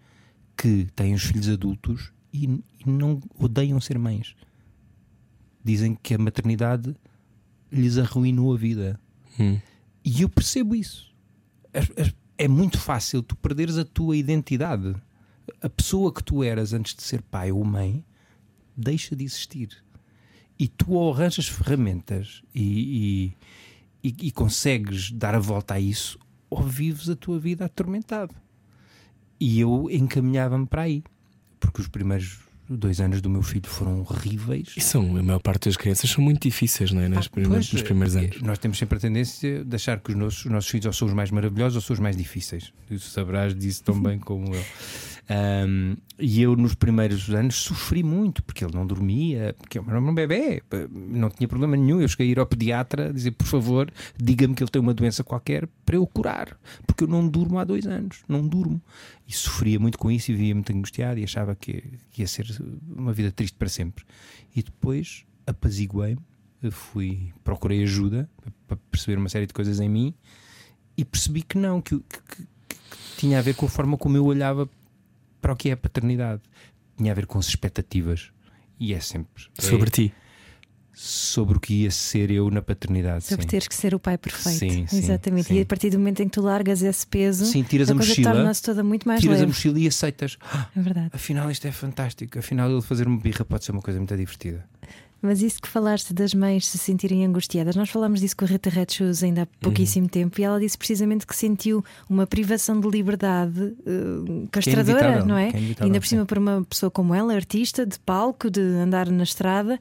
[SPEAKER 5] que têm os filhos adultos e, e não odeiam ser mães. Dizem que a maternidade lhes arruinou a vida.
[SPEAKER 2] Hum.
[SPEAKER 5] E eu percebo isso. As- as- É muito fácil tu perderes a tua identidade. A pessoa que tu eras antes de ser pai ou mãe deixa de existir. E tu ou arranjas ferramentas e, e- e- e consegues dar a volta a isso, ou vives a tua vida atormentado. E eu encaminhava-me para aí, porque os primeiros dois anos do meu filho foram horríveis.
[SPEAKER 2] E são, a maior parte das crianças são muito difíceis, não é? Nas prime-
[SPEAKER 5] Pois,
[SPEAKER 2] nos primeiros
[SPEAKER 5] eh,
[SPEAKER 2] anos.
[SPEAKER 5] Nós temos sempre a tendência de achar que os nossos, os nossos filhos ou são os mais maravilhosos ou são os mais difíceis. Tu saberás disso tão bem como eu. Ahm, e eu, nos primeiros anos, sofri muito porque ele não dormia, porque eu era um bebê, não tinha problema nenhum. Eu cheguei a ir ao pediatra dizer: por favor, diga-me que ele tem uma doença qualquer para eu curar, porque eu não durmo há dois anos, não durmo. E sofria muito com isso e vivia muito angustiado e achava que, que ia ser uma vida triste para sempre. E depois apaziguei-me eu fui procurei ajuda para perceber uma série de coisas em mim e percebi que não que, o- que- que- que tinha a ver com a forma como eu olhava para o que é a paternidade tinha a ver com as expectativas e é sempre é
[SPEAKER 2] Sobre ti.
[SPEAKER 5] sobre o que ia ser eu na paternidade
[SPEAKER 3] Sobre
[SPEAKER 5] sim.
[SPEAKER 3] teres que ser o pai perfeito.
[SPEAKER 5] Sim, sim,
[SPEAKER 3] Exatamente.
[SPEAKER 5] sim.
[SPEAKER 3] E a partir do momento em que tu largas esse peso,
[SPEAKER 5] Sim, tiras a
[SPEAKER 3] coisa
[SPEAKER 5] mochila,
[SPEAKER 3] torna-se toda muito mais
[SPEAKER 5] tiras a
[SPEAKER 3] leve.
[SPEAKER 5] mochila e aceitas "Ah,
[SPEAKER 3] É verdade.
[SPEAKER 5] afinal isto é fantástico afinal ele fazer uma birra pode ser uma coisa muito divertida
[SPEAKER 3] Mas isso que falaste das mães se sentirem angustiadas, nós falámos disso com a Rita Red Shoes ainda há
[SPEAKER 5] Uhum.
[SPEAKER 3] pouquíssimo tempo e ela disse precisamente que sentiu uma privação de liberdade eh, castradora,
[SPEAKER 5] inevitável,
[SPEAKER 3] não é?
[SPEAKER 5] que é inevitável,
[SPEAKER 3] ainda por
[SPEAKER 5] sim.
[SPEAKER 3] cima para uma pessoa como ela, artista, de palco, de andar na estrada.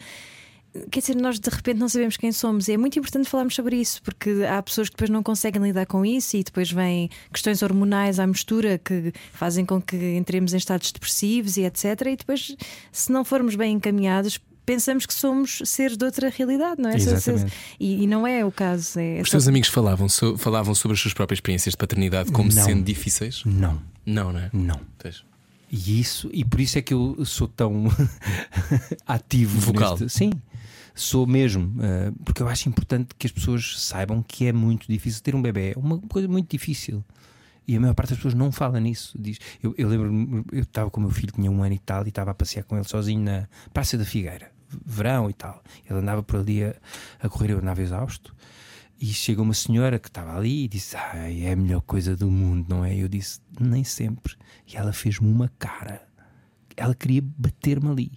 [SPEAKER 3] Quer dizer, nós de repente não sabemos quem somos e é muito importante falarmos sobre isso, porque há pessoas que depois não conseguem lidar com isso e depois vêm questões hormonais à mistura que fazem com que entremos em estados depressivos e etc. E depois, se não formos bem encaminhados, pensamos que somos seres de outra realidade, não é?
[SPEAKER 5] Exatamente.
[SPEAKER 3] E, e não é o caso. É
[SPEAKER 2] Os
[SPEAKER 3] só-
[SPEAKER 5] Então-
[SPEAKER 2] teus amigos falavam, so- falavam sobre as suas próprias experiências de paternidade como
[SPEAKER 5] Não.
[SPEAKER 2] sendo difíceis?
[SPEAKER 5] não
[SPEAKER 2] Não, não é?
[SPEAKER 5] não
[SPEAKER 2] Pois.
[SPEAKER 5] E isso, e por isso é que eu sou tão ativo.
[SPEAKER 2] Vocal.
[SPEAKER 5] neste- sim, sou mesmo. eh, porque eu acho importante que as pessoas saibam que é muito difícil ter um bebê. É uma coisa muito difícil. E a maior parte das pessoas não fala nisso. Diz, eu, eu lembro-me, eu estava com o meu filho, tinha um ano e tal, e estava a passear com ele sozinho na Praça da Figueira, verão e tal. Ele andava por ali a, a correr, eu andava exausto. E chega uma senhora que estava ali e disse: Ai, é a melhor coisa do mundo, não é? Eu disse: Nem sempre. E ela fez-me uma cara. Ela queria bater-me ali.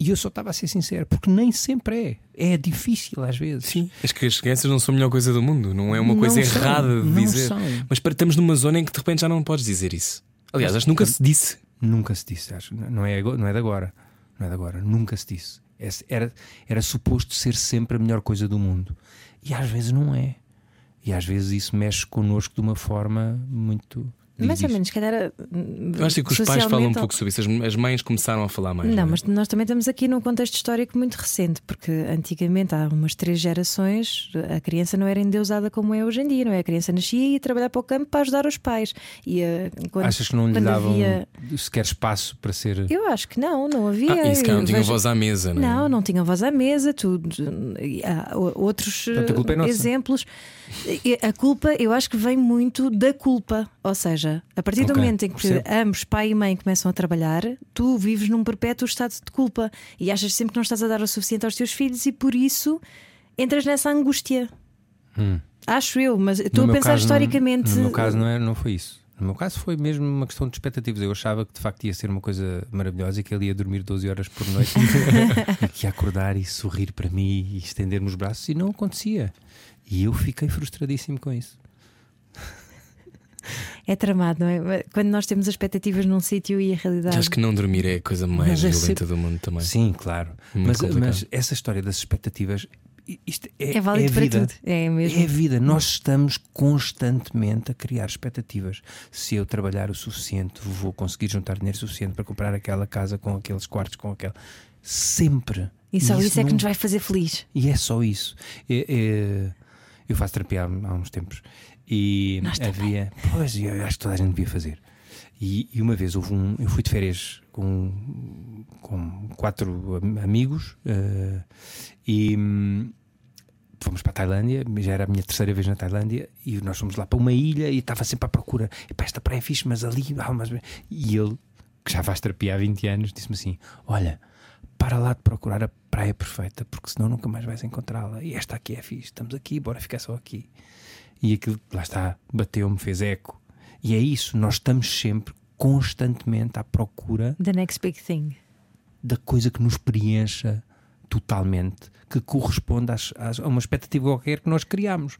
[SPEAKER 5] E eu só estava a ser sincero, porque nem sempre é. É difícil às vezes.
[SPEAKER 2] Sim. As que as crianças não são a melhor coisa do mundo, não é uma
[SPEAKER 5] Não
[SPEAKER 2] coisa
[SPEAKER 5] são,
[SPEAKER 2] errada de
[SPEAKER 5] não
[SPEAKER 2] dizer.
[SPEAKER 5] são.
[SPEAKER 2] Mas para, estamos numa zona em que de repente já não podes dizer isso. Aliás, acho que nunca se disse.
[SPEAKER 5] Nunca se disse, acho. Não é, agora- não é de agora. Não é de agora. Nunca se disse. Esse Era, era suposto ser sempre a melhor coisa do mundo. E às vezes não é. E às vezes isso mexe connosco de uma forma muito. diz
[SPEAKER 3] Mais ou
[SPEAKER 5] isto.
[SPEAKER 3] menos, se calhar.
[SPEAKER 2] Eu acho que os pais falam um pouco sobre isso, as, as mães começaram a falar mais.
[SPEAKER 3] Não,
[SPEAKER 2] é?
[SPEAKER 3] mas nós também estamos aqui num contexto histórico muito recente, porque antigamente, há umas três gerações, a criança não era endeusada como é hoje em dia, não é? A criança nascia e ia trabalhar para o campo para ajudar os pais. E, eh, quando-
[SPEAKER 5] Achas que não lhe
[SPEAKER 3] quando
[SPEAKER 5] davam
[SPEAKER 3] havia-
[SPEAKER 5] sequer espaço para ser.
[SPEAKER 3] Eu acho que não, não havia.
[SPEAKER 2] Ah,
[SPEAKER 5] é
[SPEAKER 2] isso que
[SPEAKER 5] um
[SPEAKER 2] não
[SPEAKER 3] Eu
[SPEAKER 2] tinham
[SPEAKER 3] vejo-
[SPEAKER 2] voz à mesa, não é?
[SPEAKER 3] Não, não tinham voz à mesa, tudo. E Há o- outros
[SPEAKER 5] Portanto, a culpa é
[SPEAKER 3] eh,
[SPEAKER 5] nossa.
[SPEAKER 3] exemplos. E A culpa, eu acho que vem muito da culpa. Ou seja, a partir do
[SPEAKER 5] Ok,
[SPEAKER 3] momento em que
[SPEAKER 5] percebo.
[SPEAKER 3] ambos, pai e mãe, começam a trabalhar, tu vives num perpétuo estado de culpa e achas sempre que não estás a dar o suficiente aos teus filhos e por isso entras nessa angústia. Acho eu, mas estou
[SPEAKER 5] Hum.
[SPEAKER 3] a
[SPEAKER 5] No meu
[SPEAKER 3] pensar
[SPEAKER 5] caso, não-
[SPEAKER 3] historicamente.
[SPEAKER 5] No meu caso não, era, não foi isso. No meu caso foi mesmo uma questão de expectativas. Eu achava que de facto ia ser uma coisa maravilhosa e que ele ia dormir 12 horas por noite e acordar e sorrir para mim e estender-me os braços e não acontecia. E eu fiquei frustradíssimo com isso.
[SPEAKER 3] É tramado, não é? Quando nós temos as expectativas num sítio e a realidade.
[SPEAKER 2] Acho que não dormir é a coisa mais
[SPEAKER 5] Mas é
[SPEAKER 2] violenta
[SPEAKER 5] sempre-
[SPEAKER 2] do mundo também.
[SPEAKER 5] Sim, claro.
[SPEAKER 2] Muito
[SPEAKER 5] Mas,
[SPEAKER 2] complicado.
[SPEAKER 5] mas essa história das expectativas i- isto é,
[SPEAKER 3] É válido
[SPEAKER 5] é
[SPEAKER 3] para
[SPEAKER 5] vida.
[SPEAKER 3] tudo. É mesmo.
[SPEAKER 5] É a vida. Nós estamos constantemente a criar expectativas. Se eu trabalhar o suficiente, vou conseguir juntar dinheiro suficiente para comprar aquela casa com aqueles quartos, com aquela. Sempre.
[SPEAKER 3] E só isso é que
[SPEAKER 5] não-
[SPEAKER 3] nos vai fazer feliz.
[SPEAKER 5] E é só isso. É- é- Eu faço terapia há, há uns tempos e havia. Pois, eu acho que toda a gente devia fazer. E, e uma vez houve um. Eu fui de férias com, com quatro am- amigos eh, e hum, fomos para a Tailândia. Já era a minha terceira vez na Tailândia e nós fomos lá para uma ilha e estava sempre à procura. Epá, esta praia é fixe, mas ali. há umas-" E ele, que já faz terapia há 20 anos, disse-me assim: Olha, para lá de procurar a praia perfeita, porque senão nunca mais vais encontrá-la. E esta aqui é fixe, estamos aqui, bora ficar só aqui. E aquilo, lá está, bateu-me, fez eco. E é isso, nós estamos sempre, constantemente, à procura
[SPEAKER 3] The next big thing.
[SPEAKER 5] da coisa que nos preencha totalmente, que corresponde às- às- a uma expectativa qualquer que nós criamos.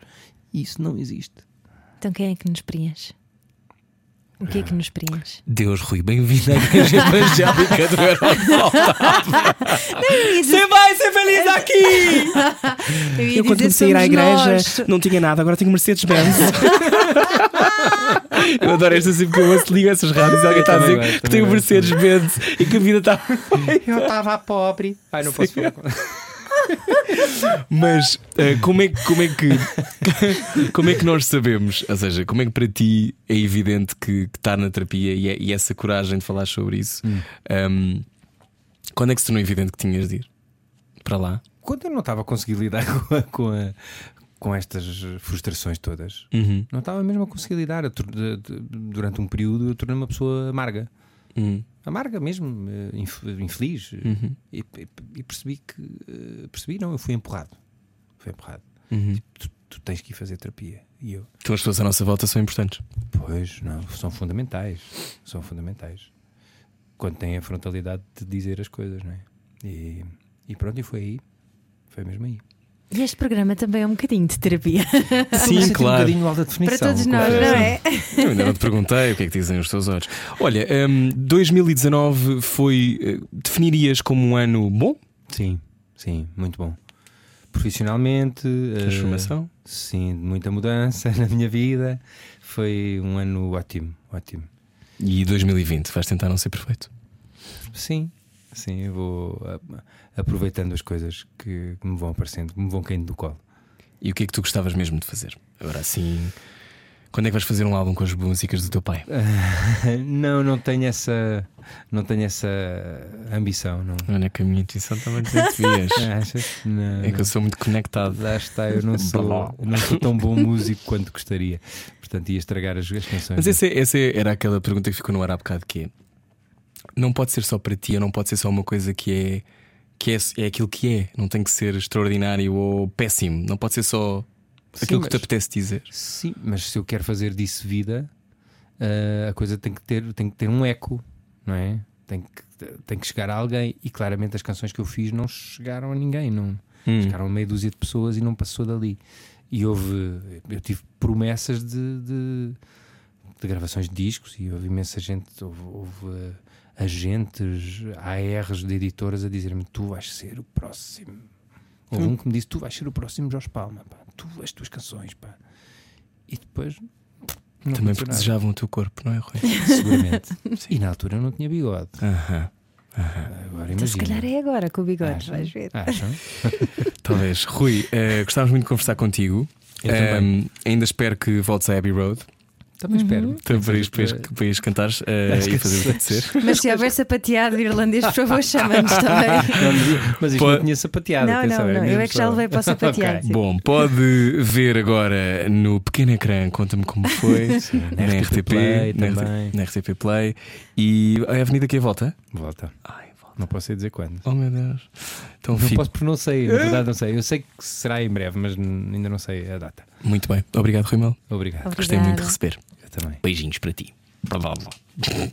[SPEAKER 5] Isso não existe.
[SPEAKER 3] Então quem é que nos preenche? O que é que
[SPEAKER 2] Ah.
[SPEAKER 3] nos preenche?
[SPEAKER 2] Deus, Rui, bem-vindo à Igreja Evangélica do Europa. Você vai ser feliz aqui!
[SPEAKER 3] Eu, ia
[SPEAKER 2] Eu, quando comecei
[SPEAKER 3] dizer,
[SPEAKER 2] a ir à
[SPEAKER 3] somos
[SPEAKER 2] igreja,
[SPEAKER 3] nós.
[SPEAKER 2] não tinha nada, agora tenho Mercedes-Benz. eu adoro esta sempre que eu ouço, ligo essas rádios e alguém está a
[SPEAKER 5] Também
[SPEAKER 2] dizer
[SPEAKER 5] gosto,
[SPEAKER 2] que
[SPEAKER 5] também
[SPEAKER 2] tenho
[SPEAKER 5] gosto.
[SPEAKER 2] Mercedes-Benz e que a vida está.
[SPEAKER 5] Eu estava pobre. Ai, não posso falar.
[SPEAKER 2] Mas eh, como, é, que- como é que. Como é que nós sabemos? Ou seja, como é que para ti é evidente que que está na terapia e, é- e essa coragem de falar sobre isso? ehm, quando é que se tornou evidente que tinhas de ir para lá?
[SPEAKER 5] Quando eu não estava a conseguir lidar com, a- com, a- com estas frustrações todas,
[SPEAKER 2] Uhum.
[SPEAKER 5] Não estava mesmo a conseguir lidar. Eu tor- de- de- Durante um período eu tornei-me uma pessoa amarga.
[SPEAKER 2] Uhum.
[SPEAKER 5] Amarga mesmo, eh, inf- infeliz. E, e- e percebi que. eh, Percebi, não, eu fui empurrado. Fui empurrado.
[SPEAKER 2] Uhum.
[SPEAKER 5] Tu, tu tens que ir fazer terapia. E eu,
[SPEAKER 2] Então as pessoas à nossa volta são importantes.
[SPEAKER 5] pois, não, são fundamentais. São fundamentais. Quando têm a frontalidade de dizer as coisas, não é? E, e pronto, e foi aí. Foi mesmo aí.
[SPEAKER 3] E este programa também é um bocadinho de terapia.
[SPEAKER 2] Sim,
[SPEAKER 5] Um
[SPEAKER 2] claro.
[SPEAKER 5] bocadinho alta
[SPEAKER 3] Para
[SPEAKER 5] definição.
[SPEAKER 3] todos nós, não é?
[SPEAKER 2] Eu ainda não te perguntei o que é que dizem os teus olhos. Olha, ehm, 2019 foi. eh, definirias como um ano bom?
[SPEAKER 5] Sim, sim, muito bom. Profissionalmente, eh,
[SPEAKER 2] Transformação?
[SPEAKER 5] sim, de muita mudança na minha vida. Foi um ano ótimo, ótimo.
[SPEAKER 2] E 2020, vais tentar não ser perfeito.
[SPEAKER 5] Sim, sim, eu vou a- aproveitando as coisas que, que me vão aparecendo, que me vão caindo do colo.
[SPEAKER 2] E o que é que tu gostavas mesmo de fazer? Agora sim. Quando é que vais fazer um álbum com as músicas do teu pai?
[SPEAKER 5] É. Não, não tenho essa, não tenho essa ambição, não.
[SPEAKER 2] Olha que a minha intuição também te devias.
[SPEAKER 5] Achas? Não.
[SPEAKER 2] É que eu sou muito conectado.
[SPEAKER 5] Lá está, eu não sou, eu não sou tão bom músico quanto gostaria. Portanto, ia estragar as, as canções.
[SPEAKER 2] Mas essa, essa é, era aquela pergunta que ficou no ar há bocado que é. Não pode ser só para ti, ou não pode ser só uma coisa que é que é, é aquilo que é. Não tem que ser extraordinário ou péssimo. Não pode ser só aquilo que
[SPEAKER 5] mas-
[SPEAKER 2] te apetece dizer.
[SPEAKER 5] Sim, mas se eu quero fazer eh, disso vida, ah, a coisa tem que ter, tem que ter um eco, não é? Tem que te- tem que chegar a alguém. E claramente as canções que eu fiz não chegaram a ninguém, não.
[SPEAKER 2] Hum.
[SPEAKER 5] Chegaram a meia dúzia de pessoas e não passou dali. E houve, eu tive promessas de, de, de gravações de discos e houve imensa gente, houve, houve eh, agentes, ARs de editoras a dizer-me: Tu vais ser o próximo. Houve
[SPEAKER 2] Hum.
[SPEAKER 5] um que me disse: Tu vais ser o próximo Jorge Palma, pá. tu as tuas canções, pá. E depois.
[SPEAKER 2] Também
[SPEAKER 5] não aconteceu
[SPEAKER 2] porque
[SPEAKER 5] nada.
[SPEAKER 2] desejavam o teu corpo, não é, Rui?
[SPEAKER 5] Seguramente. E na altura eu não tinha bigode.
[SPEAKER 2] Aham.
[SPEAKER 5] Agora
[SPEAKER 3] Então, se calhar
[SPEAKER 5] imagina.
[SPEAKER 3] é agora com o bigode,
[SPEAKER 2] Ah.
[SPEAKER 5] Acham?
[SPEAKER 3] vais ver.
[SPEAKER 5] Acham?
[SPEAKER 2] Talvez. Rui, eh, gostávamos muito de conversar contigo.
[SPEAKER 5] Eu também.
[SPEAKER 2] Ehm, ainda espero que voltes a Abbey Road
[SPEAKER 5] Também espero.
[SPEAKER 2] também Então, para ires,
[SPEAKER 5] Seja
[SPEAKER 2] para ires, para ires cantares eh,
[SPEAKER 5] Acho
[SPEAKER 2] e
[SPEAKER 5] que
[SPEAKER 2] fazer o que
[SPEAKER 5] sim.
[SPEAKER 2] acontecer.
[SPEAKER 3] Mas se houver sapateado irlandês, por favor, chama-nos também.
[SPEAKER 5] Não, mas- Mas isto
[SPEAKER 2] Pô-
[SPEAKER 5] não tinha sapateado.
[SPEAKER 3] Não,
[SPEAKER 5] atenção,
[SPEAKER 3] não,
[SPEAKER 5] a
[SPEAKER 3] não,
[SPEAKER 5] mesma
[SPEAKER 3] eu é que já
[SPEAKER 5] pessoa.
[SPEAKER 3] levei para o sapateado.
[SPEAKER 5] Ok.
[SPEAKER 3] sim.
[SPEAKER 2] Bom, pode ver agora no pequeno ecrã, conta-me como foi, na
[SPEAKER 5] Na
[SPEAKER 2] RTP,
[SPEAKER 5] Play
[SPEAKER 2] na,
[SPEAKER 5] é também.
[SPEAKER 2] RT na RTP Play e a Avenida que é volta?
[SPEAKER 5] Volta.
[SPEAKER 2] Ai, volta.
[SPEAKER 5] Não posso aí dizer quando. Ah!
[SPEAKER 2] Oh meu Deus. Então
[SPEAKER 5] Não
[SPEAKER 2] fico
[SPEAKER 5] posso porque não sei, na verdade não sei. Eu sei que será em breve, mas n- ainda não sei a data.
[SPEAKER 2] muito bem. Obrigado, Rui Mel.
[SPEAKER 5] Obrigado.
[SPEAKER 2] Gostei muito de
[SPEAKER 3] Obrigada.
[SPEAKER 2] receber.
[SPEAKER 5] Eu também.
[SPEAKER 2] Beijinhos para ti. Blá, blá, blá.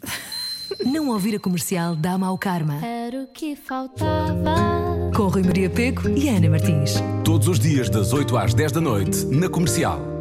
[SPEAKER 6] Não ouvir a comercial dá mau karma.
[SPEAKER 1] Era o que faltava.
[SPEAKER 6] Com Rui Maria Peco e Ana Martins.
[SPEAKER 4] Todos os dias das 8 às 10 da noite na Comercial.